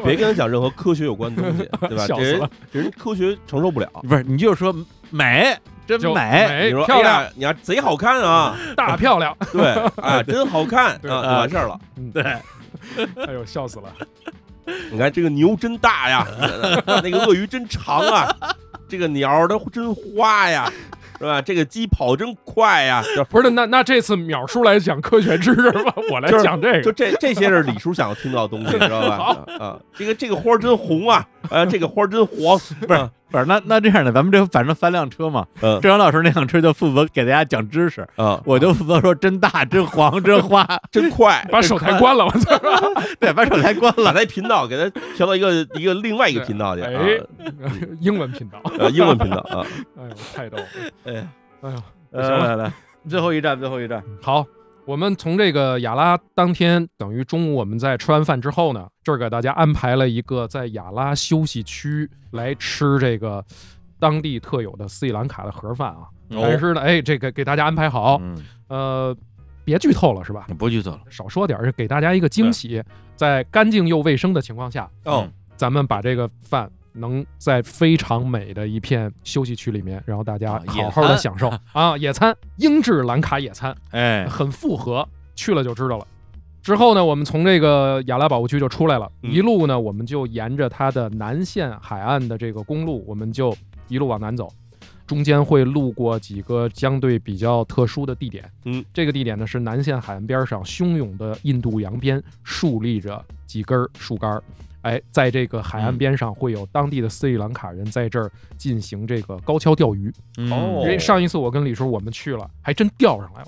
B: 别跟他讲任何科学有关的东西，对吧？
C: 笑
B: 这
C: 死
B: 人
C: 了，
B: 这人科学承受不了。
A: 不是，你就说美，真
C: 就
A: 美，
B: 你
C: 美
B: 说
C: 漂
B: 哎
C: 亮
B: 呀，你还贼好看啊！
C: 大漂 亮，
B: 对，啊，真好看啊，
C: 对
B: 就完事儿了。
A: 对，
C: 哎呦笑死了。
B: 你看这个牛真大呀， 那个鳄鱼真长啊，这个鸟儿它真花呀，是吧？这个鸡跑真快呀，就
C: 不是，那那这次淼叔来讲科学知识 吧，我来讲这
B: 就
C: 个。
B: 这这些是李叔想要听到的东 西，你知道吧？啊，这个这个花儿真红啊，啊，这个花儿真黄，啊不是，
A: 不是，那那这样的，咱们这反正三辆车 嘛，
B: 嗯
A: 郑阳老师那辆车就负责给大家讲知识，
B: 啊，
A: 我就负责说真大、真黄、真 花，
B: 真快，
C: 把手台关了，我 操！
A: 对，把手台关
B: 把
A: 了。
B: 他频道给他调到 一个一个另外一个频道去啊，
C: 哎英文频道，
B: 呃，英文频道啊，
C: 哎呦，太 逗了！
A: 哎
C: 哎呦，
A: 来来来，呃最后一站，最后一站，
C: 好，我们从这个雅拉当天，等于中午我们在吃完饭之后呢，这儿给大家安排了一个在雅拉休息区来吃这个当地
A: 哦
C: 特有的斯里兰卡的盒饭啊。但是呢，哎，这个给大家安排好，
A: 嗯
C: 呃，别剧透了是吧？
A: 不剧透了。
C: 少说点儿，给大家一个惊喜，在干净又卫生的情况下，
B: 哦，
A: 嗯
C: 咱们把这个饭能在非常美的一片休息区里面，然后大家
A: 啊野
C: 好好的
A: 餐
C: 享受啊，野餐，英制兰卡野餐，
A: 哎，
C: 很复合，去了就知道了。之后呢，我们从这个雅拉保护区就出来了，
B: 嗯
C: 一路呢，我们就沿着它的南线海岸的这个公路，我们就一路往南走，中间会路过几个相对比较特殊的地点。
B: 嗯，
C: 这个地点呢是南线海岸边上汹涌的印度洋边竖立着几根儿树干儿，哎，在这个海
B: 嗯
C: 岸边上会有当地的斯里兰卡人在这儿进行这个高跷钓鱼。
A: 嗯
B: 哦
C: 因为上一次我跟李叔我们去了，还真钓上来了。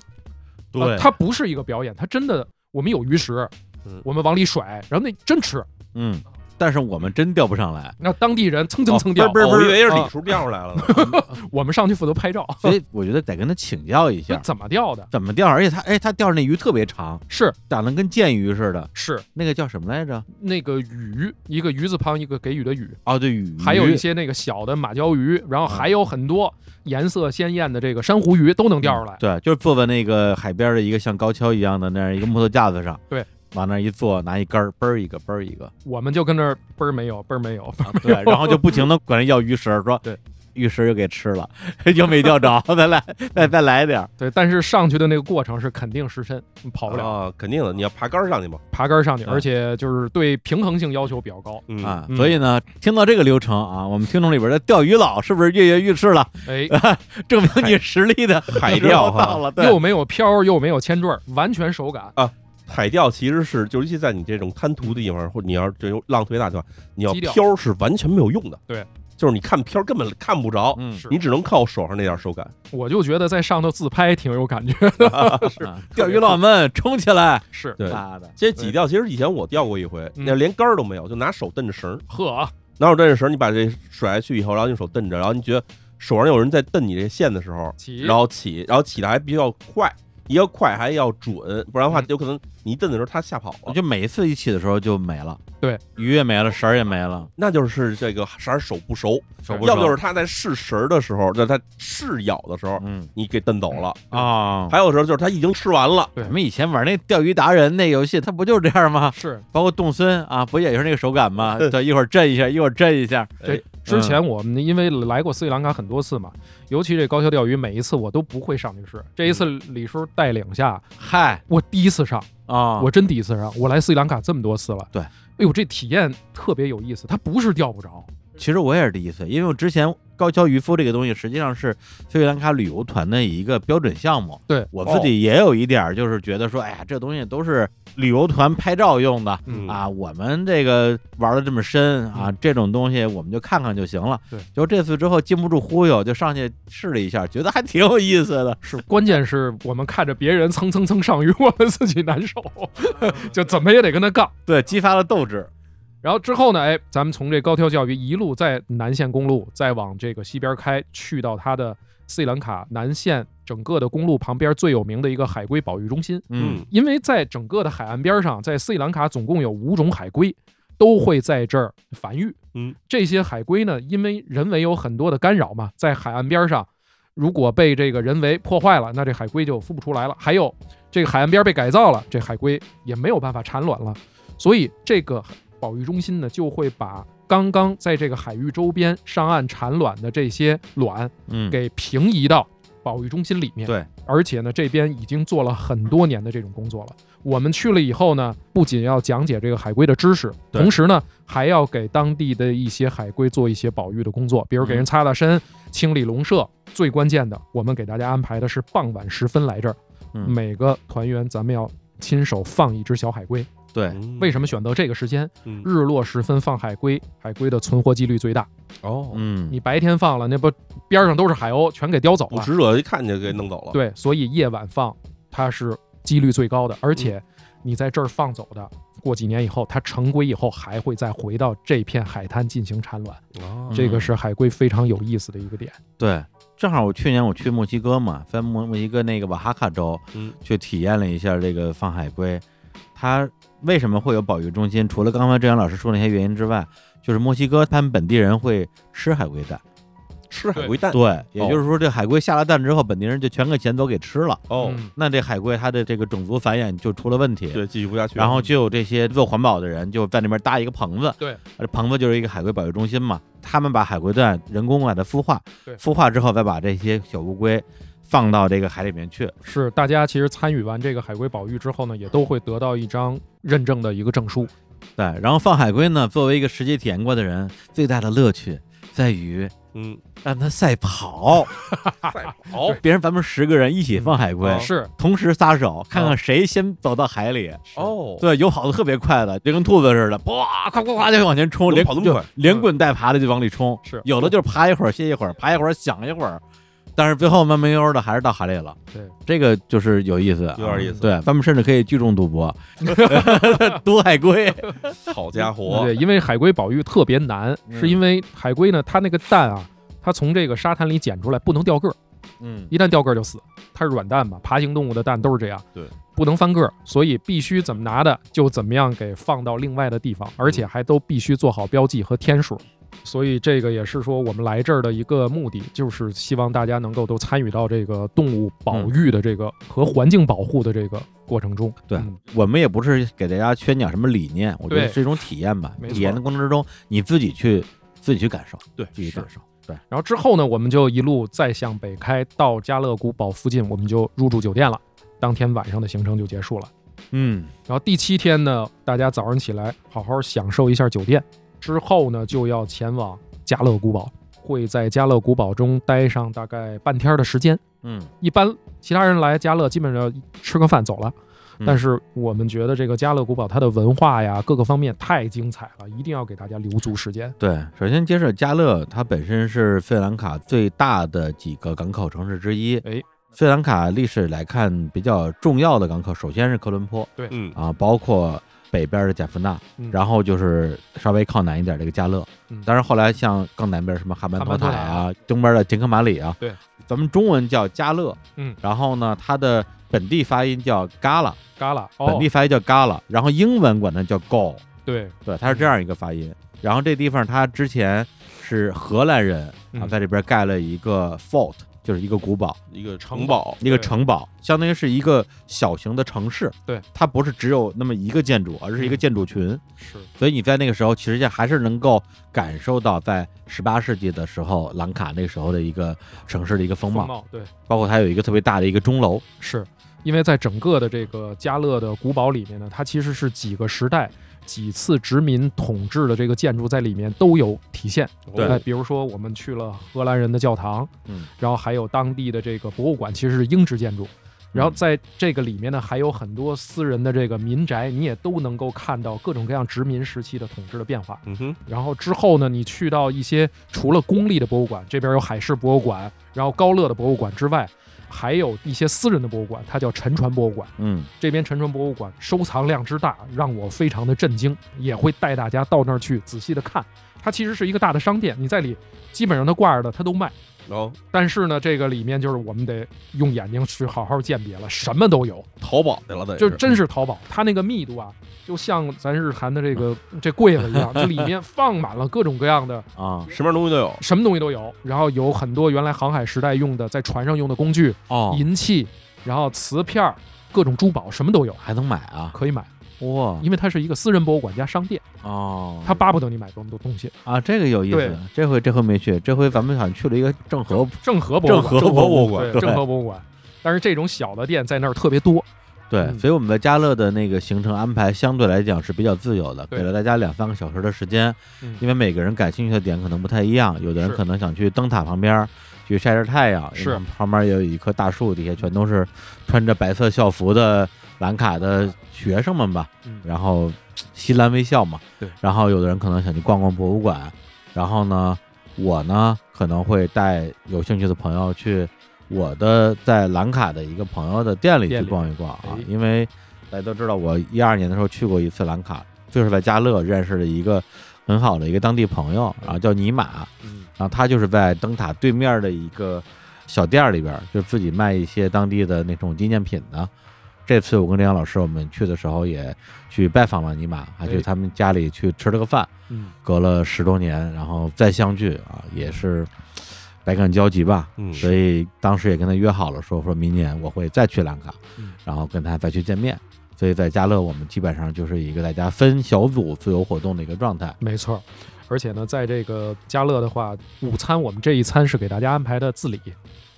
B: 对
C: 啊，它不是一个表演，它真的，我们有鱼食
B: 嗯，
C: 我们往里甩，然后那真吃，
A: 嗯，但是我们真钓不上来，
C: 那当地人蹭蹭蹭掉，
A: 哦
C: 哦
A: 不是不
B: 哦我
A: 是
B: 以为是
A: 啊
B: 李叔钓上来了呢。
C: 我们上去负责拍照，
A: 所以我觉得得跟他请教一
C: 那
A: 下
C: 怎么钓的？
A: 怎么钓，而且他哎，他钓着那鱼特别长，
C: 是
A: 长得跟剑鱼似的，
C: 是
A: 那个叫什么来着？
C: 那个鱼，一个鱼字旁，一个给予的予，
A: 哦，对，鱼，嗯
C: 还有一些那个小的马鲛鱼，然后还有很多颜色鲜艳的这个珊瑚鱼都能钓
A: 嗯
C: 上来。
A: 对，就是坐在那个海边的一个像高跷一样的那样一个木头架子上，
C: 对，
A: 往那儿一坐，拿一杆儿，嘣儿一个，嘣儿一 个，
C: 我们就跟那儿倍儿没有，倍儿没有，
A: 啊对，然后就不停的管人要鱼食，说
C: 对。
A: 鱼食又给吃了， 又没钓着，再来 再再来点儿。
C: 对。但是上去的那个过程是肯定失身， 跑不了，
B: 啊，肯定的，你要爬杆儿上去嘛。
C: 爬杆上去，
A: 哦嗯
C: 而且就是对平衡性要求比较高。
B: 嗯
A: 啊，
C: 嗯
A: 所以呢，听到这个流程啊，我们听众里边的钓鱼佬是不是跃跃欲试了？
C: 哎，
A: 证明你实力的
B: 海 钓哈
A: 到了，对，
C: 又没有漂儿，又没有铅坠儿，完全手感。
B: 海钓其实是，尤其在你这种滩涂的地方，或者你要是这种浪特别大的地方，你要
C: 激钓
B: 漂是完全没有用的。
C: 对，
B: 就是你看漂根本看不着，
A: 嗯，
C: 是
B: 你只能靠手上那点手感。
C: 我就觉得在上头自拍挺有感觉。
A: 啊 钓鱼佬们冲起来！
C: 是，
B: 对，
A: 妈的，
B: 这几钓其实以前我钓过一回，
C: 嗯
B: 那连杆儿都没有，就拿手蹬着绳儿，
C: 呵啊，
B: 拿手蹬着绳儿，你把这甩下去以后，然后用手蹬着，然后你觉得手上有人在蹬你这线的时候，
C: 起，
B: 然后起，然后起的还比较快，也要快还要准，不然的话
C: 嗯
B: 有可能你一蹬的时候它吓跑了。
A: 就每一次一起的时候就没了，
C: 对，
A: 鱼也没了，食儿也没了，
B: 那就是这个色儿手不熟，
A: 手不
B: 要不
A: 熟
B: 就是他在试食儿的时候，就是他试咬的时候，
A: 嗯
B: 你给蹬走了；
A: 啊。
B: 还有时候就是他已经吃完了，
C: 对
A: 我们以前玩那钓鱼达人那游戏，它不就是这样吗？
C: 是
A: 包括动森啊，不也是那个手感 吗？对，一会儿震一下，一会儿震一下。
C: 这之前我们因为来过斯里兰卡很多次嘛，尤其这高跷钓鱼，每一次我都不会上这个试。这一次李叔带领下，
A: 嗨
C: 我第一次上，
A: 啊，
C: 我真第一次上。我来斯里兰卡这么多次了，
A: 对
C: 哎呦，这体验特别有意思。它不是钓不着，
A: 其实我也是第一次，因为我之前高跷渔夫这个东西实际上是斯里兰卡旅游团的一个标准项目。
C: 对
A: 我自己也有一点儿就是觉得说，哎呀，这东西都是旅游团拍照用的。
C: 嗯
A: 啊，我们这个玩的这么深啊，这种东西我们就看看就行了。
C: 对，
A: 就这次之后禁不住忽悠，就上去试了一下，觉得还挺有意思 的。
C: 是关键是我们看着别人蹭蹭蹭上鱼，我们自己难受，就怎么也得跟他杠。
A: 对，激发了斗志。
C: 然后之后呢，哎，咱们从这高挑教育一路在南线公路，再往这个西边开，去到它的斯里兰卡南线整个的公路旁边最有名的一个海龟保育中心。
A: 嗯，
C: 因为在整个的海岸边上，在斯里兰卡总共有五种海龟，都会在这儿繁育。
B: 嗯，
C: 这些海龟呢，因为人为有很多的干扰嘛，在海岸边上，如果被这个人为破坏了，那这海龟就孵不出来了。还有这个海岸边被改造了，这海龟也没有办法产卵了。所以这个保育中心呢，就会把刚刚在这个海域周边上岸产卵的这些卵
A: 嗯，
C: 给平移到保育中心里面。
A: 对，
C: 而且呢，这边已经做了很多年的这种工作了。我们去了以后呢，不仅要讲解这个海龟的知识，
A: 对
C: 同时呢，还要给当地的一些海龟做一些保育的工作，比如给
A: 嗯
C: 人擦擦身、清理笼舍。最关键的，我们给大家安排的是傍晚时分来这儿，
A: 嗯
C: 每个团员咱们要亲手放一只小海龟。
A: 对，
C: 为什么选择这个时间？
B: 嗯
C: 日落时分放海龟，海龟的存活几率最大。
B: 哦，
A: 嗯，
C: 你白天放了，那不边上都是海鸥，全给叼走
B: 捕
C: 了。
B: 食者一看就给弄走了。，
C: 对，所以夜晚放它是几率最高的，
A: 嗯
C: 而且你在这儿放走的，过几年以后它成龟以后还会再回到这片海滩进行产卵，
A: 嗯
B: 哦
C: 这个是海龟非常有意思的一个点。
A: 对，正好我去年我去墨西哥嘛，在墨墨西哥那个瓦哈卡州，
B: 嗯
A: 去体验了一下这个放海龟。它为什么会有保育中心？除了刚才郑阳老师说那些原因之外，就是墨西哥他们本地人会吃海龟蛋，
B: 吃海龟蛋。
A: 对，
C: 哦
A: 也就是说，这海龟下了蛋之后，本地人就全给捡走给吃了。
B: 哦，
C: 嗯
A: 那这海龟它的这个种族繁衍就出了问题。
B: 对，继续活下去。
A: 然后就有这些做环保的人就在那边搭一个棚子，呃
C: 对，
A: 棚子就是一个海龟保育中心嘛。他们把海龟蛋人工给它孵化
C: 对，
A: 孵化之后再把这些小乌龟放到这个海里面去。
C: 是大家其实参与完这个海龟保育之后呢，也都会得到一张认证的一个证书。
A: 对，然后放海龟呢，作为一个实际体验过的人，最大的乐趣在于
B: 嗯，
A: 让它赛跑。
B: 好，
A: 别人咱们十个人一起放海龟，
B: 嗯哦
C: 是
A: 同时撒手，看看谁先走到海里。
B: 哦，
A: 对，有跑得特别快的，就跟兔子似的，哇，咵咵咵就往前冲，
B: 能
A: 连
B: 跑那么
A: 就
B: 快
A: 连滚带爬的就往里冲。
C: 是
A: 有的就是爬一会儿歇一会儿，爬一会儿想一会儿，但是最后慢慢悠悠的还是到海里了。
C: 对，
A: 这个就是有意思，啊
B: 有点意思
A: 对，咱们甚至可以聚众赌博， 赌海龟。
B: 好家伙，
C: 对，因为海龟保育特别难，
A: 嗯
C: 是因为海龟呢，它那个蛋啊，它从这个沙滩里捡出来不能掉个儿，
A: 嗯，
C: 一旦掉个儿就死。它是软蛋嘛，爬行动物的蛋都是这样，
B: 对，
C: 不能翻个儿，所以必须怎么拿的就怎么样给放到另外的地方，而且还都必须做好标记和天数。所以这个也是说我们来这儿的一个目的，就是希望大家能够都参与到这个动物保育的这个和环境保护的这个过程中。
A: 对
C: 嗯
A: 我们也不是给大家宣讲什么理念，我觉得
C: 对
A: 是一种体验吧。
C: 没错
A: 体验的过程之中，你自己去自己去感受，
B: 对
A: 自己
C: 是
A: 感受。对，
C: 然后之后呢，我们就一路再向北开，到加勒古堡附近，我们就入住酒店了。当天晚上的行程就结束了。
A: 嗯，
C: 然后第七天呢，大家早上起来好好享受一下酒店，之后呢就要前往加勒古堡，会在加勒古堡中待上大概半天的时间。
A: 嗯，
C: 一般其他人来加勒基本上吃个饭走了，
A: 嗯
C: 但是我们觉得这个加勒古堡它的文化呀各个方面太精彩了，一定要给大家留足时间。
A: 对，首先接着加勒，它本身是费兰卡最大的几个港口城市之一。
C: 哎，
A: 费兰卡历史来看比较重要的港口，首先是科伦坡
B: 嗯，
A: 啊，包括北边的贾夫纳，
C: 嗯
A: 然后就是稍微靠南一点这个加勒。
C: 嗯
A: 当然后来像更南边什么哈曼托塔
C: 哈
A: 啊
C: 曼，
A: 东边的杰克马里啊，
C: 对，
A: 咱们中文叫加勒，
C: 嗯，
A: 然后呢，它的本地发音叫嘎啦，
C: 嘎啦，
A: 本
C: 哦
A: 地，发音叫嘎啦，然后英文管它叫 go。
C: 对，
A: 对，它是这样一个发音。然后这地方它之前是荷兰人啊，
C: 嗯
A: 在这边盖了一个 fort，就是一个古堡，
B: 一个城堡，
A: 一个
C: 对
A: 城堡，相当于是一个小型的城市。
C: 对，
A: 它不是只有那么一个建筑，而是一个
C: 嗯
A: 建筑群。
C: 是。
A: 所以你在那个时候，其实际上还是能够感受到在十八世纪的时候，兰卡那时候的一个城市的一个风貌，
C: 对，
A: 包括它有一个特别大的一个钟楼。
C: 是因为在整个的这个加勒的古堡里面呢，它其实是几个时代、几次殖民统治的这个建筑在里面都有体现。
A: 对
B: 哦
C: 哎，比如说我们去了荷兰人的教堂，
A: 嗯，
C: 然后还有当地的这个博物馆，其实是英制建筑。然后在这个里面呢，还有很多私人的这个民宅，你也都能够看到各种各样殖民时期的统治的变化。
B: 嗯哼，
C: 然后之后呢，你去到一些除了公立的博物馆，这边有海事博物馆，然后高乐的博物馆之外，还有一些私人的博物馆，它叫沉船博物馆。
A: 嗯，
C: 这边沉船博物馆收藏量之大，让我非常的震惊，也会带大家到那儿去仔细的看。它其实是一个大的商店，你在里基本上它挂着的它都卖，
B: 然后
C: 但是呢，这个里面就是我们得用眼睛去好好鉴别了，什么都有。
B: 淘宝去了，等于
C: 就真是淘宝，它那个密度啊，就像咱日韩的这个这柜子一样，这里面放满了各种各样的，
A: 啊，
B: 什么样东西都有，
C: 什么东西都有。然后有很多原来航海时代用的，在船上用的工具、
A: 哦，
C: 银器，然后瓷片儿、各种珠宝，什么都有，
A: 还能买啊？
C: 可以买。
A: 哇，
C: 因为它是一个私人博物馆加商店，
A: 哦，
C: 它巴不得你买多么多东西。
A: 啊，这个有意
C: 对
A: 思。这回这回没去，这回咱们好像去了一个郑和。
C: 郑和博物
A: 郑
C: 馆，
A: 和博物
C: 对
A: 馆，
C: 郑和博物馆。但是这种小的店在那儿特别多，
A: 对，
C: 嗯
A: 所以我们在家乐的那个行程安排相对来讲是比较自由的，
C: 对
A: 给了大家两三个小时的时间，
C: 嗯
A: 因为每个人感兴趣的点可能不太一样，有的人
C: 是
A: 可能想去灯塔旁边儿去晒晒太阳，因为
C: 是
A: 他们旁边也有一棵大树，底下全都是穿着白色校服的兰卡的学生们吧，
C: 嗯
A: 然后嘖欣然微笑嘛，
C: 对，
A: 然后有的人可能想去逛逛博物馆，然后呢，我呢可能会带有兴趣的朋友去我的在兰卡的一个朋友的店里去
C: 店里
A: 逛一逛啊
C: 哎，
A: 因为大家都知道，我一二年的时候去过一次兰卡，就是在加勒认识了一个很好的一个当地朋友，然后叫尼玛，
C: 嗯，
A: 然后他就是在灯塔对面的一个小店里边儿，就自己卖一些当地的那种纪念品的。这次我跟亮老师我们去的时候也去拜访了尼玛，还去
C: 哎
A: 他们家里去吃了个饭，
C: 嗯，
A: 隔了十多年，然后再相聚啊，也是百感交集吧。
B: 嗯
A: 所以当时也跟他约好了说，说明年我会再去兰卡
C: 嗯，
A: 然后跟他再去见面。所以在家乐，我们基本上就是一个大家分小组自由活动的一个状态。
C: 没错儿。而且呢，在这个家乐的话，午餐我们这一餐是给大家安排的自理，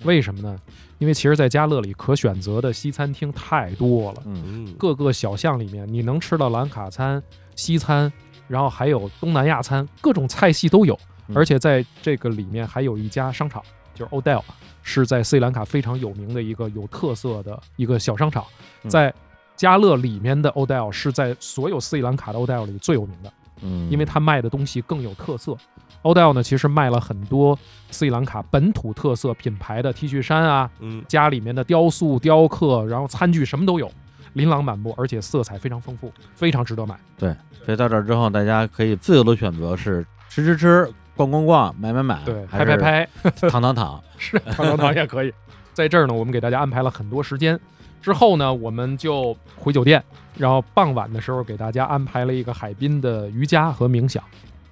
C: 为什么呢？因为其实，在家乐里可选择的西餐厅太多了，
A: 嗯，
B: 嗯
C: 各个小巷里面你能吃到兰卡餐、西餐，然后还有东南亚餐，各种菜系都有。
A: 嗯
C: 而且在这个里面还有一家商场，就是 Odell，是在斯里兰卡非常有名的一个有特色的一个小商场，
A: 嗯
C: 在家乐里面的 Odell 是在所有斯里兰卡的 Odell 里最有名的。
A: 嗯，
C: 因为它卖的东西更有特色。Odell 呢，其实卖了很多斯里兰卡本土特色品牌的 T 恤衫啊，
B: 嗯
C: 家里面的雕塑、雕刻，然后餐具什么都有，琳琅满目，而且色彩非常丰富，非常值得买。
A: 所以到这儿之后，大家可以自由的选择是吃吃吃、逛逛逛、买买买，
C: 对，
A: 还
C: 啊拍拍拍，
A: 拍、躺躺 躺。
C: 是 糖糖糖也可以。在这儿呢，我们给大家安排了很多时间，之后呢，我们就回酒店，然后傍晚的时候给大家安排了一个海滨的瑜伽和冥想，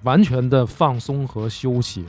C: 完全的放松和休息。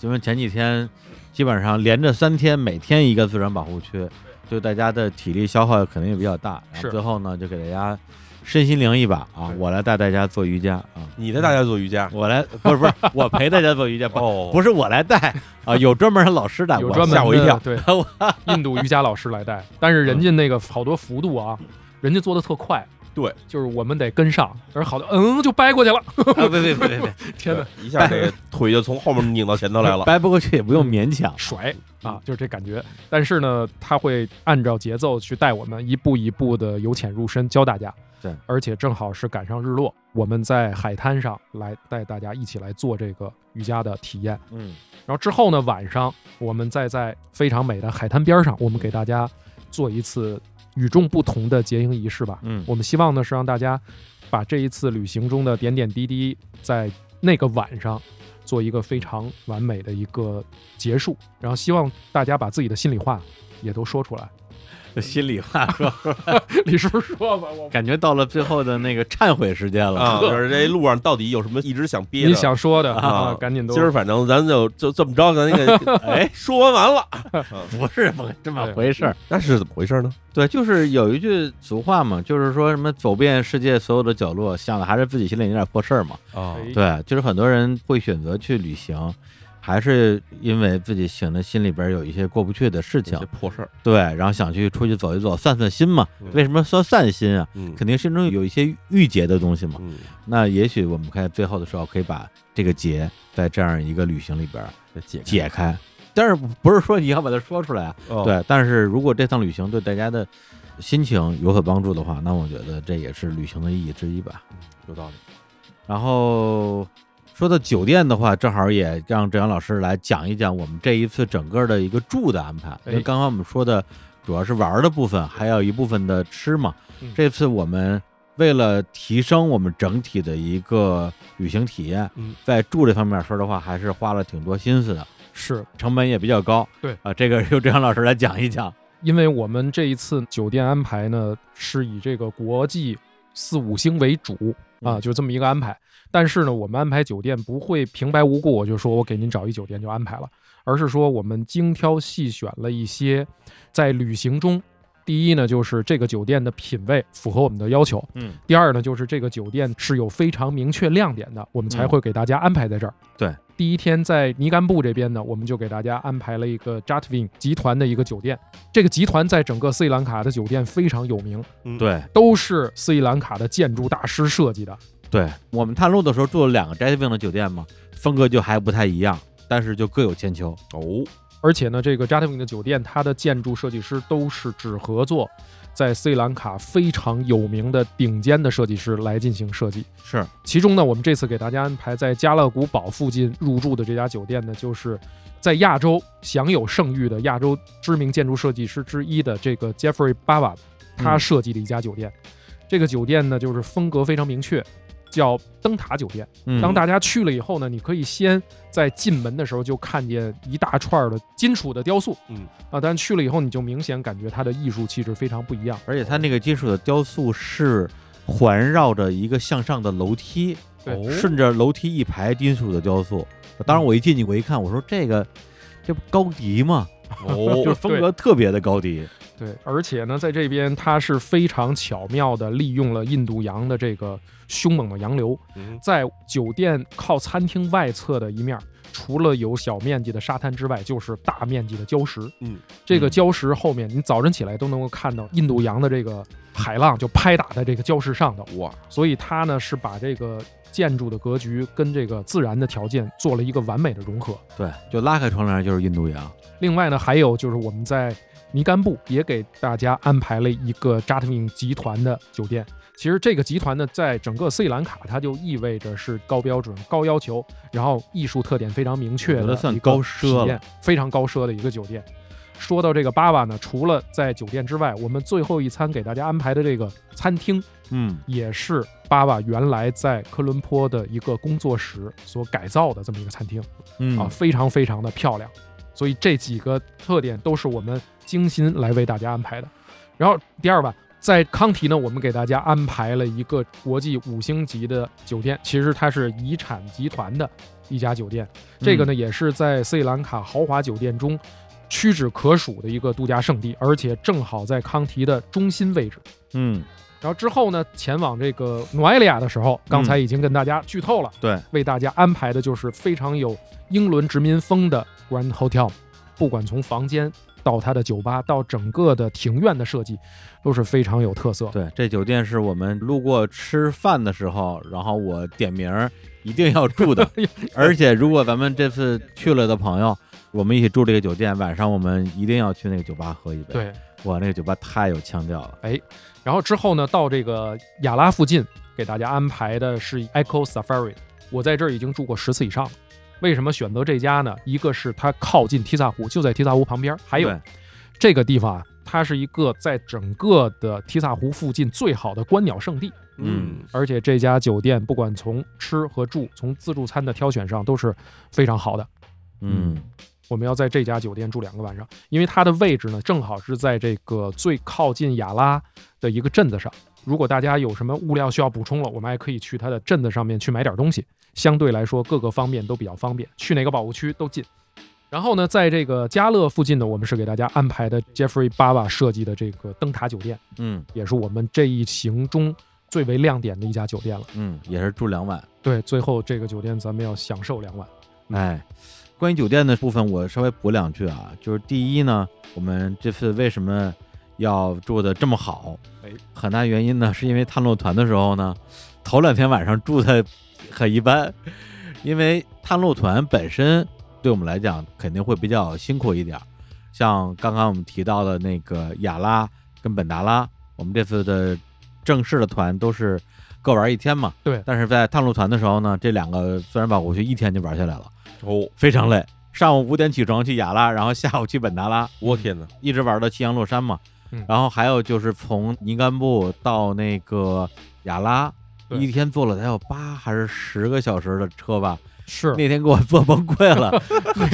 A: 因为前几天基本上连着三天，每天一个自然保护区，对大家的体力消耗肯定也比较大。然后
C: 是
A: 最后呢，就给大家身心灵一把啊！
C: 对
A: 我来带大家做瑜伽啊，
B: 你带大家做瑜伽
A: 我来不是不是，我陪大家做瑜伽，不
B: 哦，
A: 不是我来带啊，有专门的老师带，
C: 有
A: 我
C: 专门
A: 吓我一
C: 的
A: 跳。啊
C: 对印度瑜伽老师来带，但是人家那个好多幅度啊，人家做的特快。
B: 对，
C: 就是我们得跟上，而好多嗯就掰过去了。
A: 啊，别别别别别，
C: 天哪，
B: 一下 这个腿就从后面拧到前头来了。
A: 掰不过去也不用勉强。
C: 甩啊，就是这感觉。但是呢，他会按照节奏去带我们一步一步的由浅入深教大家。
A: 对，
C: 而且正好是赶上日落，我们在海滩上来带大家一起来做这个瑜伽的体验。
A: 嗯，
C: 然后之后呢，晚上我们再在非常美的海滩边上，我们给大家做一次与众不同的结营仪式吧。
A: 嗯
C: 我们希望呢是让大家把这一次旅行中的点点滴滴，在那个晚上做一个非常完美的一个结束。然后希望大家把自己的心里话也都说出来。
A: 心里话说，
C: 李叔说吧，我
A: 感觉到了最后的那个忏悔时间了
B: 啊，就是这路上到底有什么一直想憋
C: 你
B: 的？
C: 想说的
B: 啊
C: 赶紧都
B: 今儿反正咱就就这么着，咱那个 哎，说完完了，
A: 不是不是这么回事儿。
B: 那是怎么回事呢？
A: 对，就是有一句俗话嘛，就是说什么走遍世界所有的角落，想的还是自己心里那点破事儿嘛。
B: 啊
C: 哎
A: 对，就是很多人会选择去旅行，还是因为自己醒的心里边有一些过不去的事
B: 这
A: 情
B: 些，破事儿，
A: 对，然后想去出去走一走，散散心嘛。
B: 嗯
A: 为什么说散心啊？
B: 嗯
A: 肯定心中有一些郁结的东西嘛。
B: 嗯，
A: 那也许我们看最后的时候，可以把这个结在这样一个旅行里边
B: 这解
A: 解开。但是不是说你要把它说出来啊？
B: 哦
A: 对，但是如果这趟旅行对大家的心情有所帮助的话，那我觉得这也是旅行的意义之一吧。
B: 有道理。
A: 然后说到酒店的话，正好也让郑阳老师来讲一讲我们这一次整个的一个住的安排，因为刚刚我们说的主要是玩儿的部分，还有一部分的吃嘛
C: 嗯。
A: 这次我们为了提升我们整体的一个旅行体验
C: 嗯，
A: 在住这方面说的话，还是花了挺多心思的，
C: 是
A: 成本也比较高。
C: 对
A: 啊，这个由郑阳老师来讲一讲。
C: 因为我们这一次酒店安排呢，是以这个国际四五星为主啊，
A: 嗯
C: 就这么一个安排。但是呢，我们安排酒店不会平白无故我就说我给您找一酒店就安排了，而是说我们精挑细选了一些在旅行中。第一呢，就是这个酒店的品位符合我们的要求；
A: 嗯，
C: 第二呢，就是这个酒店是有非常明确亮点的，我们才
A: 嗯
C: 会给大家安排在这儿。
A: 对，
C: 第一天在尼甘布这边呢，我们就给大家安排了一个 Jatvin 集团的一个酒店。这个集团在整个斯里兰卡的酒店非常有名，
B: 嗯，
A: 对
C: 都是斯里兰卡的建筑大师设计的。
A: 对，我们探路的时候住了两个 Jet Wing 的酒店嘛，风格就还不太一样，但是就各有千秋。
B: 哦，
C: 而且呢，这个 Jatvin 的酒店，它的建筑设计师都是只合作在斯里兰卡非常有名的顶尖的设计师来进行设计。
A: 是，
C: 其中呢，我们这次给大家安排在加勒古堡附近入住的这家酒店呢，就是在亚洲享有盛誉的亚洲知名建筑设计师之一的这个 Jeffrey Bava，他
A: 嗯
C: 设计的一家酒店。这个酒店呢，就是风格非常明确，叫灯塔酒店。
A: 嗯
C: 当大家去了以后呢，你可以先在进门的时候就看见一大串儿的金属的雕塑，
B: 嗯
C: 啊，但去了以后你就明显感觉它的艺术气质非常不一样。
A: 而且它那个金属的雕塑是环绕着一个向上的楼梯，
C: 对嗯
B: 哦
A: 顺着楼梯一排金属的雕塑。当然，我一进去我一看，我说这个这不高迪吗？就是
B: 哦，
A: 风格特别的高迪，
C: 对，而且呢，在这边它是非常巧妙的利用了印度洋的这个凶猛的洋流，
B: 嗯
C: 在酒店靠餐厅外侧的一面儿，除了有小面积的沙滩之外，就是大面积的礁石。
B: 嗯，
C: 这个礁石后面，你早晨起来都能够看到印度洋的这个海浪就拍打在这个礁石上头，
B: 哇，
C: 所以它呢是把这个建筑的格局跟这个自然的条件做了一个完美的融合。
A: 对，就拉开窗帘就是印度洋，
C: 另外呢，还有就是我们在尼甘布也给大家安排了一个扎特命集团的酒店。其实这个集团呢，在整个斯里兰卡，它就意味着是高标准、高要求，然后艺术特点非常明确
A: 我
C: 的
A: 觉
C: 一
A: 得
C: 个
A: 算高奢了
C: 体验，非常高奢的一个酒店。说到这个巴瓦呢，除了在酒店之外，我们最后一餐给大家安排的这个餐厅，
A: 嗯，
C: 也是巴瓦原来在科伦坡的一个工作室所改造的这么一个餐厅。
A: 嗯
C: 啊，非常非常的漂亮。所以这几个特点都是我们精心来为大家安排的。然后第二晚在康提呢，我们给大家安排了一个国际五星级的酒店，其实它是遗产集团的一家酒店。
A: 嗯
C: 这个呢，也是在斯里兰卡豪华酒店中屈指可数的一个度假胜地，而且正好在康提的中心位置。
A: 嗯，
C: 然后之后呢，前往这个努埃利亚的时候，刚才已经跟大家剧透了，
A: 对，
C: 为大家安排的就是非常有英伦殖民风的 Grand Hotel，不管从房间到它的酒吧，到整个的庭院的设计，都是非常有特色。
A: 对，这酒店是我们路过吃饭的时候，然后我点名儿一定要住 的
C: 哎呀，
A: 而且如果咱们这次去了的朋友，我们一起住这个酒店，晚上我们一定要去那个酒吧喝一杯。，
C: 对，
A: 哇，那个酒吧太有腔调了，
C: 然后之后呢，到这个雅拉附近给大家安排的是 Echo Safari，我在这儿已经住过十次以上了。为什么选择这家呢？一个是它靠近提萨湖，就在提萨湖旁边，还有
A: 对
C: 这个地方啊，它是一个在整个的提萨湖附近最好的观鸟圣地。
A: 嗯
B: 嗯，
C: 而且这家酒店不管从吃和住，从自助餐的挑选上都是非常好的。
A: 嗯
C: 我们要在这家酒店住两个晚上，因为它的位置呢，正好是在这个最靠近雅拉的一个镇子上。如果大家有什么物料需要补充了，我们还可以去它的镇子上面去买点东西，相对来说各个方面都比较方便，去哪个保护区都近。然后呢，在这个加勒附近呢，我们是给大家安排的 Jeffrey Bava 设计的这个灯塔酒店，
A: 嗯
C: 也是我们这一行中最为亮点的一家酒店了。
A: 嗯，也是住两晚。
C: 对，最后这个酒店咱们要享受两晚。嗯
A: 哎，关于酒店的部分，我稍微补两句啊。就是第一呢，我们这次为什么要住的这么好？
B: 哎，
A: 很大原因呢，是因为探路团的时候呢，头两天晚上住的很一般，因为探路团本身对我们来讲肯定会比较辛苦一点儿。像刚刚我们提到的那个雅拉跟本达拉，我们这次的正式的团都是各玩一天嘛。
C: 对
A: 但是在探路团的时候呢，这两个自然保护区一天就玩下来了。
B: 哦，
A: 非常累。上午五点起床去雅拉，然后下午去本达拉，
B: 我天哪，
A: 一直玩到夕阳落山嘛。
C: 嗯
A: 然后还有就是从尼甘布到那个雅拉，
C: 对
A: 一天坐了得有八还是十个小时的车吧。
C: 是
A: 那天给我坐崩溃 了，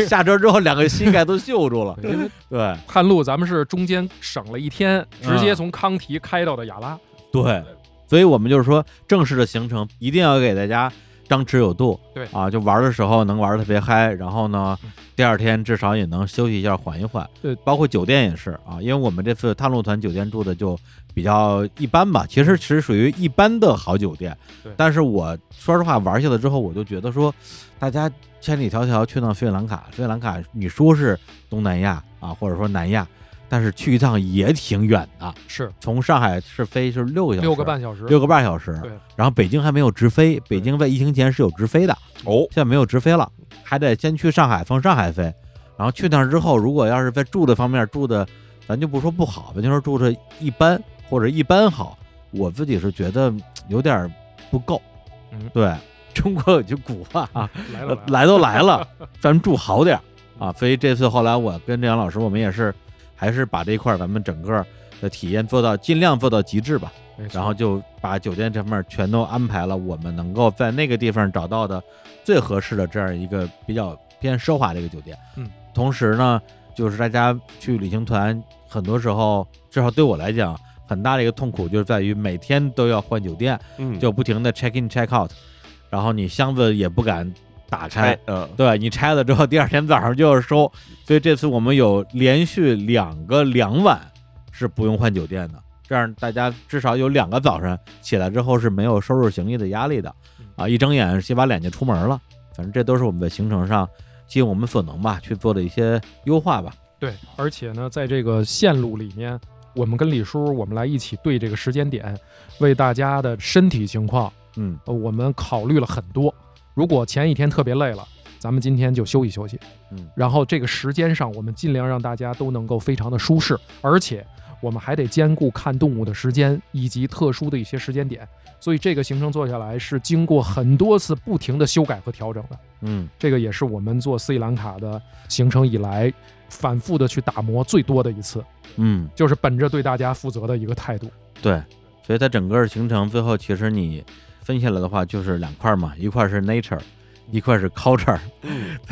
A: 下车之后两个膝盖都锈住了。
C: 因为
A: 对
C: 探路咱们是中间省了一天，直
A: 啊
C: 接从康提开到的雅拉。
A: 对，所以我们就是说正式的行程一定要给大家张弛有度。
C: 对嗯
A: 啊，就玩的时候能玩得特别嗨，然后呢，第二天至少也能休息一下，缓一缓。
C: 对
A: 包括酒店也是啊，因为我们这次探路团酒店住的就比较一般吧，其实是属于一般的好酒店
C: 嗯对。
A: 但是我说实话，玩下来之后，我就觉得说，大家千里迢迢去趟斯里兰卡，斯里兰卡你说是东南亚啊，或者说南亚，但是去一趟也挺远的。
C: 是
A: 从上海是飞是六个小时，
C: 六个半小时，
A: 六个半小时
C: 对。
A: 然后北京还没有直飞，北京在疫情前是有直飞的，
B: 哦，
A: 现在没有直飞了，还得先去上海，从上海飞。然后去那儿之后，如果要是在住的方面住的，咱就不说不好吧，就说住的一般或者一般好，我自己是觉得嗯有点儿不够。
C: 嗯
A: 对，中国有句古话啊，
C: 来了嗯来了，
A: 来都来 了，咱们住好点儿啊。所以这次后来我跟郑阳老师，我们也是还是把这一块儿咱们整个的体验做到尽量做到极致吧。
C: 没错
A: 然后就把酒店这方面全都安排了，我们能够在那个地方找到的最合适的这样一个比较偏奢华的一个酒店。
C: 嗯，
A: 同时呢，就是大家去旅行团，很多时候至少对我来讲，很大的一个痛苦就是在于每天都要换酒店，
B: 嗯，
A: 就不停的 check in check out，然后你箱子也不敢打
B: 哎
A: 开。，
B: 嗯，
A: 对你拆了之后，第二天早上就要收，所以这次我们有连续两个两晚是不用换酒店的，这样大家至少有两个早晨起来之后是没有收拾行李的压力的，啊，一睁眼洗把脸就出门了。反正这都是我们在行程上尽我们所能吧去做的一些优化吧。
C: 对，而且呢，在这个线路里面，我们跟李叔，我们来一起对这个时间点，为大家的身体情况，
A: 嗯，
C: 呃我们考虑了很多。如果前一天特别累了，咱们今天就休息休息，
A: 嗯，
C: 然后这个时间上，我们尽量让大家都能够非常的舒适，而且我们还得兼顾看动物的时间以及特殊的一些时间点，所以这个行程做下来是经过很多次不停的修改和调整的。
A: 嗯，
C: 这个也是我们做斯里兰卡的行程以来反复的去打磨最多的一次，
A: 嗯，
C: 就是本着对大家负责的一个态度。
A: 对，所以它整个行程最后其实你分下来的话就是两块嘛，一块是 nature，一块是 culture。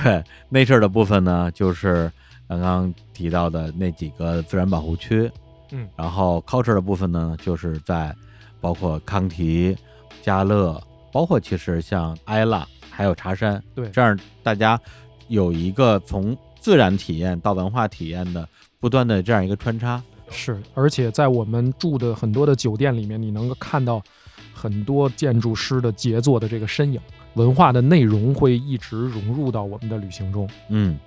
A: 对 nature 的部分呢，就是刚刚提到的那几个自然保护区，
C: 嗯，
A: 然后 culture 的部分呢，就是在包括康提、加勒，包括其实像埃拉还有茶山，
C: 对
A: 这样大家有一个从自然体验到文化体验的不断的这样一个穿插。
C: 是，而且在我们住的很多的酒店里面，你能够看到很多建筑师的杰作的这个身影，文化的内容会一直融入到我们的旅行中。
A: 嗯，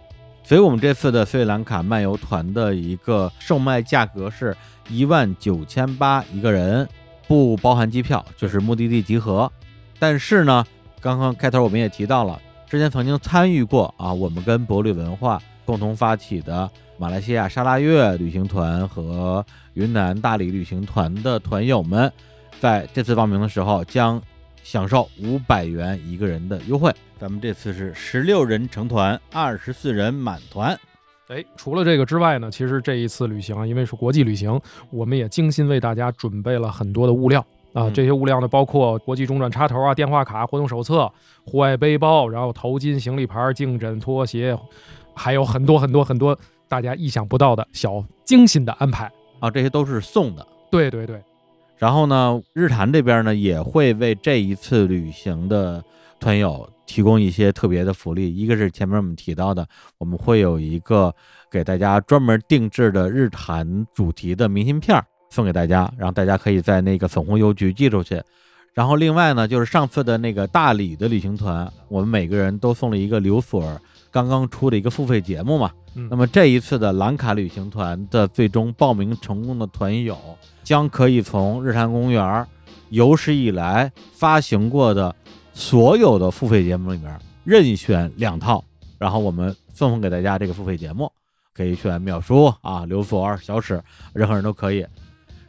A: 所以我们这次的斯里兰卡漫游团的一个售卖价格是一万九千八一个人，不包含机票，就是目的地集合。但是呢，刚刚开头我们也提到了，之前曾经参与过啊，我们跟博旅文化共同发起的马来西亚沙拉越旅行团和云南大理旅行团的团友们，在这次报名的时候将享受五百元一个人的优惠。咱们这次是十六人成团，二十四人满团。
C: 哎，除了这个之外呢，其实这一次旅行啊，因为是国际旅行，我们也精心为大家准备了很多的物料啊。
A: 嗯
C: 这些物料呢，包括国际中转插头啊、电话卡、活动手册、户外背包，然后头巾、行李牌、颈枕、拖鞋，还有很多很多很多大家意想不到的小精心的安排。
A: 啊，这些都是送的。
C: 对对对，
A: 然后呢，日坛这边呢也会为这一次旅行的团友提供一些特别的福利，一个是前面我们提到的，我们会有一个给大家专门定制的日坛主题的明信片儿送给大家，然后大家可以在那个粉红邮局寄出去。然后另外呢，就是上次的那个大理的旅行团，我们每个人都送了一个刘所儿刚刚出的一个付费节目嘛。
C: 嗯
A: 那么这一次的兰卡旅行团的最终报名成功的团友，将可以从日坛公园有史以来发行过的所有的付费节目里面任选两套，然后我们送送给大家这个付费节目，可以选淼叔啊、刘佛、小史，任何人都可以。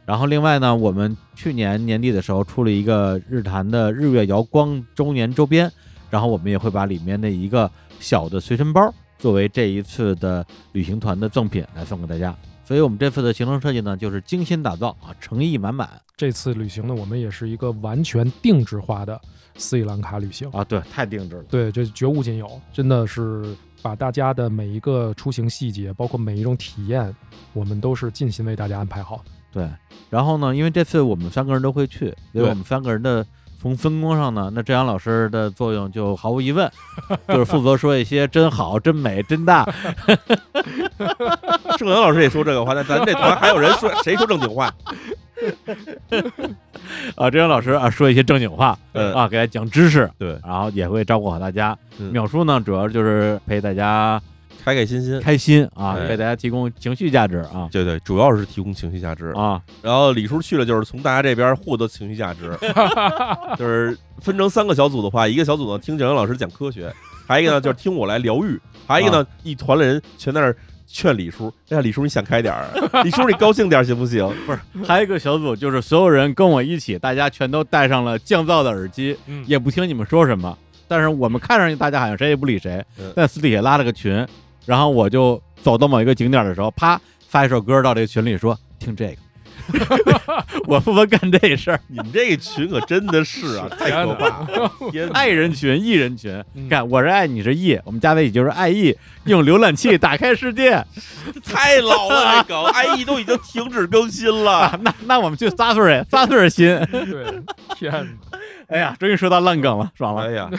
A: 然后另外呢，我们去年年底的时候出了一个日坛的日月瑶光周年周边，然后我们也会把里面的一个小的随身包作为这一次的旅行团的赠品来送给大家。所以我们这次的行程设计呢，就是精心打造啊，诚意满满
C: 这次旅行呢，我们也是一个完全定制化的斯里兰卡旅行。
A: 啊，对，太定制了。
C: 对，这绝无仅有，真的是把大家的每一个出行细节，包括每一种体验，我们都是尽心为大家安排好。
A: 对，然后呢，因为这次我们三个人都会去，所以
B: 对
A: 我们三个人的从分工上呢，那郑阳老师的作用就毫无疑问， 就是负责说一些真好、真美、真 大。
B: 郑呃阳老师也说这个话，那咱这团还有人说谁说正经话？
A: 啊，郑阳老师啊说一些正经话，
B: 嗯
A: 啊，给大家讲知识，
B: 对，
A: 然后也会照顾好大家。
B: 嗯
A: 淼叔呢，主要就是陪大家
B: 开开心心。
A: 开心啊，
B: 哎
A: 给大家提供情绪价值啊
B: 对对，主要是提供情绪价值。
A: 啊，
B: 然后李叔去了，就是从大家这边获得情绪价 值，就是分成三个小组的话，一个小组呢听景阳老师讲科学，还有一个呢就是听我来疗愈，还有一个呢一团人全在那儿劝李叔，哎呀，李叔你想开点儿，李叔你高兴点儿行不行？ 不是，
A: 还有一个小组就是所有人跟我一起，大家全都戴上了降噪的耳机，
C: 嗯
A: 也不听你们说什么。但是我们看上去大家好像谁也不理谁
B: 嗯，
A: 但私底下拉了个群，然后我就走到某一个景点的时候，啪发一首歌到这个群里说听这个，我负责干这事儿，
B: 你们这个群可真的是啊，太可怕了！天哪
A: 爱人群、艺人群，
C: 嗯
A: 看我是爱你是艺，我们加在一起就是爱艺，用浏览器打开世界，
B: 太老了， 这个 IE 都已经停止更新了。
A: 那那我们去撒碎儿撒碎儿心，
C: 对，天哪，
A: 哎
B: 哎
A: 呀，终于说到烂梗了，爽了。
B: 哎呀，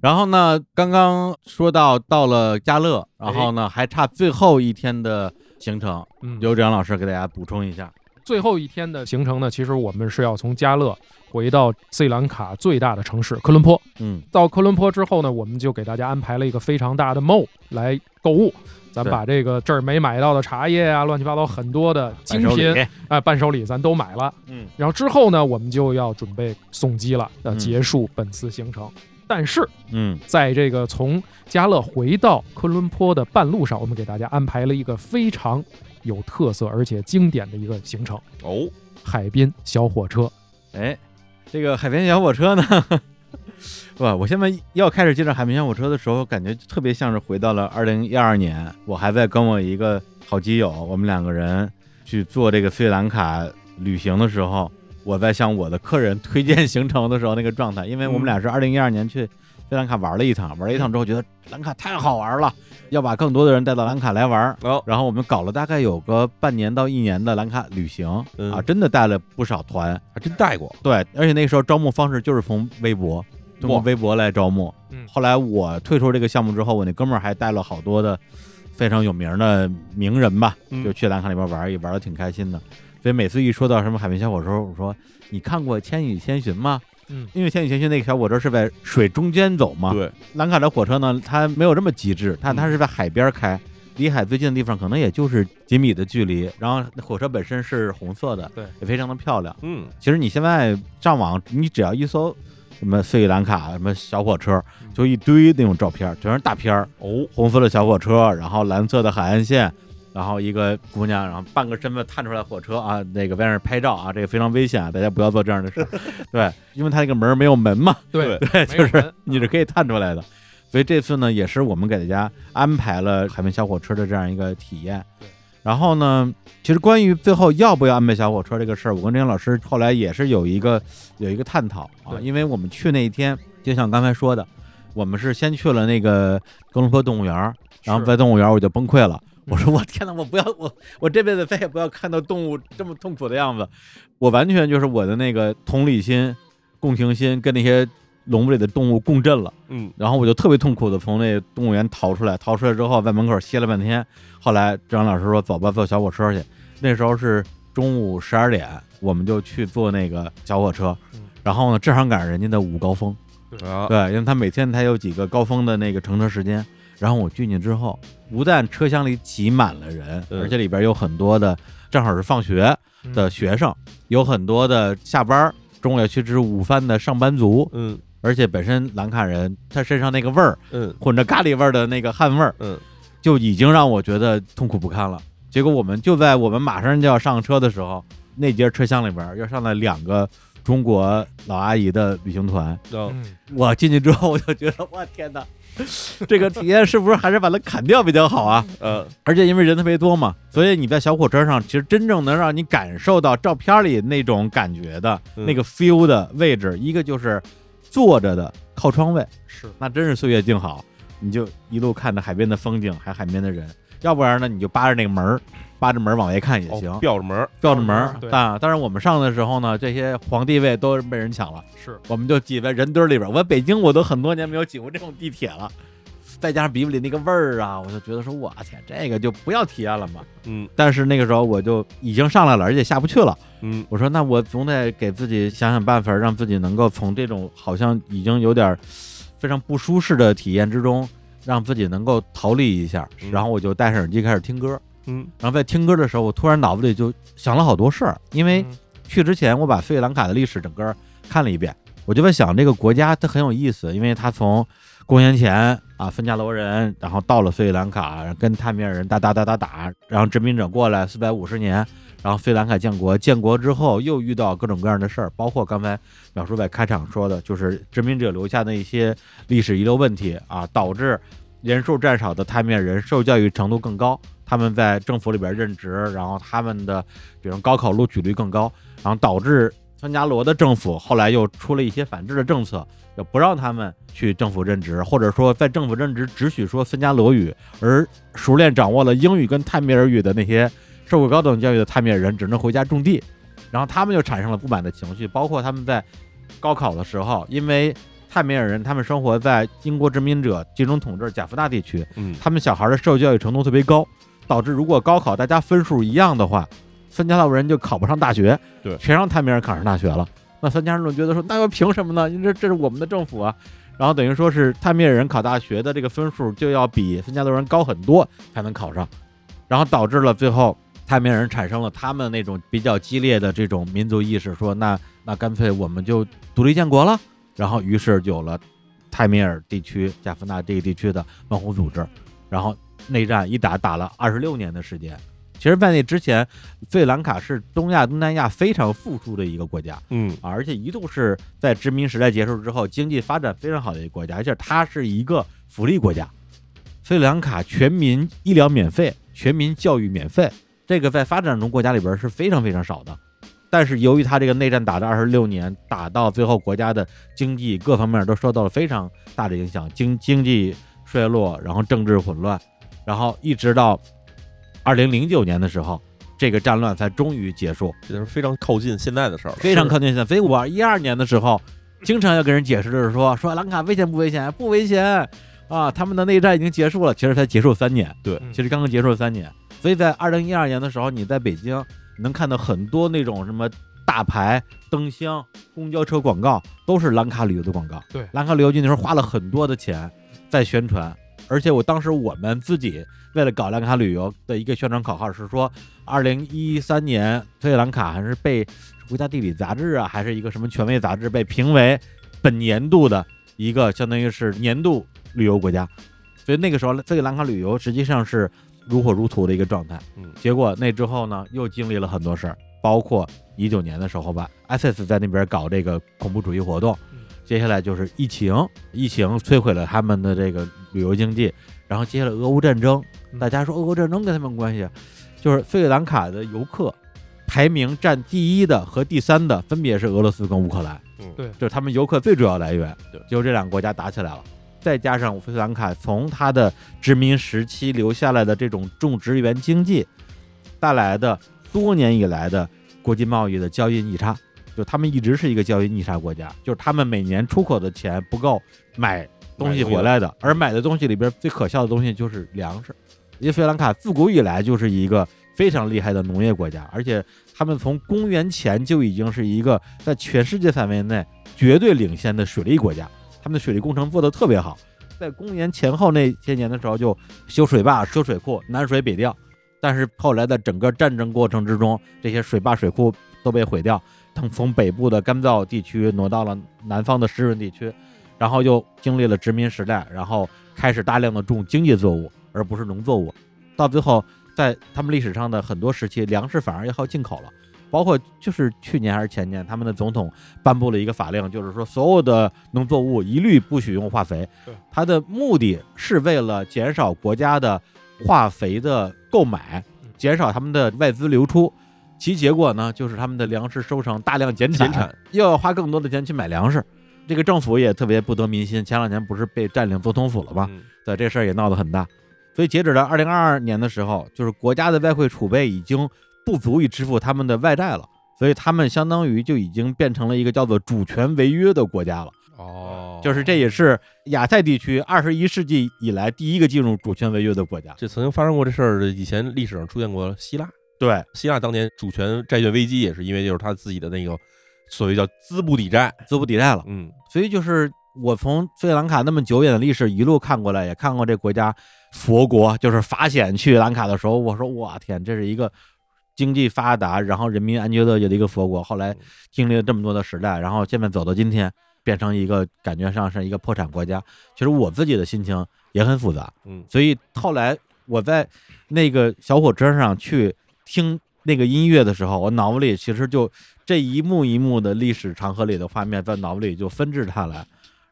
A: 然后呢，刚刚说到到了嘉乐，然后呢还差最后一天的行程，
C: 嗯，
A: 刘志阳老师给大家补充一下。
C: 最后一天的行程呢，其实我们是要从加勒回到斯里兰卡最大的城市科伦坡。
A: 嗯，
C: 到科伦坡之后呢，我们就给大家安排了一个非常大的 mall 来购物。咱
A: 对
C: 把这个这儿没买到的茶叶啊，乱七八糟很多的精
A: 伴手
C: 品，
A: 礼，
C: 哎，伴手礼咱都买了。
A: 嗯，
C: 然后之后呢，我们就要准备送机了，呃，
A: 嗯
C: 结束本次行程。但是
A: 嗯，
C: 在这个从加勒回到科伦坡的半路上，我们给大家安排了一个非常有特色而且经典的一个行程
B: 哦，
C: ——海滨小火车。
A: 哎，这个海绵小火车呢？ 哇！我现在要开始介绍海绵小火车的时候，感觉特别像是回到了二零一二年，我还在跟我一个好基友，我们两个人去做这个斯里兰卡旅行的时候，我在向我的客人推荐行程的时候那个状态，因为我们俩是二零一二年去斯里兰卡玩了一趟，玩了一趟之后觉得兰卡太好玩了，要把更多的人带到兰卡来玩，
B: 然后
A: 然后我们搞了大概有个半年到一年的兰卡旅行
B: 嗯
A: 啊，真的带了不少团，
B: 还真带过，
A: 对，而且那个时候招募方式就是从微博，通过
B: 哇
A: 微博来招募。
C: 嗯
A: 后来我退出这个项目之后，我那哥们儿还带了好多的非常有名的名人吧，
B: 嗯
A: 就去兰卡里边玩儿，也玩的挺开心的。所以每次一说到什么海绵小火车，我说你看过《千与千寻》吗？
C: 嗯，
A: 因为《千与千寻》那个小火车是在水中间走嘛。
B: 对，
A: 兰卡的火车呢，它没有这么极致，但
B: 嗯
A: 它是在海边开，离海最近的地方可能也就是几米的距离。然后火车本身是红色的，
C: 对，
A: 也非常的漂亮。
B: 嗯，
A: 其实你现在上网，你只要一搜什么斯里兰卡什么小火车，就一堆那种照片儿，全是大片儿，
B: 哦，
A: 红色的小火车，然后蓝色的海岸线，然后一个姑娘，然后半个身子探出来火车啊，那个在那儿拍照啊，这个非常危险啊，大家不要做这样的事儿。对，因为它那个门儿没有门嘛，
C: 对，
A: 对，
C: 没
A: 就
C: 有
A: 是
C: 门嗯
A: 你是可以探出来的。所以这次呢，也是我们给大家安排了海绵小火车的这样一个体验
C: 对。
A: 然后呢，其实关于最后要不要安排小火车这个事儿，我跟郑阳老师后来也是有一个有一个探讨啊，
C: 对
A: 因为我们去那一天，就像刚才说的，我们是先去了那个格隆坡动物园儿，然后
C: 是
A: 在动物园儿我就崩溃了，
C: 嗯
A: 我说我天哪，我不要我我这辈子再也不要看到动物这么痛苦的样子，我完全就是我的那个同理心、共情心跟那些笼子里的动物共振了，
B: 嗯，
A: 然后我就特别痛苦的从那动物园逃出来，逃出来之后在门口歇了半天，后来张老师说走吧，坐小火车去，那时候是中午十二点，我们就去坐那个小火车
C: 嗯，
A: 然后呢正好赶上人家的午高峰。
B: 啊，
A: 对，因为它每天它有几个高峰的那个乘车时间，然后我进去之后，不但车厢里挤满了人，
B: 嗯
A: 而且里边有很多的正好是放学的学生，有很多的下班儿中午要去吃午饭的上班族，
B: 嗯
A: 而且本身兰卡人他身上那个味儿
B: 嗯
A: 混着咖喱味儿的那个汗味儿，
B: 嗯，
A: 就已经让我觉得痛苦不堪了。结果我们就在我们马上就要上车的时候，那节车厢里边儿又上来两个中国老阿姨的旅行团，
B: 啊
C: 嗯，
A: 我进去之后，我就觉得，我天哪， 这个体验是不是还是把它砍掉比较好啊？
B: 呃，
A: 而且因为人特别多嘛，所以你在小火车上，其实真正能让你感受到照片里那种感觉的、
B: 嗯
A: 那个 feel 的位置，一个就是坐着的靠窗位，
C: 是
A: 那真是岁月静好，你就一路看着海边的风景，还有海边的人；要不然呢，你就扒着那个门儿，扒着门儿往外看也
B: 哦
A: 行，
B: 吊着门儿，
A: 吊着门儿
C: 吊着门儿。对
A: 但但是我们上的时候呢，这些皇帝位都是被人抢了。
C: 是，
A: 我们就挤在人堆儿里边儿。我在北京我都很多年没有挤过这种地铁了，再加上鼻子里那个味儿啊，我就觉得说，我天，这个就不要体验了嘛。
B: 嗯
A: 但是那个时候我就已经上来了，而且下不去了。
B: 嗯
A: 我说，那我总得给自己想想办法，让自己能够从这种好像已经有点儿非常不舒适的体验之中，让自己能够逃离一下。
B: 嗯
A: 然后我就戴上耳机开始听歌。
B: 嗯
A: 然后在听歌的时候，我突然脑子里就想了好多事儿，因为
C: 嗯
A: 去之前我把斯里兰卡的历史整个看了一遍，我就在想这个国家它很有意思，因为它从公元前啊芬加罗人，然后到了斯里兰卡，然后跟泰米尔人打打打打打，然后殖民者过来四百五十年，然后斯里兰卡建国，建国之后又遇到各种各样的事儿，包括刚才淼叔在开场说的，就是殖民者留下的一些历史遗留问题啊，导致人数占少的泰米尔人受教育程度更高，他们在政府里边任职，然后他们的比如高考录取率更高，然后导致孙加罗的政府后来又出了一些反制的政策，也不让他们去政府任职，或者说在政府任职只许说孙加罗语，而熟练掌握了英语跟泰米尔语的那些受过高等教育的泰米尔人只能回家种地，然后他们就产生了不满的情绪，包括他们在高考的时候，因为泰米尔人他们生活在英国殖民者集中统治贾夫纳地区，
B: 嗯
A: 他们小孩的受教育程度特别高，导致如果高考大家分数一样的话，三加六人就考不上大学，
B: 对
A: 全让泰米尔考上大学了。那三加六觉得说，那又凭什么呢？因为这这是我们的政府啊。然后等于说是泰米尔人考大学的这个分数就要比三加六人高很多才能考上，然后导致了最后泰米尔人产生了他们那种比较激烈的这种民族意识，说那那干脆我们就独立建国了。然后于是有了泰米尔地区、加夫纳这个地区的万红组织，然后内战一打打了二十六年的时间。其实，在那之前，斯里兰卡是东亚、东南亚非常富庶的一个国家，
B: 嗯
A: 啊而且一度是在殖民时代结束之后，经济发展非常好的一个国家，而且它是一个福利国家。斯里兰卡全民医疗免费，全民教育免费，这个在发展中国家里边是非常非常少的。但是由于它这个内战打了二十六年，打到最后国家的经济各方面都受到了非常大的影响，经经济衰落，然后政治混乱，然后一直到二零零九年的时候，这个战乱才终于结束。
B: 这是非常靠近现在的事儿了。
A: 非常靠近现在。所以我一二年的时候，经常要跟人解释的是说，说兰卡危险不危险？不危险啊！他们的内战已经结束了，其实才结束三年，
B: 对
C: 嗯
A: 其实刚刚结束三年。所以在二零一二年的时候，你在北京你能看到很多那种什么大牌、灯箱、公交车广告，都是兰卡旅游的广告。
C: 对
A: 兰卡旅游局那时候花了很多的钱在宣传。而且我当时我们自己为了搞兰卡旅游的一个宣传口号是说，二零一三年斯里兰卡还是被国家地理杂志啊，还是一个什么权威杂志被评为本年度的一个相当于是年度旅游国家，所以那个时候斯里兰卡旅游实际上是如火如荼的一个状态。
B: 嗯
A: 结果那之后呢，又经历了很多事儿，包括一九年的时候吧，ISIS 在那边搞这个恐怖主义活动
C: 嗯，
A: 接下来就是疫情，疫情摧毁了他们的这个旅游经济，然后接下来俄乌战争，
C: 嗯
A: 大家说俄乌战争跟他们有关系，啊就是斯里兰卡的游客排名占第一的和第三的分别是俄罗斯跟乌克兰。
B: 嗯
C: 对
A: 就是他们游客最主要来源。
B: 对，
A: 结果这两个国家打起来了，再加上斯里兰卡从它的殖民时期留下来的这种种植园经济带来的多年以来的国际贸易的交易逆差，就他们一直是一个交易逆差国家，就是他们每年出口的钱不够买东西回来的，而买的东西里边最可笑的东西就是粮食。因为斯里兰卡自古以来就是一个非常厉害的农业国家，而且他们从公元前就已经是一个在全世界范围内绝对领先的水利国家，他们的水利工程做得特别好。在公元前后那些年的时候，就修水坝、修水库，南水北调。但是后来在整个战争过程之中，这些水坝、水库都被毁掉，他们从北部的干燥地区挪到了南方的湿润地区，然后又经历了殖民时代，然后开始大量的种经济作物，而不是农作物。到最后，在他们历史上的很多时期，粮食反而要靠进口了。包括就是去年还是前年，他们的总统颁布了一个法令，就是说所有的农作物一律不许用化肥
C: 对。
A: 它的目的是为了减少国家的化肥的购买
C: 嗯，
A: 减少他们的外资流出。其结果呢，就是他们的粮食收成大量减产，
B: 减产
A: 又要花更多的钱去买粮食。这个政府也特别不得民心，前两年不是被占领总统府了吗？
B: 嗯
A: 对，这事儿也闹得很大。所以截止到二零二二年的时候，就是国家的外汇储备已经不足以支付他们的外债了，所以他们相当于就已经变成了一个叫做主权违约的国家了。
C: 哦，
A: 就是这也是亚太地区二十一世纪以来第一个进入主权违约的国家。
B: 这曾经发生过这事儿，以前历史上出现过希腊，
A: 对，
B: 希腊当年主权债券危机也是因为就是他自己的那个所谓叫资不抵债，
A: 资不抵债了。
B: 嗯
A: 所以就是我从斯里兰卡那么久远的历史一路看过来，也看过这国家佛国，就是法显去兰卡的时候，我说哇天，这是一个经济发达，然后人民安居乐业的一个佛国。后来经历了这么多的时代，然后现在走到今天，变成一个感觉上是一个破产国家。其实我自己的心情也很复杂，
B: 嗯
A: 所以后来我在那个小火车上去听那个音乐的时候，我脑子里其实就这一幕一幕的历史长河里的画面在脑子里就纷至沓来。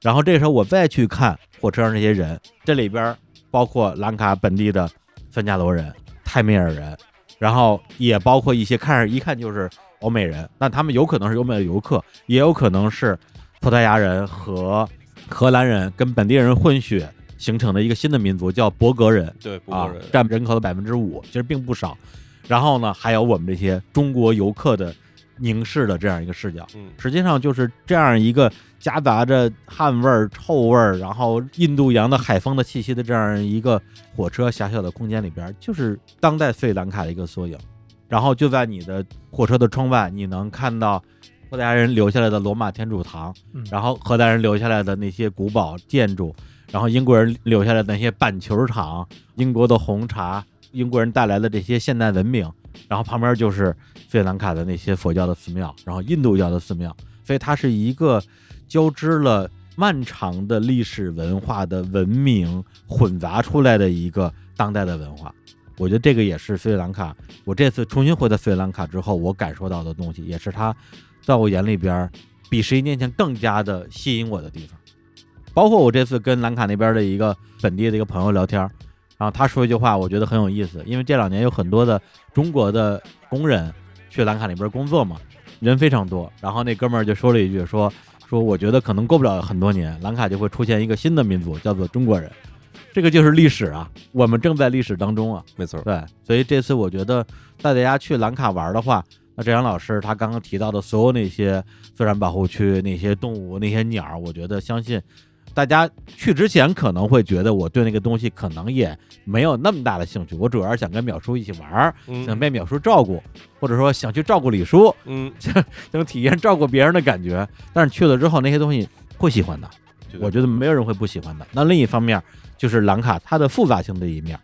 A: 然后这时候我再去看火车上这些人，这里边包括兰卡本地的三加罗人、泰米尔人，然后也包括一些看着一看就是欧美人，那他们有可能是欧美的游客，也有可能是葡萄牙人和荷兰人跟本地人混血形成的一个新的民族，叫博格人
B: 对，不
A: 啊
B: 过人，
A: 占人口的百分之五，其实并不少。然后呢，还有我们这些中国游客的凝视的这样一个视角。
B: 嗯，
A: 实际上就是这样一个夹杂着汗味儿、臭味儿，然后印度洋的海风的气息的这样一个火车狭小的空间里边儿，就是当代斯里兰卡的一个缩影。然后就在你的火车的窗外，你能看到葡萄牙人留下来的罗马天主堂，
C: 嗯
A: 然后荷兰人留下来的那些古堡建筑，然后英国人留下来的那些板球场、英国的红茶、英国人带来的这些现代文明，然后旁边就是斯里兰卡的那些佛教的寺庙，然后印度教的寺庙，所以它是一个交织了漫长的历史文化的文明混杂出来的一个当代的文化。我觉得这个也是斯里兰卡，我这次重新回到斯里兰卡之后，我感受到的东西，也是它在我眼里边儿比十一年前更加的吸引我的地方。包括我这次跟兰卡那边的一个本地的一个朋友聊天儿，然后他说一句话，我觉得很有意思，因为这两年有很多的中国的工人去兰卡那边工作嘛，人非常多。然后那哥们儿就说了一句说说我觉得可能过不了很多年，兰卡就会出现一个新的民族，叫做中国人。这个就是历史啊，我们正在历史当中啊。
B: 没错，
A: 对，所以这次我觉得带大家去兰卡玩的话，那郑阳老师他刚刚提到的所有那些自然保护区、那些动物、那些鸟儿，我觉得相信大家去之前可能会觉得我对那个东西可能也没有那么大的兴趣，我主要是想跟淼叔一起玩儿，想
B: 嗯
A: 被淼叔照顾，或者说想去照顾李叔，
B: 嗯，
A: 想体验照顾别人的感觉。但是去了之后，那些东西会喜欢的。我觉得没有人会不喜欢的。那另一方面就是兰卡它的复杂性的一面，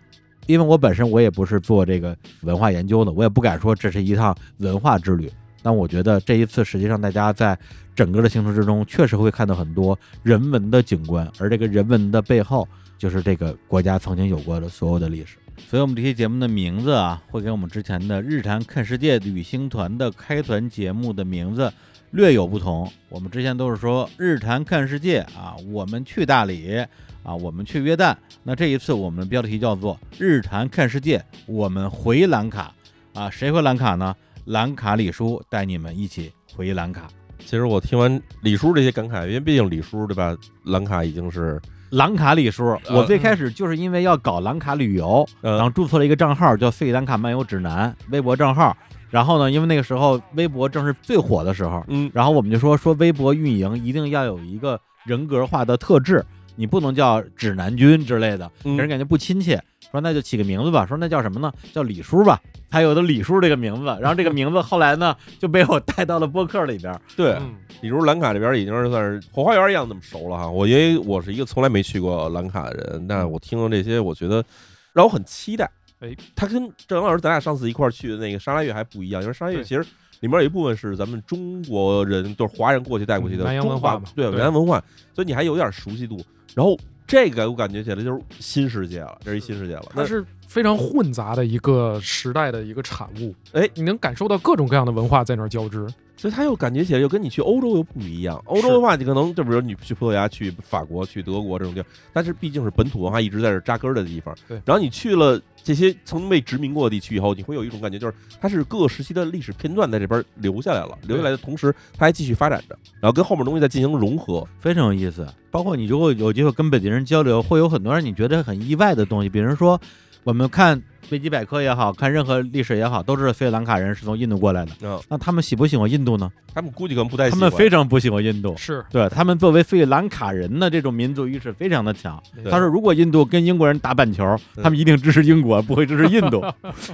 A: 因为我本身我也不是做这个文化研究的，我也不敢说这是一趟文化之旅。但我觉得这一次，实际上大家在整个的行程之中，确实会看到很多人文的景观，而这个人文的背后，就是这个国家曾经有过的所有的历史。所以，我们这期节目的名字啊，会跟我们之前的“日常看世界”旅行团的开团节目的名字略有不同。我们之前都是说日坛看世界啊，我们去大理啊，我们去约旦。那这一次我们的标题叫做日坛看世界，我们回兰卡啊，谁回兰卡呢？兰卡李叔带你们一起回兰卡。
B: 其实我听完李叔这些感慨，因为毕竟李叔对吧，兰卡已经是
A: 兰卡李叔，
B: 呃
A: 我最开始就是因为要搞兰卡旅游，然
B: 呃
A: 后注册了一个账号叫“费兰卡漫游指南”微博账号。然后呢，因为那个时候微博正是最火的时候，
B: 嗯
A: 然后我们就说说微博运营一定要有一个人格化的特质，你不能叫指南君之类的，给人
B: 嗯
A: 感觉不亲切。说那就起个名字吧，说那叫什么呢？叫李叔吧，才有的李叔这个名字。然后这个名字后来呢就被我带到了播客里边儿。
B: 对，
C: 嗯
B: 李叔兰卡这边已经是算是火花园一样那么熟了哈。我因为我是一个从来没去过兰卡的人，但我听到这些，我觉得让我很期待。
C: 嗯哎，
B: 他跟郑阳老师咱俩上次一块儿去的那个沙拉越还不一样，因为沙拉越
C: 对
B: 其实里面有一部分是咱们中国人，就是华人过去带过去的
C: 嗯南洋
B: 中
C: 文化
B: 华
C: 嘛
B: 对
C: 对
B: 南洋文化，所以你还有点熟悉度。然后这个我感觉起来就是新世界了，这是一新世界了。
C: 它
B: 那
C: 是非常混杂的一个时代的一个产物。
B: 哎
C: 你能感受到各种各样的文化在那儿交织。
B: 所以他又感觉起来又跟你去欧洲又不一样。欧洲的话，你可能就比如你去葡萄牙、去法国、去德国这种地儿，但是毕竟是本土文化一直在这扎根儿的地方。
C: 对
B: 然后你去了这些曾经被殖民过的地区以后，你会有一种感觉，就是它是各个时期的历史片段在这边留下来了，留下来的同时，它还继续发展着，然后跟后面东西在进行融合。
A: 非常有意思。包括你如果有机会跟本地人交流，会有很多让你觉得很意外的东西，比如说我们看维基百科也好看任何历史也好，都知道斯里兰卡人是从印度过来的。
B: 嗯，
A: 那他们喜不喜欢印度呢？
B: 他们估计可能不太
A: 啊他
B: 喜
A: 们
B: 欢。
A: 非常不喜欢印度。
C: 是，
A: 对他们作为斯里兰卡人的这种民族意识非常的强。
C: 对
A: 他说，如果印度跟英国人打板球，
B: 嗯
A: 他们一定支持英国， 不会支持印度。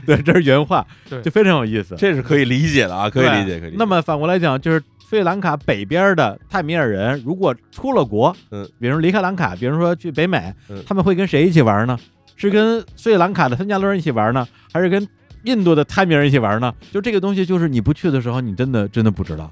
A: 对，这是原话，
C: 对
A: 就非常有意思。
B: 这是可以理解的啊，可以理解，可以理解。
A: 那么反过来讲，就是斯里兰卡北边的泰米尔人，如果出了国，
B: 嗯，
A: 比如离开兰卡，比如说去北美，
B: 嗯
A: 他们会跟谁一起玩呢？是跟斯里兰卡的参加人一起玩呢，还是跟印度的泰米尔人一起玩呢？就这个东西，就是你不去的时候，你真的真的不知道。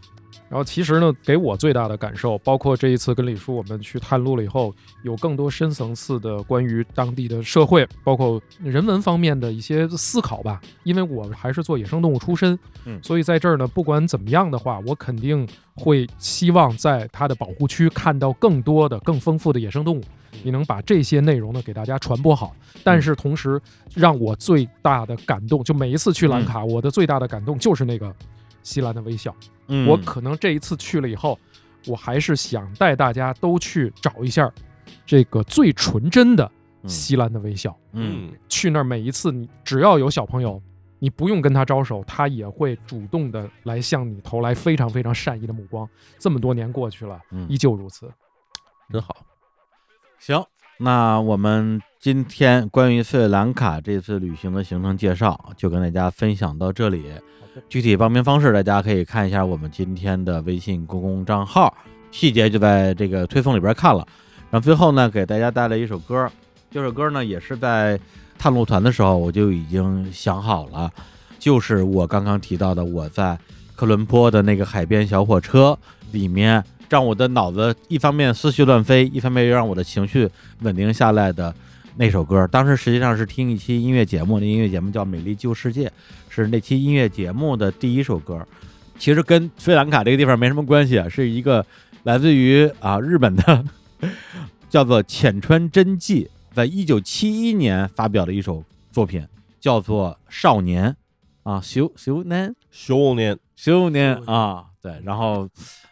C: 然后其实呢，给我最大的感受，包括这一次跟李叔我们去探路了以后，有更多深层次的关于当地的社会，包括人文方面的一些思考吧。因为我还是做野生动物出身，
A: 嗯
C: 所以在这儿呢，不管怎么样的话，我肯定会希望在它的保护区看到更多的、更丰富的野生动物。你能把这些内容呢给大家传播好，但是同时让我最大的感动，就每一次去兰卡，我的最大的感动就是那个西兰的微笑。
A: 嗯
C: 我可能这一次去了以后，我还是想带大家都去找一下这个最纯真的
A: 嗯
C: 西兰的微笑。
A: 嗯
B: 嗯，
C: 去那儿每一次，你只要有小朋友，你不用跟他招手，他也会主动的来向你投来非常非常善意的目光。这么多年过去了，
A: 嗯
C: 依旧如此。
B: 真好。
A: 行，那我们今天关于斯里兰卡这次旅行的行程介绍就跟大家分享到这里。具体报名方式，大家可以看一下我们今天的微信公共账号，细节就在这个推送里边看了。然后最后呢，给大家带来一首歌，这首歌呢也是在探路团的时候我就已经想好了，就是我刚刚提到的我在科伦坡的那个海边小火车里面，让我的脑子一方面思绪乱飞，一方面又让我的情绪稳定下来的那首歌。当时实际上是听一期音乐节目，那音乐节目叫《美丽旧世界》，是那期音乐节目的第一首歌。其实跟斯里兰卡这个地方没什么关系啊，是一个来自于啊日本的 叫做浅川真纪，在一九七一年发表的一首作品，叫做《少年》啊，少少年。
B: 熊年
A: 十五年啊，对，然后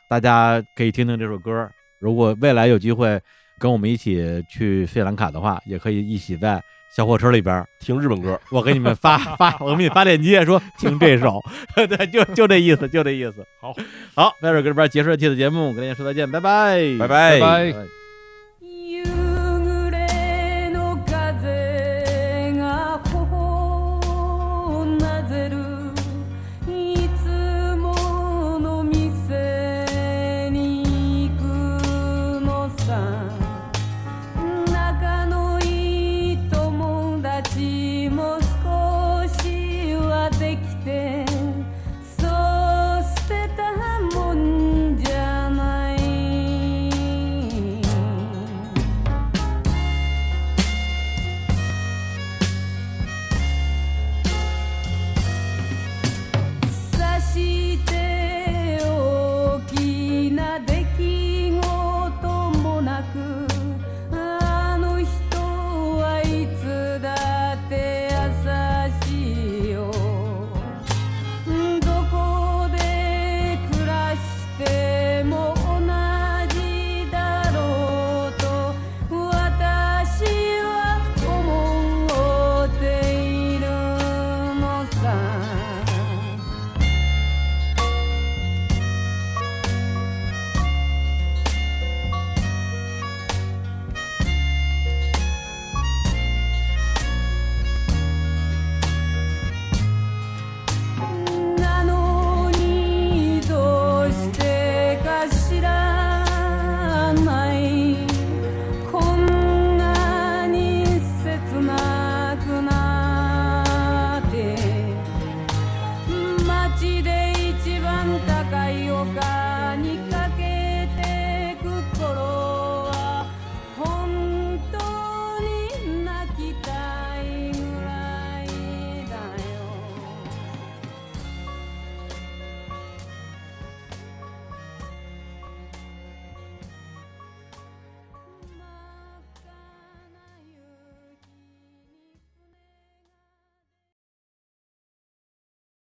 A: 大家可以听听这首歌。如果未来有机会跟我们一起去斯里兰卡的话，也可以一起在小火车里边儿，
B: 听日本歌，
A: 我给你们 发发，我给你发链接，说听这首， 对，就就这意思，就这意思。
C: 好，
A: 好，在这首歌里边结束这期的节目，跟大家说再见，拜拜，
B: 拜
C: 拜拜
A: 拜